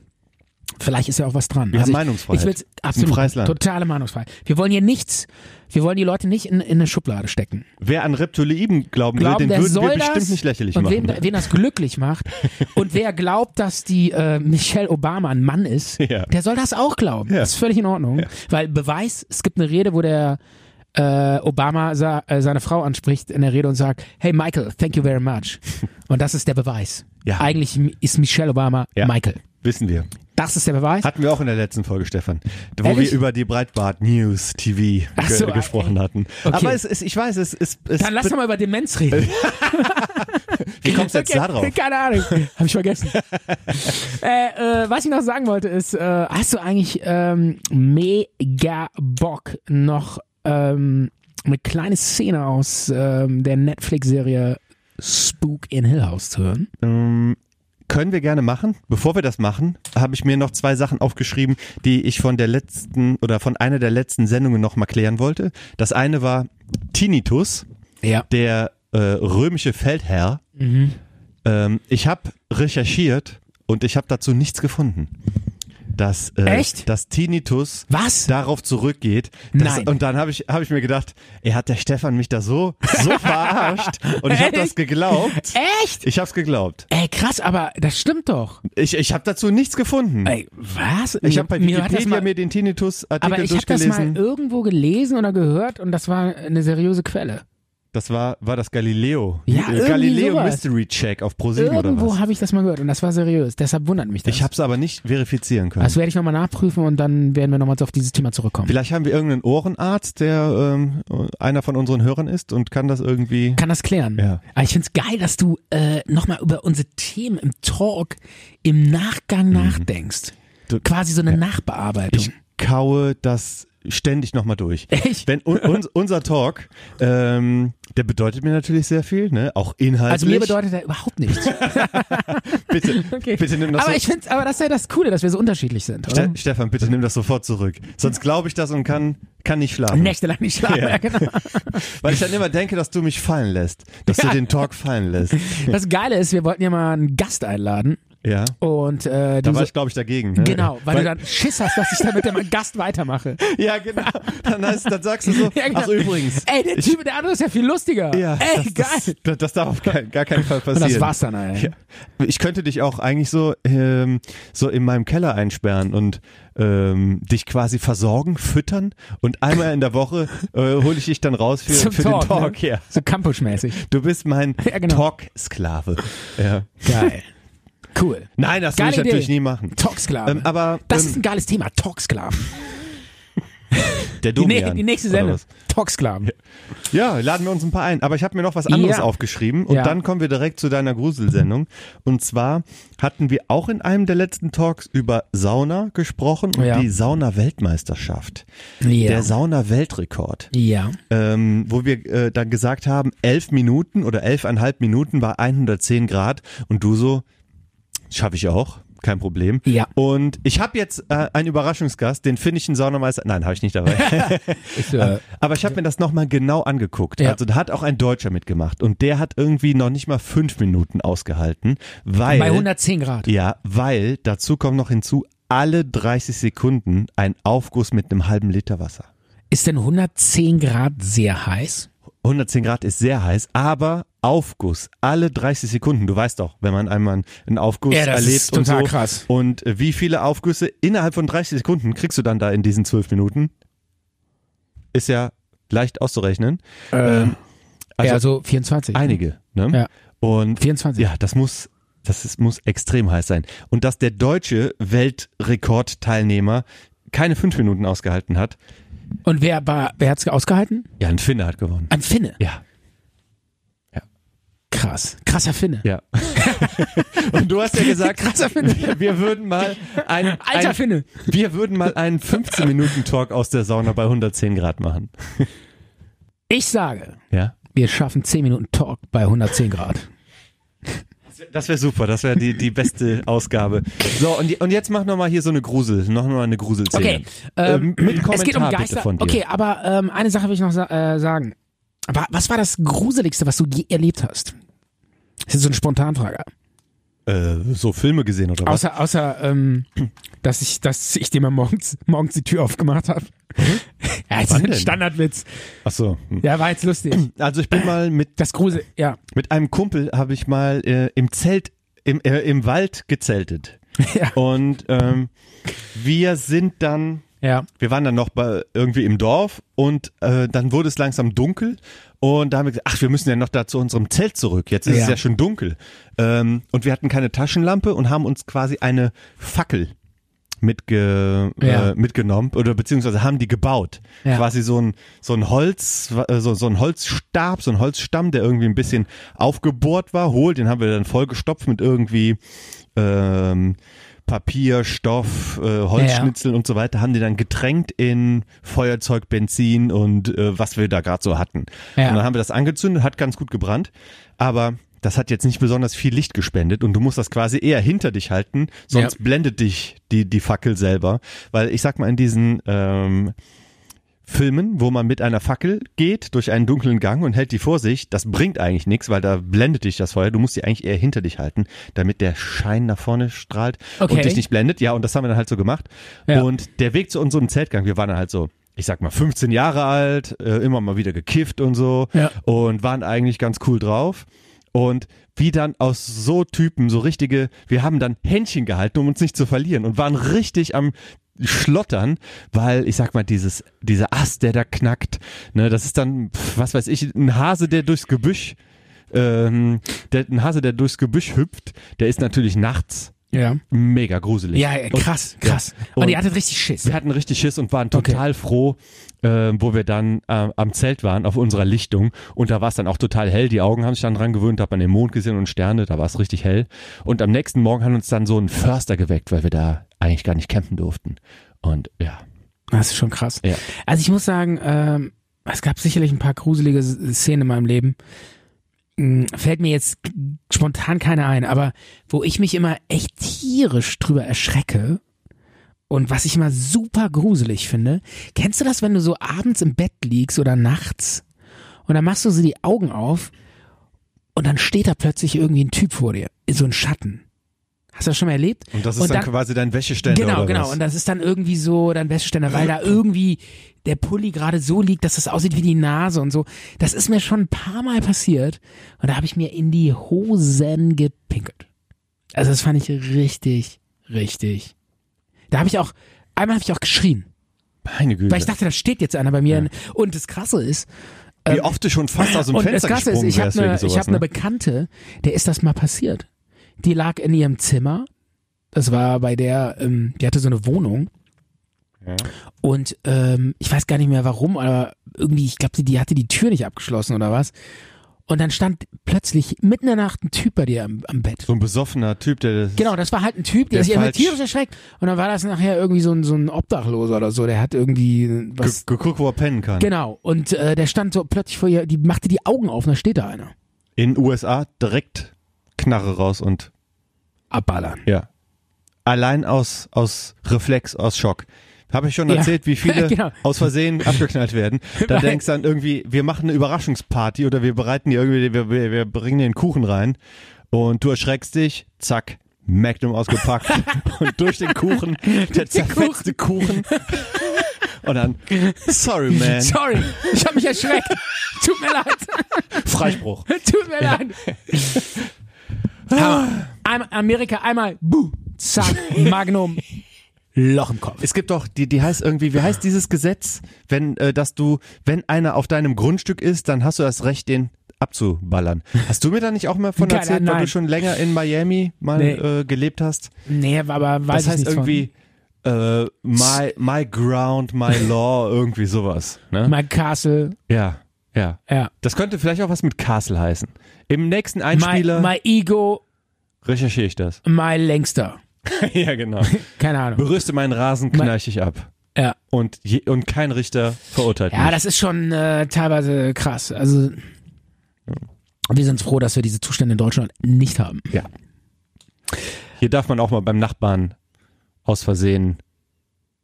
S2: vielleicht ist ja auch was dran. Also
S3: Wir haben
S2: ich-
S3: Meinungsfreiheit.
S2: Ich will's, absolut.
S3: freies Land.
S2: Totale Meinungsfreiheit. Wir wollen hier nichts, wir wollen die Leute nicht in, in eine Schublade stecken.
S3: Wer an Reptiloiden glauben,
S2: Glauben,
S3: will, den
S2: wer
S3: würden
S2: soll
S3: wir bestimmt
S2: das?
S3: nicht lächerlich
S2: und
S3: machen.
S2: Wen, wen das glücklich macht. und wer glaubt, dass die äh, Michelle Obama ein Mann ist,
S3: Ja.
S2: der soll das auch glauben.
S3: Ja.
S2: Das ist völlig in Ordnung. Weil Beweis, es gibt eine Rede, wo der äh, Obama sa äh, seine Frau anspricht in der Rede und sagt, hey Michael, thank you very much. Und das ist der Beweis.
S3: Ja.
S2: Eigentlich mi- ist Michelle Obama
S3: Ja.
S2: Michael.
S3: Wissen wir.
S2: Das ist der Beweis.
S3: Hatten wir auch in der letzten Folge, Stefan, wo
S2: Ehrlich?
S3: wir über die Breitbart News TV
S2: Ach
S3: ge
S2: so,
S3: gesprochen
S2: ey.
S3: hatten.
S2: Okay.
S3: Aber es, es, ich weiß, es, es, es
S2: Dann lass doch mal über Demenz reden.
S3: wie kommst du jetzt
S2: Okay,
S3: da drauf?
S2: Keine Ahnung. Habe ich vergessen. äh, äh, was ich noch sagen wollte ist, äh, hast du eigentlich ähm, mega Bock noch ähm, eine kleine Szene aus ähm, der Netflix-Serie Spook in Hill House zu hören?
S3: Können wir gerne machen. Bevor wir das machen, habe ich mir noch zwei Sachen aufgeschrieben, die ich von der letzten oder von einer der letzten Sendungen noch mal klären wollte. Das eine war Tinnitus,
S2: Ja.
S3: der äh, römische Feldherr.
S2: Mhm.
S3: Ähm, ich habe recherchiert und ich habe dazu nichts gefunden. Dass, äh,
S2: Echt?
S3: dass Tinnitus
S2: Was?
S3: darauf zurückgeht. Dass,
S2: Nein.
S3: Und dann habe ich, hab ich mir gedacht, er hat der Stefan mich da so, so verarscht. Und ich habe das
S2: Echt?
S3: geglaubt.
S2: Echt?
S3: Ich habe es geglaubt.
S2: Ey, krass, aber das stimmt doch.
S3: Ich, ich habe dazu nichts gefunden.
S2: Ey, was?
S3: Ich habe bei
S2: Mir hat das
S3: Wikipedia
S2: mal-
S3: mir den Tinnitus-Artikel
S2: aber ich habe das mal
S3: durchgelesen.
S2: irgendwo gelesen oder gehört und das war eine seriöse Quelle.
S3: Das, war, war das Galileo.
S2: Ja,
S3: Äh,
S2: irgendwie
S3: Galileo
S2: sowas.
S3: Mystery Check auf ProSieben oder
S2: Irgendwo
S3: was.
S2: habe ich das mal gehört und das war seriös. Deshalb wundert mich das.
S3: Ich habe es aber nicht verifizieren können.
S2: Das werde ich nochmal nachprüfen und dann werden wir nochmal auf dieses Thema zurückkommen.
S3: Vielleicht haben wir irgendeinen Ohrenarzt, der ähm, einer von unseren Hörern ist und kann das irgendwie.
S2: kann das klären.
S3: Ja.
S2: Aber ich finde es geil, dass du äh, nochmal über unsere Themen im Talk im Nachgang nachdenkst.
S3: Mhm. Du-
S2: Quasi so eine Nachbearbeitung.
S3: Ich kaue das ständig nochmal durch.
S2: Echt?
S3: Wenn un, uns- unser Talk, ähm, der bedeutet mir natürlich sehr viel, ne? Auch inhaltlich.
S2: also mir bedeutet das überhaupt nichts.
S3: bitte, bitte nimm das.
S2: aber
S3: so,
S2: ich finde, aber das ist ja das Coole, dass wir so unterschiedlich sind. Oder?
S3: Ste Stefan, bitte nimm das sofort zurück. Sonst glaube ich das und kann kann nicht schlafen,
S2: Nächtelang nicht schlafen.
S3: Ja.
S2: Ja. genau.
S3: weil ich dann immer denke, dass du mich fallen lässt, dass du den Talk fallen lässt.
S2: Das Geile ist, wir wollten ja mal einen Gast einladen.
S3: Ja.
S2: Und äh, du
S3: Da war
S2: so-
S3: ich, glaube ich, dagegen. Ne?
S2: Genau, weil, du dann Schiss hast, dass ich dann mit dem Gast weitermache.
S3: Ja, genau. Dann, heißt, dann sagst du so,
S2: Ja, genau.
S3: ach so, Also, übrigens.
S2: Ey, der
S3: ich-
S2: Typ, der andere ist ja viel lustiger.
S3: Ja,
S2: Ey,
S3: das,
S2: geil.
S3: Das, das, das darf auf kein, gar keinen Fall
S2: und
S3: passieren.
S2: das war's dann, ey.
S3: Ja. Ich könnte dich auch eigentlich so, ähm, so in meinem Keller einsperren und ähm, dich quasi versorgen, füttern und einmal in der Woche äh, hole ich dich dann raus für,
S2: Zum
S3: für
S2: Talk,
S3: den Talk.
S2: ne?
S3: Ja.
S2: So Campus-mäßig.
S3: Du bist mein
S2: Ja, genau.
S3: Talk-Sklave. Ja.
S2: Geil. Cool.
S3: Nein, das will
S2: Geile
S3: ich natürlich
S2: Idee.
S3: nie machen.
S2: Talksklave.
S3: Ähm, aber
S2: das
S3: ähm,
S2: ist ein geiles Thema. Talksklaven.
S3: der
S2: Die,
S3: Domian,
S2: nä- die nächste
S3: oder
S2: Sendung.
S3: was?
S2: Talksklaven.
S3: Ja, laden wir uns ein paar ein. Aber ich habe mir noch was anderes
S2: Ja.
S3: aufgeschrieben und
S2: Ja.
S3: dann kommen wir direkt zu deiner Gruselsendung. Und zwar hatten wir auch in einem der letzten Talks über Sauna gesprochen und
S2: Ja.
S3: die Sauna-Weltmeisterschaft. Der
S2: Ja.
S3: Sauna-Weltrekord,
S2: ja.
S3: ähm, wo wir äh, dann gesagt haben, elf Minuten oder elfeinhalb Minuten bei 110 Grad und du so, schaffe ich auch. Kein Problem.
S2: Ja.
S3: Und ich habe jetzt äh, einen Überraschungsgast, den finnischen Saunameister. Nein, habe ich nicht dabei.
S2: Ist, äh,
S3: Aber ich habe mir das nochmal genau angeguckt.
S2: Ja.
S3: Also da hat auch ein Deutscher mitgemacht und der hat irgendwie noch nicht mal fünf Minuten ausgehalten, weil
S2: bei 110 Grad.
S3: ja, weil dazu kommt noch hinzu alle 30 Sekunden ein Aufguss mit einem halben Liter Wasser.
S2: Ist denn 110 Grad sehr heiß?
S3: 110 Grad ist sehr heiß, aber Aufguss alle 30 Sekunden. Du weißt doch, wenn man einmal einen Aufguss
S2: Ja, das
S3: erlebt
S2: ist
S3: und
S2: total
S3: so.
S2: krass.
S3: Und äh, wie viele Aufgüsse innerhalb von 30 Sekunden kriegst du dann da in diesen 12 Minuten? Ist ja leicht auszurechnen. Ähm,
S2: Also, ja, so 24.
S3: Einige, ne?
S2: Ja.
S3: Und
S2: 24.
S3: ja, das muss, das ist, muss extrem heiß sein. Und dass der deutsche Weltrekordteilnehmer keine fünf Minuten ausgehalten hat,
S2: Und wer, war- wer hat's ausgehalten?
S3: ja, ein Finne hat gewonnen.
S2: Ein Finne.
S3: Ja,
S2: Krass. Krasser Finne.
S3: ja. Und du hast ja gesagt,
S2: Krasser Finne.
S3: wir würden mal einen,
S2: Alter
S3: ein,
S2: Finne.
S3: wir würden mal einen 15 Minuten Talk aus der Sauna bei 110 Grad machen.
S2: Ich sage,
S3: Ja.
S2: wir schaffen 10 Minuten Talk bei 110 Grad.
S3: Das wäre super, das wäre die, die beste Ausgabe. So, und, die, und jetzt mach nochmal hier so eine Grusel, noch mal eine Gruselszene.
S2: Okay.
S3: Ähm, mit Kommentar
S2: es geht um
S3: bitte
S2: Geister.
S3: von dir.
S2: Okay, aber ähm, eine Sache will ich noch sa äh, sagen. Aber was war das Gruseligste, was du je erlebt hast? Das ist so eine Spontanfrage.
S3: Äh, so Filme gesehen oder was?
S2: Außer, außer ähm, dass ich, dass ich dir mal morgens, morgens die Tür aufgemacht habe. ja, das ist
S3: Mhm. Wann
S2: ein
S3: denn?
S2: Standardwitz.
S3: Ach so. hm.
S2: Ja, war jetzt lustig.
S3: Also ich bin mal mit
S2: Das Grusel, ja.
S3: mit einem Kumpel habe ich mal äh, im Zelt im äh, im Wald gezeltet
S2: Ja.
S3: und ähm, wir sind dann
S2: Ja.
S3: wir waren dann noch bei, irgendwie im Dorf und äh, dann wurde es langsam dunkel und da haben wir gesagt, ach, wir müssen ja noch da zu unserem Zelt zurück. Jetzt ist es
S2: Ja.
S3: ja schon dunkel. Ähm, und wir hatten keine Taschenlampe und haben uns quasi eine Fackel mitge
S2: Ja.
S3: äh, mitgenommen oder beziehungsweise haben die gebaut.
S2: Ja.
S3: Quasi so ein, so ein Holz, äh, so, so ein Holzstab, so ein Holzstamm, der irgendwie ein bisschen aufgebohrt war, hohl, den haben wir dann vollgestopft mit irgendwie ähm, Papier, Stoff, äh, Holzschnitzel und so weiter, haben die dann getränkt in Feuerzeug, Benzin und äh, was wir da gerade so hatten.
S2: Ja.
S3: Und dann haben wir das angezündet, hat ganz gut gebrannt, aber das hat jetzt nicht besonders viel Licht gespendet und du musst das quasi eher hinter dich halten, sonst
S2: Ja.
S3: blendet dich die, die Fackel selber. Weil ich sag mal, in diesen ähm, Filmen, wo man mit einer Fackel geht durch einen dunklen Gang und hält die vor sich, das bringt eigentlich nichts, weil da blendet dich das Feuer. Du musst die eigentlich eher hinter dich halten, damit der Schein nach vorne strahlt
S2: Okay.
S3: und dich nicht blendet. Ja, und das haben wir dann halt so gemacht.
S2: Ja.
S3: Und der Weg zu unserem Zeltgang, wir waren dann halt so, ich sag mal, 15 Jahre alt, äh, immer mal wieder gekifft und so
S2: Ja.
S3: und waren eigentlich ganz cool drauf. Und wie dann aus so Typen, so richtige, wir haben dann Händchen gehalten, um uns nicht zu verlieren und waren richtig am Schlottern, weil ich sag mal, dieses, dieser Ast, der da knackt, ne, das ist dann, pf, was weiß ich, ein Hase, der durchs Gebüsch, ähm, der, ein Hase, der durchs Gebüsch hüpft, der ist natürlich nachts
S2: Ja.
S3: mega gruselig.
S2: Ja, ja,
S3: Und-
S2: krass, krass.
S3: Ja.
S2: Und,
S3: Und-
S2: ihr hattet richtig Schiss.
S3: wir hatten richtig Schiss und waren total froh, äh, wo wir dann äh, am Zelt waren, auf unserer Lichtung. Und da war es dann auch total hell. Die Augen haben sich dann dran gewöhnt, hat man den Mond gesehen und Sterne, da war es richtig hell. Und am nächsten Morgen hat uns dann so ein Förster geweckt, weil wir da eigentlich gar nicht campen durften. Und ja.
S2: Das ist schon krass.
S3: Ja.
S2: Also ich muss sagen, ähm, es gab sicherlich ein paar gruselige S- Szenen in meinem Leben. Hm, Fällt mir jetzt spontan keine ein, aber wo ich mich immer echt tierisch drüber erschrecke und was ich immer super gruselig finde, kennst du das, wenn du so abends im Bett liegst oder nachts und dann machst du so die Augen auf und dann steht da plötzlich irgendwie ein Typ vor dir, so ein Schatten. Hast du das schon mal erlebt?
S3: Und das ist dann, quasi dein Wäscheständer
S2: Genau,
S3: oder
S2: genau.
S3: was?
S2: Und das ist dann irgendwie so dein Wäscheständer, weil da irgendwie der Pulli gerade so liegt, dass das aussieht wie die Nase und so. Das ist mir schon ein paar Mal passiert. Und da habe ich mir in die Hosen gepinkelt. Also das fand ich richtig, richtig. Da habe ich auch, einmal habe ich auch geschrien,
S3: Meine Güte.
S2: weil ich dachte, da steht jetzt einer bei mir. Und das Krasse ist,
S3: Wie oft du schon fast aus dem
S2: und das
S3: Fenster
S2: Krasse
S3: gesprungen
S2: ist, ich
S3: wärst
S2: habe
S3: wegen
S2: eine
S3: sowas.
S2: hab ne
S3: ne?
S2: Bekannte, der ist das mal passiert. Die lag in ihrem Zimmer. Das war bei der, ähm, die hatte so eine Wohnung. Und ähm, ich weiß gar nicht mehr warum, aber irgendwie, ich glaube, die, die hatte die Tür nicht abgeschlossen oder was. Und dann stand plötzlich mitten in der Nacht ein Typ bei dir am, am Bett.
S3: so ein besoffener Typ, der das
S2: Genau, das war halt ein Typ, der,
S3: Der
S2: sich immer
S3: falsch-
S2: tierisch erschreckt. Und dann war das nachher irgendwie so ein, so ein Obdachloser oder so. Der hat irgendwie
S3: ge-
S2: was.
S3: geguckt, wo er pennen kann.
S2: Genau. Und äh, der stand so plötzlich vor ihr, die machte die Augen auf und da steht da einer.
S3: In USA direkt Knarre raus und
S2: Abballern.
S3: ja. Allein aus, aus Reflex, aus Schock. Habe ich schon
S2: Ja.
S3: erzählt, wie viele
S2: Genau.
S3: aus Versehen abgeknallt werden. Da
S2: Weil-
S3: denkst du dann irgendwie, wir machen eine Überraschungsparty oder wir bereiten dir irgendwie, wir, wir, wir bringen dir einen Kuchen rein und du erschreckst dich, zack, Magnum ausgepackt und durch den Kuchen, der zerfetzte Kuchen. Und dann, sorry man,
S2: Sorry, ich habe mich erschreckt. Tut mir leid.
S3: Freispruch.
S2: Tut mir leid. Hammer. Einmal, Amerika einmal, buh, zack, Magnum, Loch im Kopf.
S3: Es gibt doch, die, die heißt irgendwie, wie heißt dieses Gesetz, wenn, äh, dass du, wenn einer auf deinem Grundstück ist, dann hast du das Recht, den abzuballern. Hast du mir da nicht auch mal von
S2: Keine-
S3: erzählt, weil
S2: nein.
S3: du schon länger in Miami mal
S2: Nee.
S3: äh, gelebt hast?
S2: Nee, aber weiß
S3: das heißt
S2: ich nicht
S3: irgendwie äh, my, my ground, my law, irgendwie sowas. Ne?
S2: von. My Castle,
S3: ja, ja.
S2: ja.
S3: Das könnte vielleicht auch was mit Castle heißen. Im nächsten
S2: My,
S3: Einspieler
S2: my Ego,
S3: recherchiere ich das.
S2: my Längster.
S3: ja, genau.
S2: Keine Ahnung.
S3: Berührst du meinen Rasen, kneiche ich ab.
S2: Ja.
S3: Und, je, und kein Richter verurteilt
S2: Ja,
S3: mich.
S2: das ist schon äh, teilweise krass. Also, wir sind froh, dass wir diese Zustände in Deutschland nicht haben.
S3: Ja. Hier darf man auch mal beim Nachbarn aus Versehen.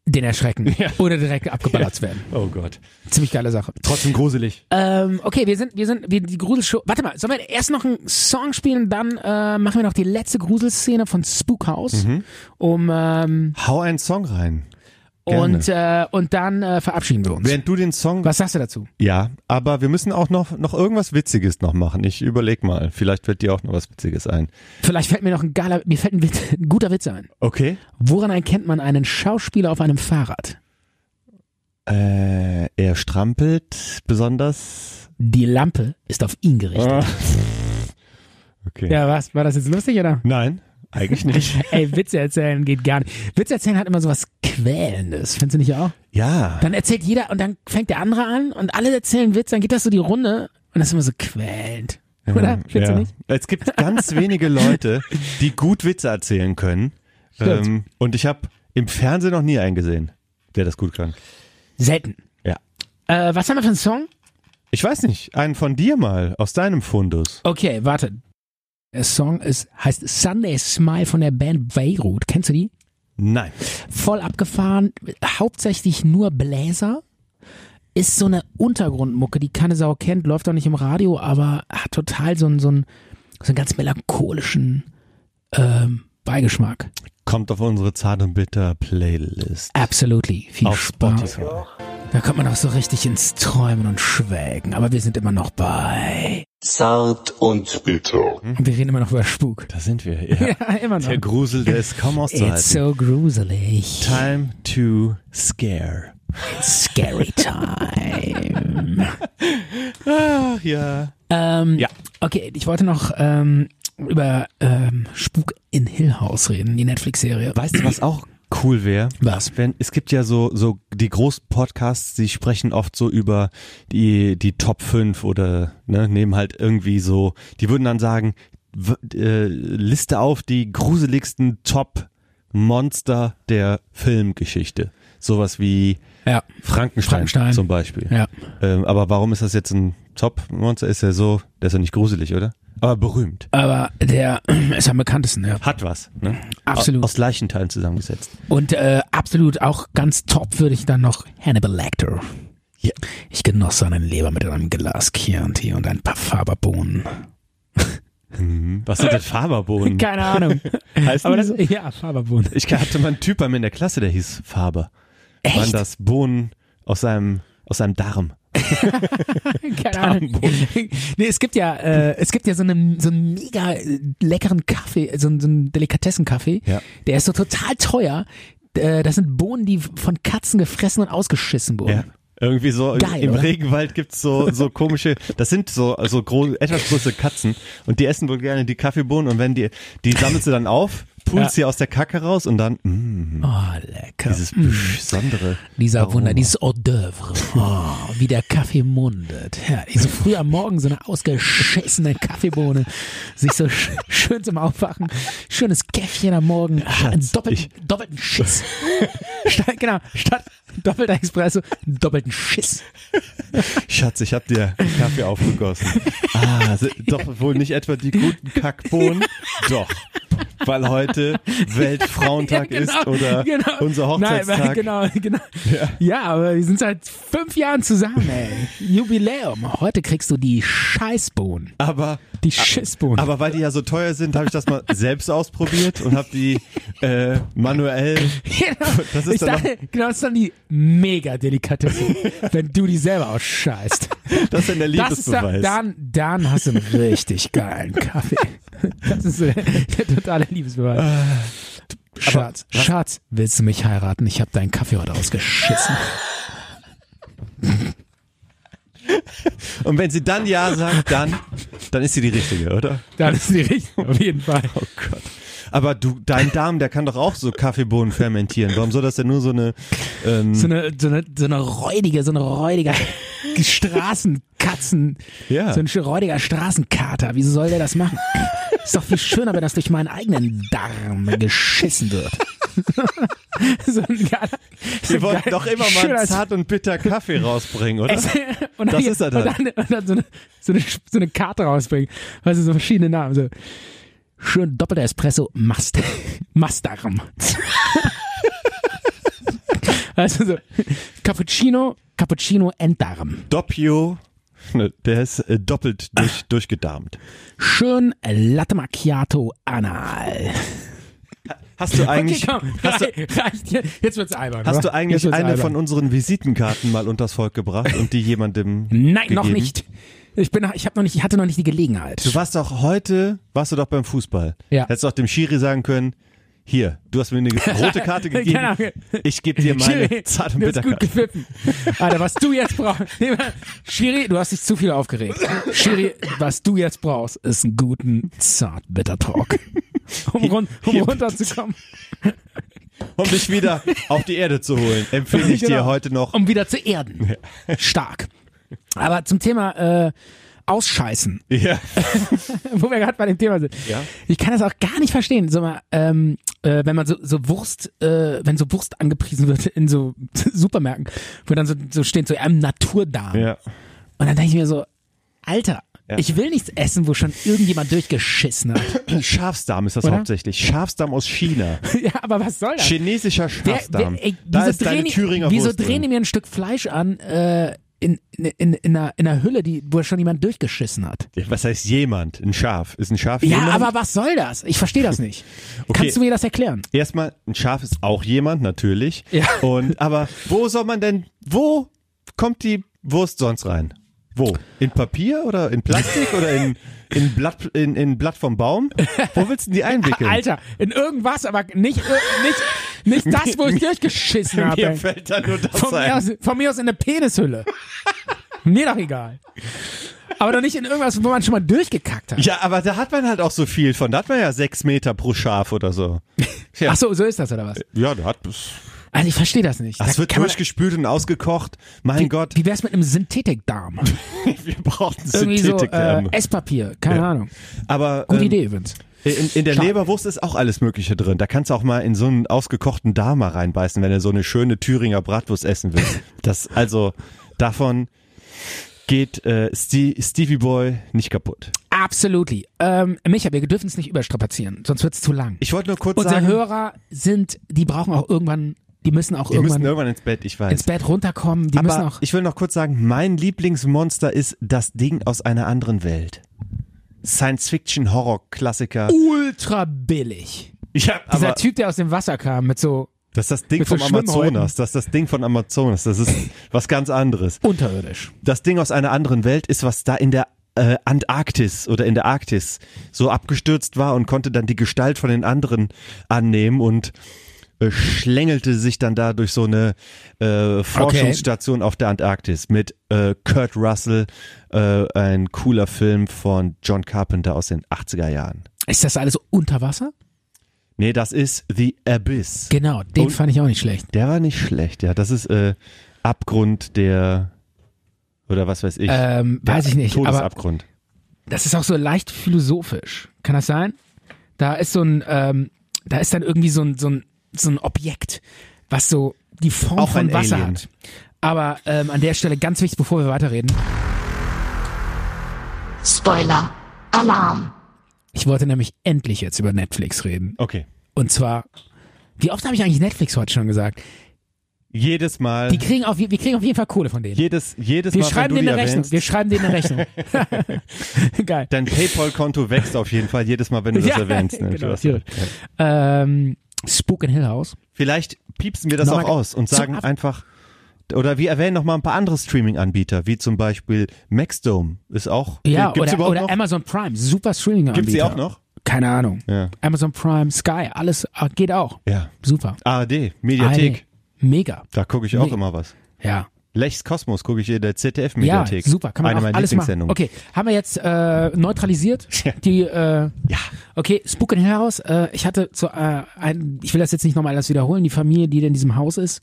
S2: Den erschrecken. Oder direkt abgeballert zu werden.
S3: Oh Gott.
S2: Ziemlich geile Sache.
S3: Trotzdem gruselig.
S2: Ähm, okay, wir sind, wir sind, wir die Gruselshow. Warte mal, sollen wir erst noch einen Song spielen, dann äh, machen wir noch die letzte Gruselszene von Spook House,
S3: Mhm.
S2: um ähm,
S3: Hau einen Song rein. Gerne.
S2: und äh, und dann äh, verabschieden wir uns.
S3: Während du den Song.
S2: Was sagst du dazu?
S3: Ja, aber wir müssen auch noch, noch irgendwas Witziges noch machen. Ich überleg mal. Vielleicht fällt dir auch noch was Witziges ein.
S2: Vielleicht fällt mir noch ein geiler, mir fällt ein, Witz, ein guter Witz ein.
S3: Okay.
S2: Woran erkennt man einen Schauspieler auf einem Fahrrad?
S3: Äh, er strampelt besonders.
S2: Die Lampe ist auf ihn gerichtet.
S3: Okay.
S2: Ja, was? War das jetzt lustig oder?
S3: Nein, eigentlich nicht.
S2: Ey, Witze erzählen geht gar nicht. Witze erzählen hat immer so was Quälendes. Findest du nicht auch?
S3: ja.
S2: Dann erzählt jeder und dann fängt der andere an und alle erzählen Witz, dann geht das so die Runde und das ist immer so quälend. Oder? Findest
S3: ja.
S2: du nicht?
S3: Es gibt ganz wenige Leute, die gut Witze erzählen können.
S2: Stimmt.
S3: Ähm, und ich habe im Fernsehen noch nie einen gesehen, der das gut kann.
S2: Selten.
S3: Ja.
S2: Äh, was haben wir für einen Song?
S3: Ich weiß nicht, einen von dir mal, aus deinem Fundus.
S2: Okay, warte. Der Song ist, heißt Sunday Smile von der Band Beirut. Kennst du die?
S3: Nein.
S2: Voll abgefahren, hauptsächlich nur Bläser. Ist so eine Untergrundmucke, die keine Sau kennt, läuft auch nicht im Radio, aber hat total so einen, so einen, so einen ganz melancholischen ähm, Beigeschmack.
S3: Kommt auf unsere Zart und Bitter Playlist.
S2: Absolutely. Viel
S3: Auf
S2: Spaß.
S3: Spotify.
S2: Da kommt man auch so richtig ins Träumen und Schwelgen. Aber wir sind immer noch bei.
S1: Zart und bitter.
S2: Wir reden immer noch über Spuk.
S3: Da sind wir. Ja.
S2: immer
S3: Der Grusel, der ist kaum
S2: It's
S3: auszuhalten.
S2: so gruselig.
S3: Time to scare.
S2: Scary time.
S3: Ach ja.
S2: ähm,
S3: Ja.
S2: Okay, ich wollte noch ähm, über ähm, Spuk in Hill House reden, die Netflix-Serie.
S3: Weißt du, was auch cool wäre?
S2: Was?
S3: Wenn, es gibt ja so, so die großen Podcasts, die sprechen oft so über die, die Top 5 oder ne, nehmen halt irgendwie so, die würden dann sagen, w- äh, Liste auf die gruseligsten Top-Monster der Filmgeschichte. Sowas wie
S2: Ja.
S3: Frankenstein,
S2: Frankenstein.
S3: zum Beispiel.
S2: Ja.
S3: Ähm, aber warum ist das jetzt ein Top-Monster? Ist ja so, der ist ja nicht gruselig, oder? Aber berühmt.
S2: Aber der ist am bekanntesten, ja.
S3: Hat was, ne?
S2: Absolut.
S3: Aus Leichenteilen zusammengesetzt.
S2: Und äh, absolut auch ganz top würde ich dann noch Hannibal Lecter.
S3: Ja.
S2: Ich genoss seinen Leber mit einem Glas Chianti und ein paar Faberbohnen.
S3: Hm, Was sind denn Faberbohnen?
S2: Keine Ahnung.
S3: Heißt
S2: Aber
S3: die
S2: das,
S3: so?
S2: ja, Faberbohnen.
S3: Ich hatte mal einen Typ bei mir in der Klasse, der hieß Faber. Echt? Waren das Bohnen aus seinem, aus seinem Darm.
S2: Keine Ahnung. nee, es gibt ja, äh, es gibt ja so, eine, so einen mega äh, leckeren Kaffee, so einen, so einen Delikatessenkaffee.
S3: Ja.
S2: Der ist so total teuer. Äh, Das sind Bohnen, die von Katzen gefressen und ausgeschissen wurden.
S3: Ja. Irgendwie so im-
S2: Geil,
S3: im
S2: oder?
S3: Regenwald gibt's so, so komische, das sind so, so groß, etwas große Katzen und die essen wohl gerne die Kaffeebohnen und wenn die, die sammelst du dann auf, pulst sie aus der Kacke raus und dann, mm,
S2: Oh, lecker.
S3: dieses besondere.
S2: Dieser
S3: Aroma.
S2: Wunder, dieses Hors d'oeuvre. Oh, wie der Kaffee mundet. Herrlich. So früh am Morgen so eine ausgeschissene Kaffeebohne. Sich so sch schön zum Aufwachen. Schönes Käffchen am Morgen. Ah, einen
S3: Schatz,
S2: doppelten, doppelten Schiss. statt, genau, statt doppelter Espresso, einen doppelten Schiss.
S3: Schatz, ich hab dir einen Kaffee aufgegossen. Ah, si- doch wohl nicht etwa die guten Kackbohnen. Doch. Weil heute Weltfrauentag
S2: Ja, genau,
S3: ist oder
S2: genau.
S3: unser Hochzeitstag.
S2: Nein, genau, genau. Ja. aber wir sind seit fünf Jahren zusammen, ey. Jubiläum. Heute kriegst du die Scheißbohnen.
S3: Aber
S2: Die Schissbohnen.
S3: Ah, Aber weil die ja so teuer sind, habe ich das mal selbst ausprobiert und habe die äh, manuell.
S2: Genau.
S3: Das ist
S2: ich
S3: dann
S2: dachte, genau, das ist dann die mega Delikatesse, wenn du die selber ausscheißt.
S3: Das ist dann der
S2: Das ist dann,
S3: Liebesbeweis.
S2: dann, dann hast du einen richtig geilen Kaffee. Das ist äh, der totale Liebesbeweis.
S3: Ah.
S2: Schatz, Schatz, willst du mich heiraten? Ich habe deinen Kaffee heute ausgeschissen.
S3: und wenn sie dann ja sagt, dann, dann ist sie die richtige, oder?
S2: Dann ist die richtige, auf jeden Fall.
S3: Oh Gott. Aber du, dein Darm, der kann doch auch so Kaffeebohnen fermentieren. Warum soll das denn nur so eine? Ähm,
S2: So eine, so eine, so eine räudige, so eine räudige Straßenkatzen.
S3: Ja.
S2: So ein sch- räudiger Straßenkater. Wieso soll der das machen? Ist doch viel schöner, wenn das durch meinen eigenen Darm geschissen wird. so ein geiler, so
S3: wir
S2: ein
S3: wollten
S2: geiler-
S3: doch immer mal
S2: schöner-
S3: einen zart und bitter Kaffee rausbringen, oder?
S2: Es- und dann,
S3: Das ist er dann.
S2: Und dann, und dann so, eine, so, eine, so eine Karte rausbringen. Weißt du, so verschiedene Namen. So. Schön doppelter Espresso, Mast, Mastarum. also so, Cappuccino, Cappuccino, Enddarm.
S3: Doppio. Ne, Der ist äh, doppelt durch, durchgedarmt.
S2: Schön Latte Macchiato, Anal.
S3: Hast du eigentlich,
S2: okay, komm,
S3: hast du,
S2: rei- reicht. hier. Jetzt wird's albern.
S3: hast
S2: oder?
S3: du eigentlich
S2: Jetzt wird's
S3: eine
S2: albern.
S3: von unseren Visitenkarten mal unters Volk gebracht und die jemandem
S2: Nein,
S3: gegeben?
S2: noch nicht. Ich bin, ich habe noch nicht, ich hatte noch nicht die Gelegenheit.
S3: Du warst doch heute, warst du doch beim Fußball.
S2: Ja.
S3: Hättest doch dem Schiri sagen können, hier, du hast mir eine ge- rote Karte
S2: Keine
S3: gegeben,
S2: Ahnung.
S3: ich gebe dir meine
S2: Schiri,
S3: zart und
S2: du hast gut
S3: bitterkarte.
S2: gepfiffen. Alter, was du jetzt brauchst. Nee, mal, Schiri, du hast dich zu viel aufgeregt. Schiri, was du jetzt brauchst, ist einen guten Zart-Bitter-Talk. Um, run, um
S3: hier
S2: runterzukommen.
S3: Um dich wieder auf die Erde zu holen, empfehle ich dir
S2: Genau.
S3: heute noch.
S2: Um wieder zu erden. Stark. Aber zum Thema äh, Ausscheißen.
S3: Ja.
S2: wo wir gerade bei dem Thema sind.
S3: Ja.
S2: Ich kann das auch gar nicht verstehen. So mal, ähm, äh, wenn man so, so Wurst, äh, wenn so Wurst angepriesen wird in so Supermärkten, wo dann so, so steht so im Naturdarm.
S3: ja.
S2: Und dann denke ich mir so, Alter,
S3: Ja.
S2: ich will nichts essen, wo schon irgendjemand durchgeschissen hat.
S3: Schafsdarm ist das
S2: Oder?
S3: hauptsächlich. Schafsdarm aus China.
S2: ja, aber was soll das?
S3: Chinesischer
S2: Genau. Wer-
S3: Schafsdarm.
S2: wer- ey,
S3: da
S2: wieso
S3: ist deine
S2: drehen die-
S3: Thüringer
S2: Wieso
S3: Wurst
S2: drehen die
S3: drin.
S2: mir ein Stück Fleisch an äh, in, in, in, in, einer, in einer Hülle, die, wo schon jemand durchgeschissen hat?
S3: Ja, Was heißt jemand? Ein Schaf. Ist ein Schaf
S2: Ja,
S3: jemand?
S2: aber was soll das? Ich verstehe das nicht. Kannst du mir das erklären?
S3: Erstmal, ein Schaf ist auch jemand, natürlich.
S2: Ja.
S3: Und, aber wo soll man denn, wo kommt die Wurst sonst rein? Wo? In Papier oder in Plastik oder in, in, Blatt, in, in Blatt vom Baum? Wo willst du denn die einwickeln?
S2: Alter, in irgendwas, aber nicht, äh, nicht, nicht das, wo ich durchgeschissen
S3: Mir
S2: habe.
S3: fällt da nur das
S2: Von mir,
S3: ein.
S2: aus, von mir aus in eine Penishülle. mir doch egal. Aber doch nicht in irgendwas, wo man schon mal durchgekackt hat.
S3: Ja, aber da hat man halt auch so viel von. Da hat man ja sechs Meter pro Schaf oder so. Ja,
S2: Ach so, so ist das oder was?
S3: ja da hat
S2: Also ich verstehe das nicht.
S3: das
S2: Da
S3: Äh, wird
S2: kann man-
S3: durchgespült und ausgekocht. Mein
S2: wie,
S3: Gott,
S2: Wie wär's mit einem Synthetikdarm?
S3: wir brauchen
S2: Irgendwie so äh,
S3: Synthetikdärme.
S2: Esspapier, keine
S3: ähm, Ja.
S2: Ahnung.
S3: aber
S2: Gute
S3: ähm,
S2: Idee übrigens.
S3: In, in der
S2: Schade.
S3: Leberwurst ist auch alles Mögliche drin. Da kannst du auch mal in so einen ausgekochten Darm mal reinbeißen, wenn du so eine schöne Thüringer Bratwurst essen willst. Das, also, davon geht äh, Ste- Stevie Boy nicht kaputt.
S2: Absolutely. Ähm, Micha, wir dürfen es nicht überstrapazieren, sonst wird's zu lang.
S3: Ich wollte nur kurz
S2: Unsere
S3: sagen,
S2: Hörer sind, die brauchen auch irgendwann, die müssen auch
S3: die müssen
S2: irgendwann
S3: irgendwann ins Bett, ich weiß.
S2: ins Bett runterkommen, die müssen
S3: Aber
S2: auch.
S3: ich will noch kurz sagen, mein Lieblingsmonster ist das Ding aus einer anderen Welt. Science-Fiction-Horror-Klassiker.
S2: Ultra billig.
S3: ja,
S2: Uh, Dieser
S3: aber
S2: Typ, der aus dem Wasser kam mit so
S3: das ist das Ding
S2: mit so
S3: vom Amazonas.
S2: Schwimmhäuten.
S3: Das ist das Ding von Amazonas. Das ist was ganz anderes.
S2: unterirdisch.
S3: das Ding aus einer anderen Welt ist, was da in der äh, Antarktis oder in der Arktis so abgestürzt war und konnte dann die Gestalt von den anderen annehmen und äh, schlängelte sich dann da durch so eine äh, Forschungsstation auf der Antarktis mit äh, Kurt Russell, äh, ein cooler Film von John Carpenter aus den 80er Jahren.
S2: Ist das alles unter Wasser?
S3: Nee, das ist The Abyss.
S2: Genau, den
S3: Und-
S2: fand ich auch nicht schlecht.
S3: der war nicht schlecht, ja. Das ist äh, Abgrund der oder was weiß ich.
S2: Ähm,
S3: Der
S2: weiß ich nicht, aber
S3: Todesabgrund.
S2: das ist auch so leicht philosophisch. Kann das sein? Da ist so ein, ähm, da ist dann irgendwie so ein, so ein, so ein Objekt, was so die Form
S3: Auch
S2: von
S3: ein
S2: Wasser
S3: Alien.
S2: hat. Aber ähm, an der Stelle ganz wichtig, bevor wir weiterreden.
S10: Spoiler. Alarm.
S2: Ich wollte nämlich endlich jetzt über Netflix reden.
S3: Okay.
S2: Und zwar, wie oft habe ich eigentlich Netflix heute schon gesagt?
S3: Jedes Mal.
S2: Die kriegen auf, wir kriegen auf jeden Fall Kohle von denen.
S3: Jedes, jedes
S2: Wir
S3: Mal, wenn
S2: schreiben
S3: du die
S2: denen eine Rechnung.
S3: erwähnst,
S2: Wir schreiben denen eine Rechnung. Geil.
S3: dein PayPal-Konto wächst auf jeden Fall jedes Mal, wenn du das
S2: Ja,
S3: erwähnst. Ne?
S2: genau,
S3: Du hast-
S2: hier. Ähm, Spook in Hill House.
S3: Vielleicht piepsen wir das
S2: Nochmal
S3: auch aus und
S2: zum
S3: sagen
S2: Ab-
S3: einfach, oder wir erwähnen noch mal ein paar andere Streaming-Anbieter, wie zum Beispiel Maxdome ist auch.
S2: Ja,
S3: gibt's
S2: oder,
S3: überhaupt
S2: oder
S3: noch?
S2: Amazon Prime. Super Streaming-Anbieter.
S3: Gibt's die auch noch?
S2: Keine Ahnung.
S3: Ja.
S2: Amazon Prime, Sky, alles äh, geht auch.
S3: Ja.
S2: Super.
S3: ARD, Mediathek,
S2: ARD. Mega.
S3: da gucke ich auch
S2: Nee.
S3: immer was.
S2: Ja.
S3: Lechs Kosmos gucke ich in der
S2: Ja,
S3: ZDF-Mediathek.
S2: super. Kann man
S3: Eine
S2: auch
S3: meiner
S2: alles machen.
S3: Lieblingssendungen.
S2: Okay, haben wir jetzt äh, neutralisiert
S3: Ja.
S2: die äh,
S3: Ja.
S2: Okay, Spook in Hill House. Äh, ich hatte zu, äh, ein, ich will das jetzt nicht nochmal alles wiederholen, die Familie, die in diesem Haus ist.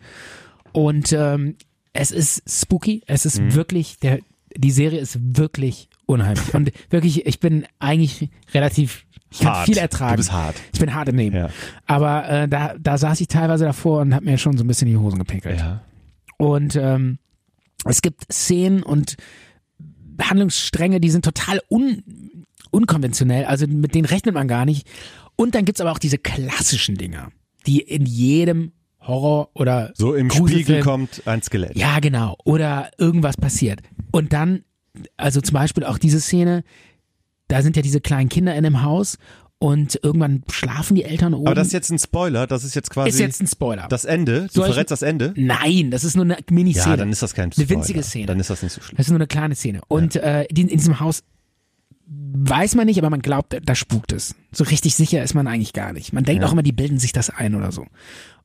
S2: Und ähm, es ist spooky. Es ist
S3: Mhm.
S2: wirklich, der, die Serie ist wirklich unheimlich. Und wirklich, ich bin eigentlich relativ, ich kann
S3: Hart.
S2: viel ertragen.
S3: Du bist hart.
S2: Ich bin hart im Nehmen.
S3: Ja.
S2: Aber äh, da, da saß ich teilweise davor und habe mir schon so ein bisschen die Hosen gepinkelt.
S3: Ja.
S2: Und ähm, es gibt Szenen und Handlungsstränge, die sind total un unkonventionell, also mit denen rechnet man gar nicht. Und dann gibt's aber auch diese klassischen Dinger, die in jedem Horror oder
S3: So im
S2: Gruselfilm-
S3: Spiegel kommt ein Skelett.
S2: Ja, genau. Oder irgendwas passiert. Und dann, also zum Beispiel auch diese Szene, da sind ja diese kleinen Kinder in dem Haus und irgendwann schlafen die Eltern oben.
S3: Aber das ist jetzt ein Spoiler, das ist jetzt quasi
S2: ist jetzt ein Spoiler.
S3: das Ende. Du
S2: Soll ich-
S3: verrätst das Ende.
S2: Nein, das ist nur eine Miniszene.
S3: Ja, dann ist das kein Spoiler.
S2: Eine winzige Szene.
S3: Dann ist das nicht so schlimm.
S2: Das ist nur eine kleine Szene. Und äh, die, in diesem Haus weiß man nicht, aber man glaubt, da spukt es. So richtig sicher ist man eigentlich gar nicht. Man denkt auch immer, die bilden sich das ein oder so.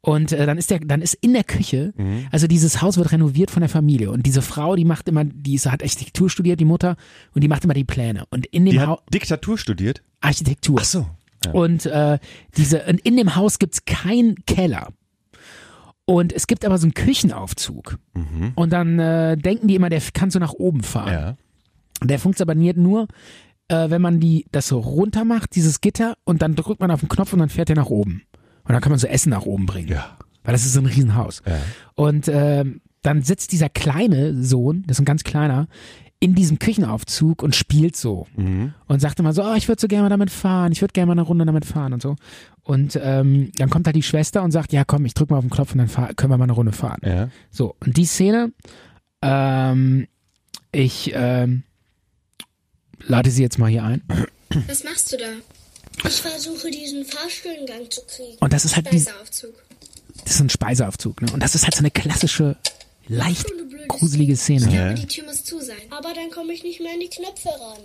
S2: Und äh, dann ist der, dann ist in der Küche,
S3: Mhm.
S2: also dieses Haus wird renoviert von der Familie und diese Frau, die macht immer, die ist- hat Architektur studiert, die Mutter, und die macht immer die Pläne. Und in
S3: Die
S2: dem Haus
S3: hat Diktatur studiert.
S2: Architektur.
S3: Ach so.
S2: Und äh, diese, und in dem Haus gibt's keinen Keller. Und es gibt aber so einen Küchenaufzug. Und dann äh, denken die immer, der kann so nach oben fahren.
S3: Mhm. Ja.
S2: Der funktioniert nur, äh, wenn man die, das so runter macht, dieses Gitter, und dann drückt man auf den Knopf und dann fährt der nach oben. Und dann kann man so Essen nach oben bringen.
S3: Ja.
S2: Weil das ist so ein Riesenhaus.
S3: Ja.
S2: Und ähm, dann sitzt dieser kleine Sohn, das ist ein ganz kleiner, in diesem Küchenaufzug und spielt so.
S3: Mhm.
S2: Und sagt immer so, oh, ich würde so gerne mal damit fahren, ich würde gerne mal eine Runde damit fahren und so. Und ähm, dann kommt halt die Schwester und sagt, ja komm, ich drück mal auf den Knopf und dann fahr, können wir mal eine Runde fahren.
S3: Ja.
S2: So, und die Szene, ähm, ich ähm, lade sie jetzt mal hier ein.
S9: Was machst du da?
S10: Ich versuche diesen Fahrstuhlengang zu kriegen.
S2: Und das ist halt dies,
S9: Aufzug.
S2: das ist ein Speiseaufzug, ne? Und das ist halt so eine klassische, leicht gruselige Szene.
S9: Aber die Tür muss zu sein.
S10: Aber dann komme ich nicht mehr an die Knöpfe ran.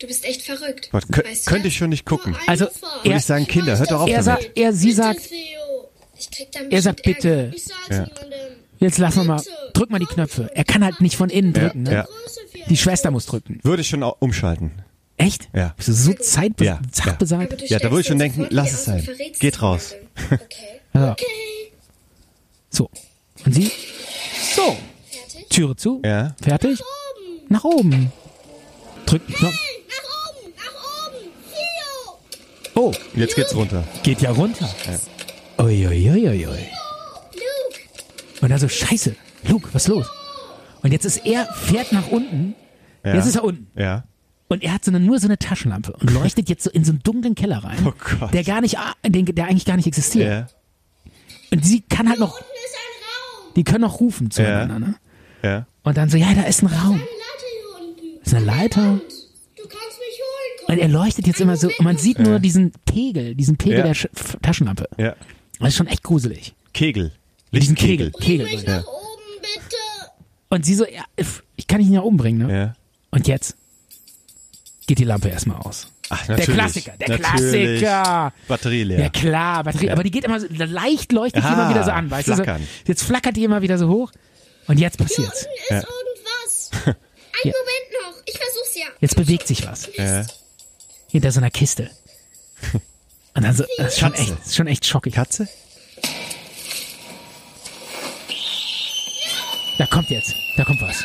S9: Du bist echt verrückt.
S3: Was, kö
S9: Weißt du
S3: könnte
S9: das?
S3: ich schon nicht gucken.
S10: Nur
S2: Also,
S10: eine Fahrt.
S2: er-
S3: Würde ich sagen, Kinder, hört doch auf
S2: Er
S3: damit.
S2: sagt, er, sie sagt,
S10: Theo.
S9: Ich krieg dann
S2: er sagt
S9: bestimmt Ärger.
S2: bitte,
S10: Ich sag's
S3: Ja.
S10: niemandem.
S2: jetzt lass mal, mal, drück mal die Knöpfe. Er kann halt nicht von innen drücken, ne?
S3: ja.
S10: Größe für
S2: Die Schwester muss drücken.
S3: Würde ich schon au- umschalten.
S2: Echt?
S3: Ja.
S2: Bist du so zeitbe
S3: Ja, ja.
S2: zartbeseitigt?
S9: Aber du
S3: Ja, da würde ich
S9: stellst
S3: schon
S9: dir
S3: denken,
S9: sofort
S3: lass
S9: wieder
S3: es
S9: aus
S3: sein.
S9: und verrätst
S3: Geht
S9: es
S3: raus.
S9: niemandem. Okay.
S2: Ja.
S9: Okay.
S2: So. Und sie? So. Türe zu.
S3: Ja.
S2: Fertig. Nach oben. Drückt den Knopf.
S10: Nach oben, nach oben. Theo.
S2: Oh,
S3: Jetzt geht's runter.
S2: geht ja runter. Uiuiuiui.
S10: Luke.
S2: Und dann so, scheiße, Luke, was ist los? Und jetzt ist er, fährt nach unten. Jetzt ist er unten.
S3: Ja.
S2: Und er hat so eine, nur so eine Taschenlampe und leuchtet jetzt so in so einen dunklen Keller rein,
S3: Oh Gott.
S2: der gar nicht, a- den, der eigentlich gar nicht existiert.
S3: Ja.
S2: Und sie kann halt noch,
S10: Unten ist ein Raum.
S2: die können noch rufen zueinander, ne?
S3: Ja.
S2: Und dann so, ja, da ist ein Raum.
S10: Eine Leiter hier unten.
S2: Ist eine Leiter.
S10: Du kannst mich
S2: Und
S10: holen,
S2: er leuchtet jetzt immer so, und man sieht nur
S3: Ja.
S2: diesen Pegel, diesen Pegel
S3: Ja.
S2: der Sch F- Taschenlampe.
S3: Ja.
S2: Das ist schon echt gruselig.
S3: Kegel.
S2: Diesen Kegel. Kegel.
S10: Mich
S2: Ja.
S10: nach oben, bitte.
S2: Und sie so, ja, pf, ich kann dich nicht nach oben bringen, ne?
S3: Ja.
S2: Und jetzt geht die Lampe erstmal aus.
S3: Ach,
S2: Der
S3: natürlich.
S2: Klassiker, der
S3: Natürlich.
S2: Klassiker.
S3: Batterie leer.
S2: Ja, klar, Batterie, aber die geht immer so, leicht leuchtet sie
S3: Ah,
S2: immer wieder so an, weißt
S3: flackern.
S2: du? So, jetzt flackert die immer wieder so hoch und jetzt passiert's.
S10: Unten ist
S3: Ja.
S10: irgendwas. Ein Moment noch. Ich versuch's ja.
S2: Jetzt bewegt sich was.
S3: Ja.
S2: Hinter so einer Kiste. Und dann so, das ist schon echt, das ist schon echt schockig.
S3: Katze?
S2: Da kommt jetzt, da kommt was.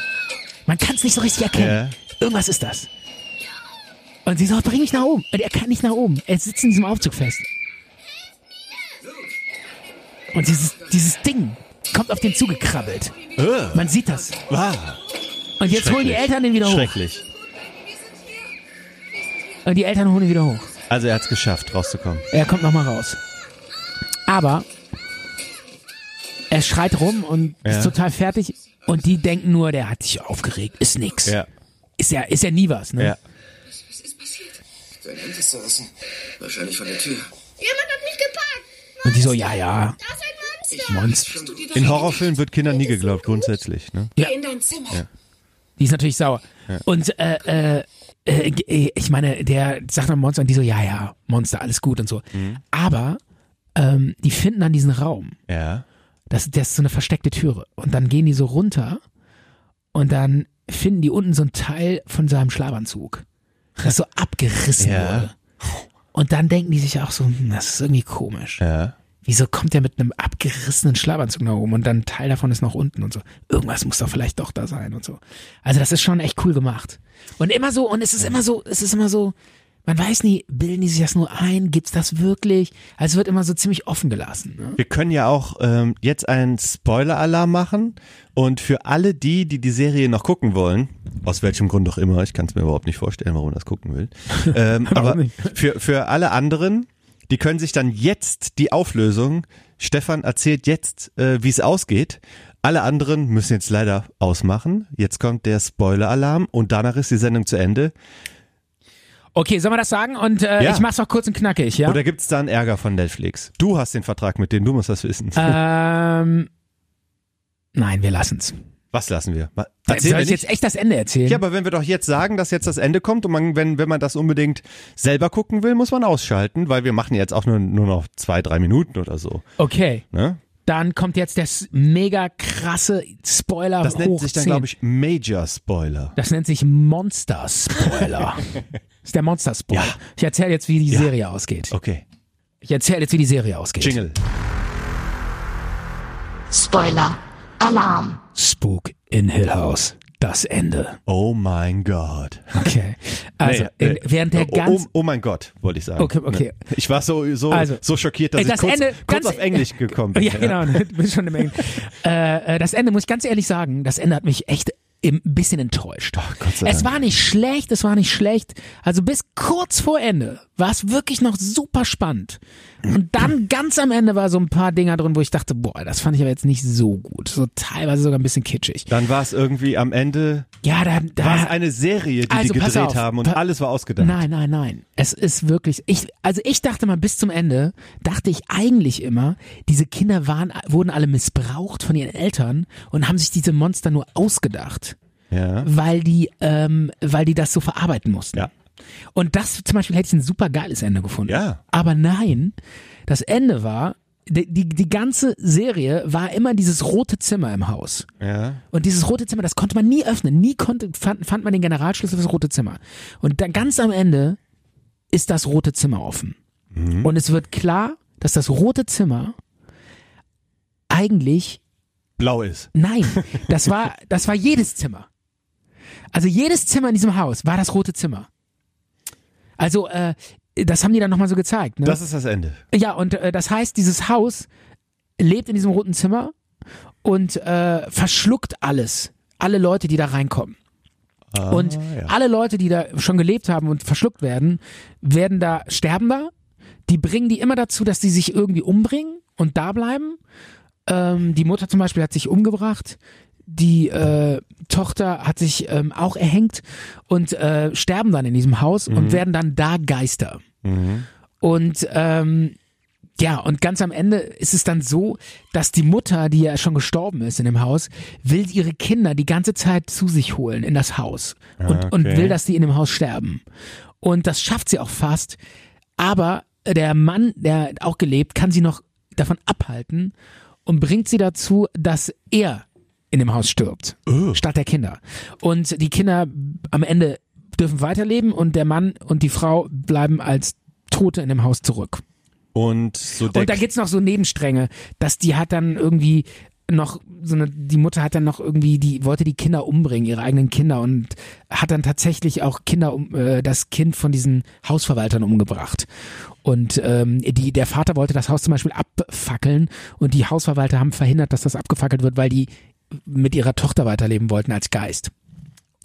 S2: Man kann es nicht so richtig erkennen. Irgendwas ist das. Und sie sagt, bring mich nach oben. Und er kann nicht nach oben. Er sitzt in diesem Aufzug fest. Und dieses, dieses Ding kommt auf den zugekrabbelt.
S3: Äh,
S2: Man sieht das.
S3: ah,
S2: Und jetzt holen die
S3: Schrecklich.
S2: Eltern den wieder hoch.
S3: schrecklich.
S2: Und die Eltern holen ihn wieder hoch.
S3: Also er hat es geschafft, rauszukommen.
S2: Er kommt nochmal raus. Aber er schreit rum und
S3: Ja.
S2: ist total fertig. Und die denken nur, der hat sich aufgeregt. Ist nix. Ist ja, ist ja nie was, ne?
S3: ja.
S4: Dein Hemd ist zerrissen. Wahrscheinlich von der Tür.
S10: Jemand hat mich gepackt.
S2: Und die so, ja, ja,
S10: Da ist ein Monster.
S2: Monster.
S3: In Horrorfilmen wird Kindern nie geglaubt, grundsätzlich. Ne?
S10: In dein Zimmer.
S2: Die ist natürlich sauer. Und äh, äh, äh, g- ich meine, der sagt dann Monster und die so, ja, ja, Monster, alles gut und so.
S3: Mhm.
S2: Aber ähm, die finden dann diesen Raum.
S3: Ja.
S2: Das, das ist so eine versteckte Türe. Und dann gehen die so runter und dann finden die unten so einen Teil von seinem Schlafanzug, das so abgerissen
S3: Ja.
S2: wurde. Und dann denken die sich auch so, hm, das ist irgendwie komisch.
S3: Ja.
S2: Wieso kommt der mit einem abgerissenen Schlafanzug nach oben und dann ein Teil davon ist nach unten und so? Irgendwas muss doch vielleicht doch da sein und so. Also das ist schon echt cool gemacht. Und immer so, und es ist immer so, es ist immer so, man weiß nie, bilden die sich das nur ein? Gibt's das wirklich? Also es wird immer so ziemlich offen gelassen. Ne?
S3: Wir können ja auch ähm, jetzt einen Spoiler-Alarm machen. Und für alle die, die die Serie noch gucken wollen, aus welchem Grund auch immer, ich kann es mir überhaupt nicht vorstellen, warum man das gucken will. Ähm, aber
S2: nicht?
S3: für, für alle anderen, die können sich dann jetzt die Auflösung, Stefan erzählt jetzt, äh, wie es ausgeht. Alle anderen müssen jetzt leider ausmachen. Jetzt kommt der Spoiler-Alarm und danach ist die Sendung zu Ende.
S2: Okay, soll man das sagen? Und äh,
S3: Ja.
S2: ich mach's noch kurz und knackig, ja?
S3: Oder gibt's da einen Ärger von Netflix? Du hast den Vertrag mit denen, du musst das wissen.
S2: Ah. ähm, nein, wir lassen's.
S3: Was lassen wir? Ma- Erzählen
S2: Soll ich
S3: wir nicht?
S2: jetzt echt das Ende erzählen?
S3: Ja, aber wenn wir doch jetzt sagen, dass jetzt das Ende kommt und man, wenn, wenn man das unbedingt selber gucken will, muss man ausschalten, weil wir machen jetzt auch nur, nur noch zwei, drei Minuten oder so.
S2: okay,
S3: Ne?
S2: dann kommt jetzt der s- mega krasse Spoiler
S3: Das nennt
S2: hoch
S3: sich dann,
S2: 10.
S3: glaube ich, Major Spoiler.
S2: Das nennt sich Monster-Spoiler. ist der Monster-Spoiler.
S3: Ja.
S2: Ich erzähle jetzt, wie die Serie ausgeht.
S3: Okay.
S2: Ich erzähle jetzt, wie die Serie ausgeht.
S3: Jingle.
S11: Spoiler. Alarm.
S2: Spook in Hill House. Das Ende.
S3: Oh mein Gott.
S2: Okay. Also,
S3: Nee,
S2: in,
S3: nee.
S2: während der
S3: oh,
S2: ganz...
S3: oh, oh mein Gott, wollte ich sagen.
S2: Okay, okay.
S3: Ne? Ich war so, so,
S2: Also,
S3: so schockiert, dass
S2: ey, das
S3: ich kurz,
S2: Ende-
S3: kurz
S2: ganz-
S3: auf Englisch gekommen bin.
S2: Ja, genau, du bist schon im Engen. äh, äh, das Ende, muss ich ganz ehrlich sagen, das Ende hat mich echt im- ein bisschen enttäuscht.
S3: Gott sei
S2: es
S3: Dank.
S2: war nicht schlecht, es war nicht schlecht. Also bis kurz vor Ende war es wirklich noch super spannend. Und dann ganz am Ende war so ein paar Dinger drin, wo ich dachte, boah, das fand ich aber jetzt nicht so gut. So teilweise sogar ein bisschen kitschig.
S3: Dann war es irgendwie am Ende,
S2: Ja, da, da
S3: war es eine Serie, die
S2: Also,
S3: die
S2: pass
S3: gedreht
S2: auf.
S3: haben und
S2: Pa-
S3: alles war ausgedacht.
S2: Nein, nein, nein. Es ist wirklich. Ich, also ich dachte mal bis zum Ende, dachte ich eigentlich immer, diese Kinder waren, wurden alle missbraucht von ihren Eltern und haben sich diese Monster nur ausgedacht,
S3: Ja.
S2: weil die, ähm, weil die das so verarbeiten mussten.
S3: Ja.
S2: Und das zum Beispiel hätte ich ein super geiles Ende gefunden.
S3: Ja.
S2: Aber nein, das Ende war, die, die, die ganze Serie war immer dieses rote Zimmer im Haus.
S3: Ja.
S2: Und dieses rote Zimmer, das konnte man nie öffnen. Nie konnte, fand, fand man den Generalschlüssel fürs rote Zimmer. Und dann ganz am Ende ist das rote Zimmer offen. Und es wird klar, dass das rote Zimmer eigentlich,
S3: Blau ist.
S2: nein, das war, das war jedes Zimmer. Also jedes Zimmer in diesem Haus war das rote Zimmer. Also, äh, das haben die dann nochmal so gezeigt. Ne?
S3: Das ist das Ende.
S2: Ja, und äh, das heißt, dieses Haus lebt in diesem roten Zimmer und äh, verschluckt alles. Alle Leute, die da reinkommen.
S3: Ah,
S2: Und
S3: ja.
S2: alle Leute, die da schon gelebt haben und verschluckt werden, werden da, sterben da. Die bringen die immer dazu, dass die sich irgendwie umbringen und da bleiben. Ähm, die Mutter zum Beispiel hat sich umgebracht. die äh, Tochter hat sich ähm, auch erhängt und äh, sterben dann in diesem Haus und
S3: Mhm.
S2: werden dann da Geister.
S3: Mhm.
S2: Und ähm, ja, und ganz am Ende ist es dann so, dass die Mutter, die ja schon gestorben ist in dem Haus, will ihre Kinder die ganze Zeit zu sich holen in das Haus und,
S12: Ah,
S2: und
S12: okay.
S2: will, dass die in dem Haus sterben. Und das schafft sie auch fast. Aber der Mann, der hat auch gelebt, kann sie noch davon abhalten und bringt sie dazu, dass er in dem Haus stirbt, statt der Kinder. Und die Kinder am Ende dürfen weiterleben und der Mann und die Frau bleiben als Tote in dem Haus zurück.
S3: Und so der
S2: Und da gibt's noch so Nebenstränge, dass die hat dann irgendwie noch so eine, die Mutter hat dann noch irgendwie, die wollte die Kinder umbringen, ihre eigenen Kinder und hat dann tatsächlich auch Kinder, um, äh, das Kind von diesen Hausverwaltern umgebracht. Und ähm, die, der Vater wollte das Haus zum Beispiel abfackeln und die Hausverwalter haben verhindert, dass das abgefackelt wird, weil die mit ihrer Tochter weiterleben wollten als Geist.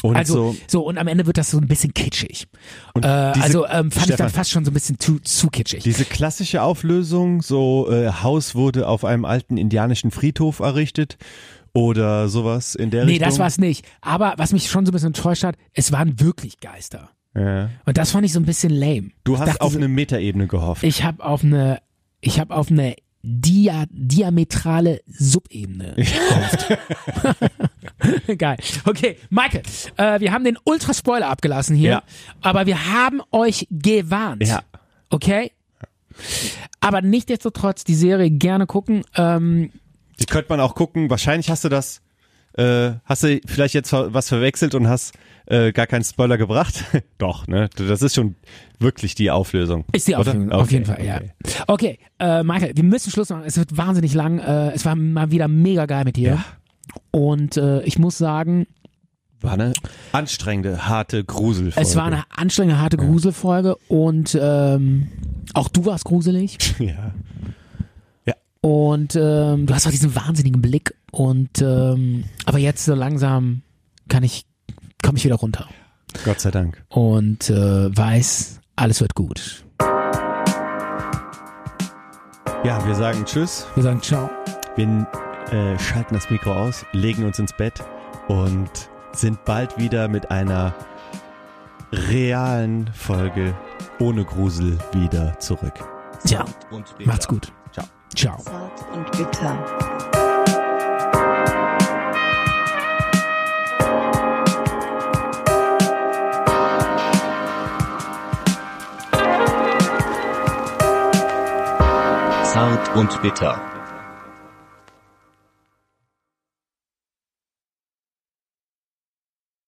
S3: Und
S2: also
S3: so-
S2: und am Ende wird das so ein bisschen kitschig. Äh,
S3: diese-
S2: also ähm, fand ich dann
S3: Stefan,
S2: fast schon so ein bisschen zu, zu kitschig.
S3: Diese klassische Auflösung, so äh, Haus wurde auf einem alten indianischen Friedhof errichtet oder sowas in der
S2: Nee,
S3: Richtung.
S2: das war es nicht. Aber was mich schon so ein bisschen enttäuscht hat, es waren wirklich Geister.
S3: Ja.
S2: Und das fand ich so ein bisschen lame.
S3: Du
S2: Ich
S3: hast
S2: dachte
S3: auf
S2: so,
S3: eine Metaebene gehofft.
S2: Ich habe auf eine, ich habe auf eine dia, diametrale Subebene gehofft. Geil. Okay, Michael, äh, wir haben den Ultra-Spoiler abgelassen hier,
S3: Ja.
S2: aber wir haben euch gewarnt.
S3: Ja.
S2: Okay? Aber nichtsdestotrotz die Serie gerne gucken. Ähm,
S3: Die könnte man auch gucken. Wahrscheinlich hast du das, äh, hast du vielleicht jetzt ver- was verwechselt und hast äh, gar keinen Spoiler gebracht. Doch, ne? Das ist schon wirklich die Auflösung.
S2: Ist die
S3: oder?
S2: Auflösung,
S3: Okay,
S2: auf jeden Fall,
S3: okay.
S2: ja. Okay, äh, Michael, wir müssen Schluss machen. Es wird wahnsinnig lang. Äh, es war mal wieder mega geil mit dir. Und äh, ich muss sagen,
S3: War eine anstrengende, harte Gruselfolge.
S2: es war eine anstrengende, harte Gruselfolge und ähm, auch du warst gruselig.
S3: Ja.
S2: Und ähm, du hast auch diesen wahnsinnigen Blick. Und ähm, aber jetzt so langsam kann ich, komme ich wieder runter
S3: Gott sei Dank.
S2: und äh, weiß, alles wird gut.
S3: Ja, wir sagen Tschüss.
S2: Wir sagen Ciao.
S3: Wir äh, schalten das Mikro aus, legen uns ins Bett und sind bald wieder mit einer realen Folge ohne Grusel wieder zurück.
S2: Ciao.
S1: Und bitter.
S2: Macht's gut.
S3: Ciao.
S2: Ciao.
S11: Zart und bitter.
S1: Zart und bitter.